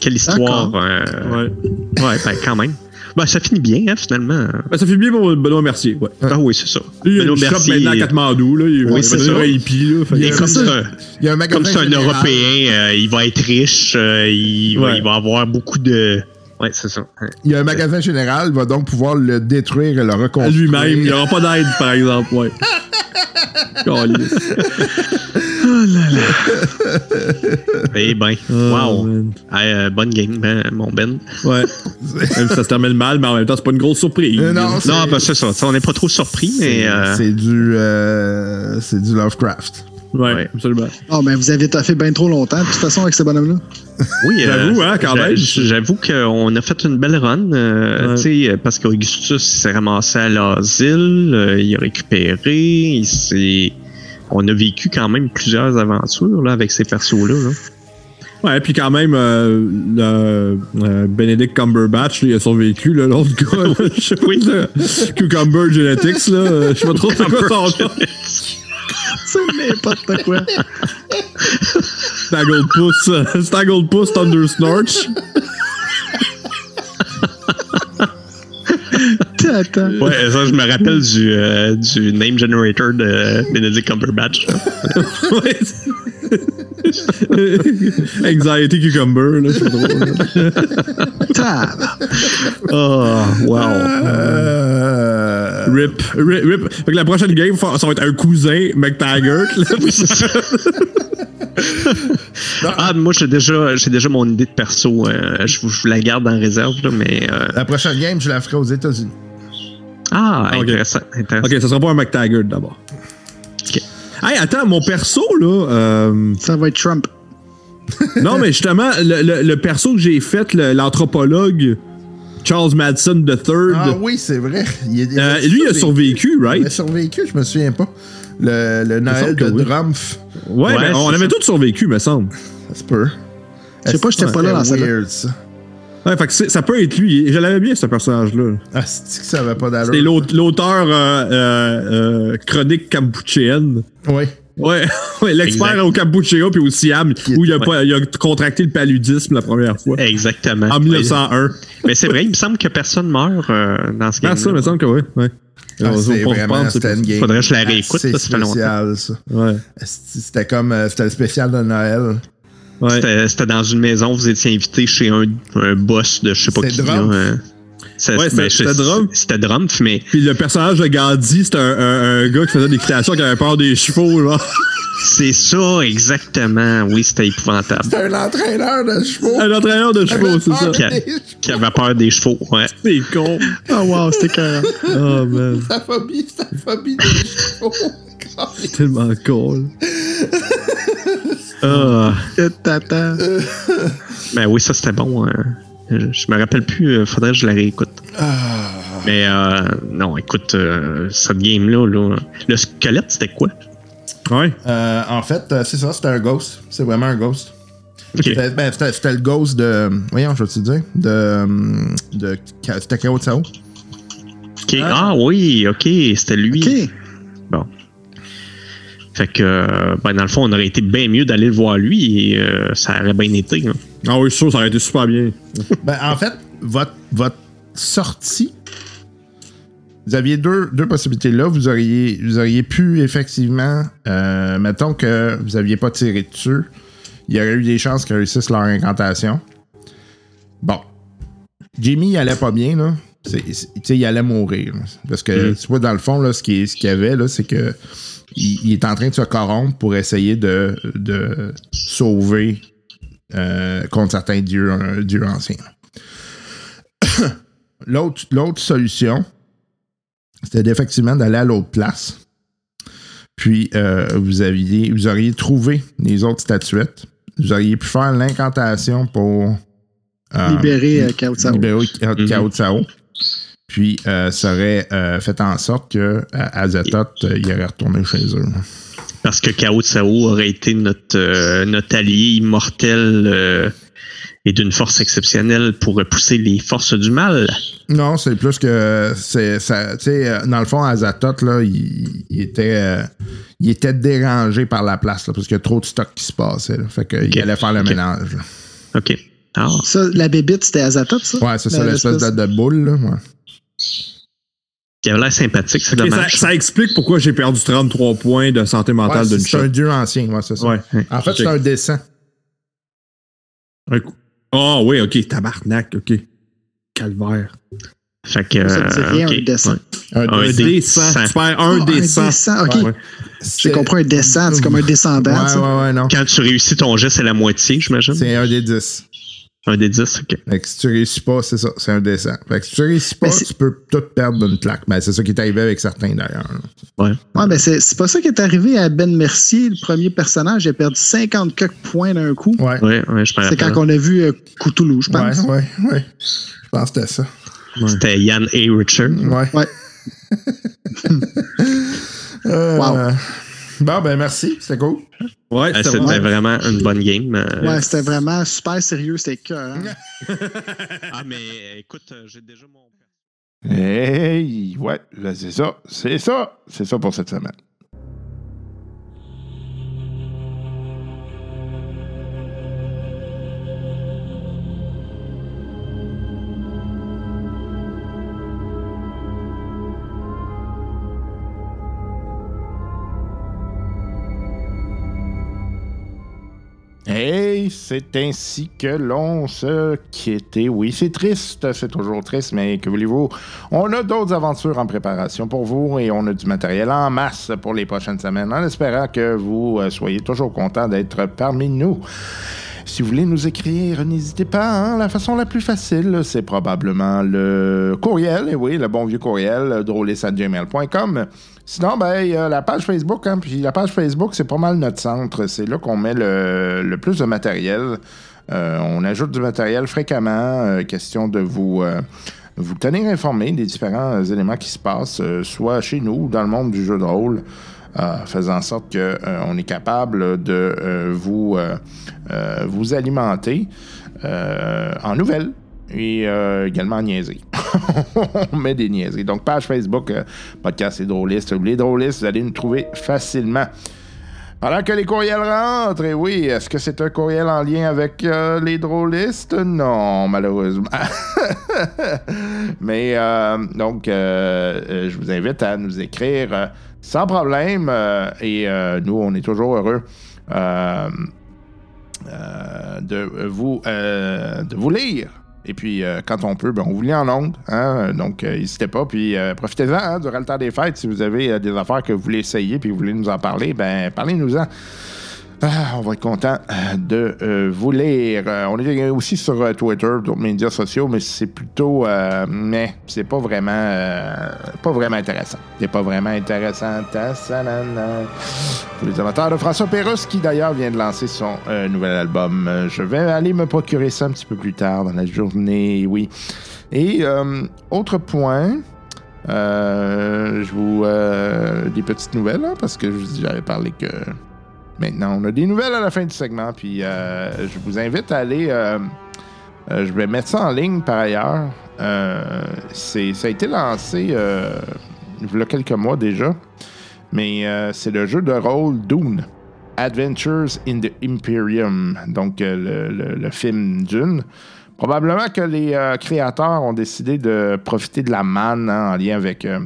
C: Quelle histoire.
E: D'accord.
C: euh,
D: Ouais.
C: Ouais, ben quand même. Ben, ça finit bien, hein, finalement.
D: Ben, ça fait bien pour Benoît Mercier, ouais.
C: Ah oui, c'est ça.
D: Lui, il a
C: Benoît
D: une shop
C: Mercier,
D: maintenant à Katmandou, là. Il
C: Oui,
D: il
C: c'est
D: va devenir
C: ça.
D: un hippie, là. Fait
C: il est
D: que-
C: comme ça.
F: Il y a un magasin
C: Comme c'est un
F: général.
C: Européen, euh, il va être riche, euh, il, va,
D: Ouais.
C: il va avoir beaucoup de. Ouais, c'est ça. Ouais.
F: Il y a un magasin général, va donc pouvoir le détruire et le
D: À
F: reconstruire.
D: lui-même, il n'y aura pas d'aide, par exemple, ouais. Calice.
C: Eh ben, wow.
D: man.
C: Euh, bonne game, ben, mon Ben.
D: Ouais. Même si ça se termine mal, mais en même temps, c'est pas une grosse surprise.
F: Euh, non, c'est-
C: Non, ben, c'est ça. On n'est pas trop surpris, mais.
F: C'est
C: euh,
F: c'est du. euh, c'est du Lovecraft.
D: Ouais,
C: Ouais.
D: absolument.
E: Oh, mais vous avez taffé bien trop longtemps, de toute façon, avec ce bonhomme-là.
C: Oui, euh,
D: J'avoue, hein, quand
C: j'a-
D: même.
C: J'avoue qu'on a fait une belle run, euh,
D: Ouais.
C: tu sais, parce qu'Augustus il s'est ramassé à l'asile, euh, il a récupéré, il s'est. On a vécu quand même plusieurs aventures là, avec ces persos-là. là.
D: Ouais, puis quand même, euh, le, euh, Benedict Cumberbatch, là, il a survécu, là, l'autre gars, là, je sais pas, là, Cucumber Genetics, là, euh, je sais pas trop c'est quoi son nom.
E: C'est n'importe quoi.
D: Snagglepuss, euh, Snagglepuss Thundersnorch.
E: Attends.
C: Ouais, ça, je me rappelle du, euh, du name generator de Benedict Cumberbatch. là.
D: Ouais. Anxiety Cucumber, là, c'est drôle. là.
E: Tabarnak.
C: Oh, wow.
F: Euh,
D: Rip, rip, rip. Fait que la prochaine game, fa- ça va être un cousin, McTaggart. là.
C: Ah, moi, j'ai déjà, j'ai déjà mon idée de perso. euh, je, vous- je vous la garde en réserve, là, mais. euh,
F: la prochaine game, je la ferai aux États-Unis.
C: Ah,
D: ok.
C: intéressant. intéressant.
D: Ok, ça sera pas un McTaggart d'abord.
C: Ok.
D: Hey, attends, mon perso, là. euh,
E: Ça va être Trump.
D: non, mais justement, le, le- le perso que j'ai fait, le- l'anthropologue Charles Madson III,
F: Ah oui, c'est vrai. Il est-
D: euh, lui, il a survécu,
F: Il a
D: right?
F: survécu, je me souviens pas. Le, le
D: semble
F: Noël
D: que
F: de
D: oui.
F: Drumpf.
D: Ouais,
C: Ouais,
D: ben, on
C: c'est
D: avait
C: ça.
D: tous survécu, me semble.
F: Ça se peut.
E: Je sais pas, j'étais pas là dans
F: C'était
E: celle-là.
F: weird, ça.
D: Ouais, fait que c'est- ça peut être lui. Je l'avais bien, ce personnage-là.
F: Ah, c'est que ça va pas d'allure.
D: C'était l'aute- l'auteur euh, euh, euh, chronique campouchéenne.
F: Oui.
D: Ouais, ouais, l'expert
C: Exact.
D: au Kampuchea puis au Siam, où il a,
C: ouais.
D: pas, il a contracté le paludisme la première fois.
C: Exactement.
D: En 1901.
C: Mais c'est vrai, il me semble que personne meurt euh, dans ce
D: Ah,
C: game.
D: ça, il me semble que oui. Ouais.
F: Ah,
D: On-
F: c'est
D: on reprend,
F: vraiment
D: c'est-
F: c'était une game.
C: Faudrait que je la réécoute,
F: C'est
C: là, ça fait longtemps.
F: spécial, ça.
D: Ouais.
F: Asti, C'était comme. euh, C'était le spécial de Noël.
D: ouais.
C: C'était c'était dans une maison, vous étiez invité chez un, un boss de je sais pas
F: C'est
C: qui.
F: Drumpf.
C: là, euh, ça-
D: Ouais,
C: ben, je-
D: c'était- c'était Drumpf.
C: C'était Drumpf, mais
D: Puis le personnage de Gandhi, c'était un, un- un gars qui faisait des l'équitation, qui avait peur des chevaux, là.
C: c'est ça exactement. Oui, c'était épouvantable.
F: C'était un entraîneur de chevaux.
D: Un entraîneur de chevaux, c'est ça.
F: Ah,
C: Qui, a-
F: des-
C: qui avait peur des chevaux. Ouais.
D: C'est con.
E: Oh, wow, c'était carré.
D: Oh, man.
F: Sa phobie, sa phobie des chevaux.
D: Tellement con.
C: Ah,
E: T'attends.
C: ben oui, ça c'était bon. hein. Je, je me rappelle plus, euh, faudrait que je la réécoute.
F: Ah.
C: Mais euh, non, écoute, euh, cette game-là, là, le squelette, c'était quoi?
D: Ouais.
F: Euh, en fait, euh, c'est ça, c'était un ghost. C'est vraiment un ghost.
C: Ok.
F: C'était ben, c'était- c'était le ghost de. Voyons, je vais te dire. De. de Ka- c'était Kao Tsao.
C: Ok. Ah oui, ok, c'était lui.
E: OK.
C: Bon. Fait que, euh, ben, dans le fond, on aurait été bien mieux d'aller le voir lui et euh, ça aurait bien été. hein.
D: Ah oui, sûr, ça aurait été super bien.
F: Ben, en fait, votre, votre sortie, vous aviez deux, deux possibilités là. Vous auriez, vous auriez pu effectivement, euh, mettons que vous n'aviez pas tiré dessus, il y aurait eu des chances qu'ils réussissent leur incantation. Bon. Jimmy, il allait pas bien, là. C'est- c'est- Tu sais, il allait mourir. là. Parce que, tu vois, dans le fond, là, ce qu'il ce qu'il y avait, là, c'est que il, il est en train de se corrompre pour essayer de, de sauver euh, contre certains dieux, euh, dieux anciens. L'autre l'autre solution, c'était effectivement d'aller à l'autre place. Puis euh, vous, aviez, vous auriez trouvé les autres statuettes. Vous auriez pu faire l'incantation pour euh,
E: Libérer euh, Cao Tsao.
F: libérer Ka- Kao Tsao. Puis euh, ça aurait euh, fait en sorte que euh, Azathoth, euh, il aurait retourné chez eux.
C: Parce que Kao Tsao aurait été notre, euh, notre allié immortel euh, et d'une force exceptionnelle pour repousser les forces du mal.
F: Non, c'est plus que c'est ça. Tu sais, euh, dans le fond, Azathoth, là, il, il était, euh, il était dérangé par la place là, parce qu'il y a trop de stock qui se passait. là. Fait que il allait faire le
C: Ok.
F: mélange. là.
C: Ok. Ah,
E: Ça, la bébite, c'était Azathoth, ça?
F: Ouais, c'est ça,
E: La-
F: l'espèce de, de boule. Là, ouais.
C: il avait l'air sympathique, c'est
D: Et ça,
C: dommage.
D: ça explique pourquoi j'ai perdu 33 points de santé
F: Ouais,
D: mentale
F: c'est
D: d'une
F: c'est un
D: shot.
F: dieu ancien, ouais, c'est ça.
D: Ouais.
F: En fait,
D: Ok.
F: c'est un dessin.
D: Un coup. Ah oui, ok, tabarnak, ok. Calvaire.
C: Fait que.
E: Ça me dit
C: euh,
E: rien,
C: ok.
E: un dessin.
F: Un
C: Un
D: Un
F: dessin.
C: dé-
D: dessin.
C: dessin.
D: Tu perds
E: Ah,
D: un dessin.
E: OK.
D: Ouais.
E: J'ai compris un descend, c'est comme un descendant.
F: Ouais,
E: ça.
F: ouais, ouais, non.
C: Quand tu réussis ton geste, c'est la moitié, j'imagine.
F: C'est un des 10.
C: Un des 10, ok.
F: Fait que si tu réussis pas, c'est ça, c'est un dessin. Fait que si tu réussis pas,
E: Mais c'est-
F: tu peux tout perdre d'une plaque. Ben, c'est ça qui est arrivé avec certains d'ailleurs. là.
E: Ouais, mais c'est c'est pas ça qui est arrivé à Ben Mercier, le premier personnage. Il a perdu 50 quelques points d'un coup.
F: Ouais.
C: Ouais, ouais, je me
E: C'est quand
C: rappelle.
E: on a vu euh, Cthulhu, je pense.
F: Ouais, ouais, ouais. Je pense que c'était ça.
C: C'était Yann A. Richard.
F: Ouais.
E: Ouais.
F: Euh,
E: Wow.
F: Bon, ben merci, c'était cool.
D: Ouais,
C: Euh,
D: Ah, c'est
C: C'était
D: vrai.
C: vraiment une bonne game. euh.
E: Ouais, c'était vraiment super sérieux, c'était cœur. hein.
C: Ah, mais écoute, euh, j'ai déjà mon.
B: Hey, ouais, ben c'est ça, c'est ça, c'est ça pour cette semaine. Hey, c'est ainsi que l'on se quittait. Oui, c'est triste, c'est toujours triste, mais que voulez-vous? On a d'autres aventures en préparation pour vous et on a du matériel en masse pour les prochaines semaines, en espérant que vous euh, soyez toujours contents d'être parmi nous. Si vous voulez nous écrire, n'hésitez pas. hein. La façon la plus facile, c'est probablement le courriel. Et oui, le bon vieux courriel, euh, drôlissatgmail.com. Sinon, ben, il y a la page Facebook. hein. Puis la page Facebook, c'est pas mal notre centre. C'est là qu'on met le, le plus de matériel. Euh, on ajoute du matériel fréquemment. euh, question de vous, euh, vous tenir informé des différents euh, éléments qui se passent, euh, soit chez nous ou dans le monde du jeu de rôle. euh, faisant en sorte qu'on est capable de euh, vous, euh, euh, vous alimenter euh, en nouvelles et euh, également en niaiseries. On met des niaiseries. Donc, page Facebook, euh, podcast et drôlistes. Ou Les drôlistes, vous allez nous trouver facilement. Pendant que les courriels rentrent, et oui, est-ce que c'est un courriel en lien avec euh, les drôlistes? Non, malheureusement. Mais euh, donc, euh, euh, je vous invite à nous écrire euh, sans problème. euh, et euh, nous, on est toujours heureux. euh, euh, de vous, euh, de vous lire. Et puis, euh, quand on peut, ben, on vous lit en ondes. hein. Donc, euh, n'hésitez pas. Puis, euh, profitez-en hein, durant le temps des fêtes. Si vous avez euh, des affaires que vous voulez essayer puis vous voulez nous en parler, ben parlez-nous-en. Ah, on va être content euh, de euh, vous lire. Euh, on est aussi sur euh, Twitter, d'autres médias sociaux, mais c'est plutôt. euh, mais c'est pas vraiment. euh, pas vraiment intéressant. C'est pas vraiment intéressant. Ta- sa- na- na. Pour les amateurs de François Pérusse, qui d'ailleurs vient de lancer son euh, nouvel album. Euh, je vais aller me procurer ça un petit peu plus tard dans la journée, oui. Et euh, autre point. euh, je vous euh, des petites nouvelles hein, parce que je vous dis, j'avais parlé que Maintenant, on a des nouvelles à la fin du segment, puis euh, je vous invite à aller. euh, euh, je vais mettre ça en ligne par ailleurs. euh, c'est- ça a été lancé euh, il y a quelques mois déjà, mais euh, c'est le jeu de rôle Dune. Adventures in the Imperium, donc euh, le, le- le film Dune. Probablement que les euh, créateurs ont décidé de profiter de la manne hein, en lien avec euh,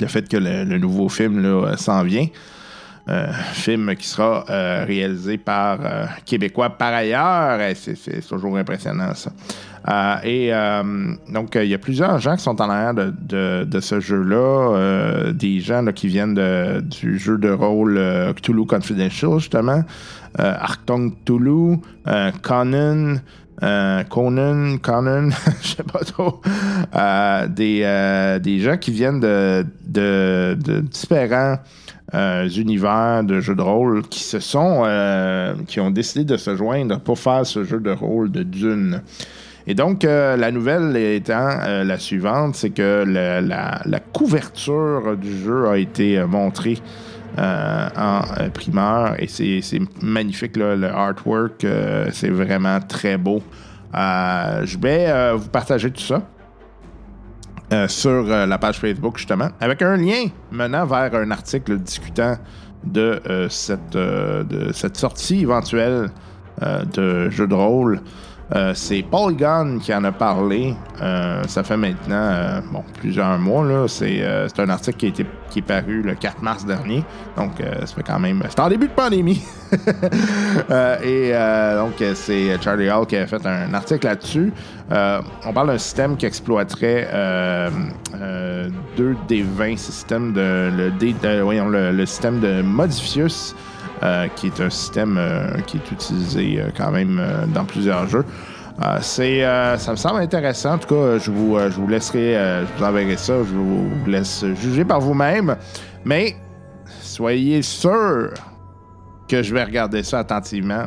B: le fait que le, le nouveau film là, euh, s'en vient. Euh, film qui sera euh, réalisé par euh, Québécois par ailleurs. Eh, c'est- C'est toujours impressionnant, ça. Euh, et euh, donc, euh, il y a plusieurs gens qui sont en arrière de, de- de ce jeu-là. euh, des gens là, qui viennent de- du jeu de rôle euh, Cthulhu Confidential, justement. Euh, Arctong Cthulhu, euh, Conan. euh, Conan, Conan, je sais pas trop, Euh, des, euh, des gens qui viennent de, de- de différents euh, univers de jeux de rôle qui se sont, euh, qui ont décidé de se joindre pour faire ce jeu de rôle de Dune. Et donc, euh, la nouvelle étant euh, la suivante, c'est que la, la- la couverture du jeu a été euh, montrée euh, en euh, primeur et c'est c'est magnifique, là, le artwork, euh, c'est vraiment très beau. Euh, je vais euh, vous partager tout ça euh, sur euh, la page Facebook, justement, avec un lien menant vers un article discutant de, euh, cette, euh, de cette sortie éventuelle euh, de jeu de rôle. Euh, c'est Polygon qui en a parlé. Euh, ça fait maintenant euh, bon, plusieurs mois. là. C'est euh, c'est un article qui, a été, qui est paru le 4 mars dernier. Donc, euh, ça fait quand même. C'est en début de pandémie. Euh, et euh, donc, euh, c'est Charlie Hall qui a fait un article là-dessus. Euh, on parle d'un système qui exploiterait euh, euh, deux des 20 systèmes de. Le, dé- de- voyons, le, le système de Modifius. euh, qui est un système euh, qui est utilisé euh, quand même euh, dans plusieurs jeux. Euh, c'est, euh, ça me semble intéressant. En tout cas, euh, je vous, euh, je vous laisserai, euh, je vous enverrai ça, je vous laisse juger par vous-même. Mais soyez sûrs que je vais regarder ça attentivement,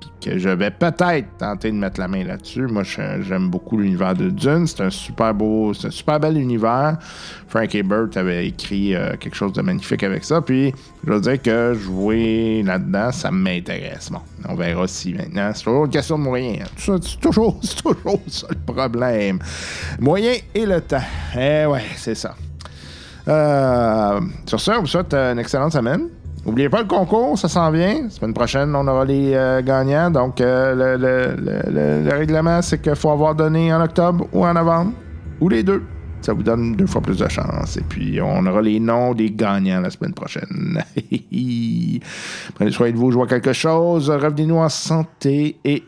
B: puis que je vais peut-être tenter de mettre la main là-dessus. Moi, je- j'aime beaucoup l'univers de Dune. C'est un super beau, c'est un super bel univers. Frank Ebert avait écrit euh, quelque chose de magnifique avec ça. Puis, je veux dire que jouer là-dedans, ça m'intéresse. Bon, on verra si maintenant. C'est toujours une question de moyens. hein. Tout ça, C'est toujours, c'est toujours ça le problème. Moyen et le temps. Eh ouais, c'est ça. Euh, sur ce, on vous souhaite euh, une excellente semaine. N'oubliez pas le concours, ça s'en vient. Semaine prochaine, on aura les euh, gagnants. Donc, euh, le, le- le- le- le règlement, c'est qu'il faut avoir donné en octobre ou en novembre, ou les deux. Ça vous donne deux fois plus de chance. Et puis, on aura les noms des gagnants la semaine prochaine. Prenez soin de vous, jouez à quelque chose. Revenez-nous en santé et.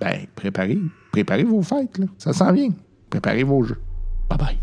B: Ben, préparez. Préparez vos fêtes, là. Ça s'en vient. Préparez vos jeux. Bye bye.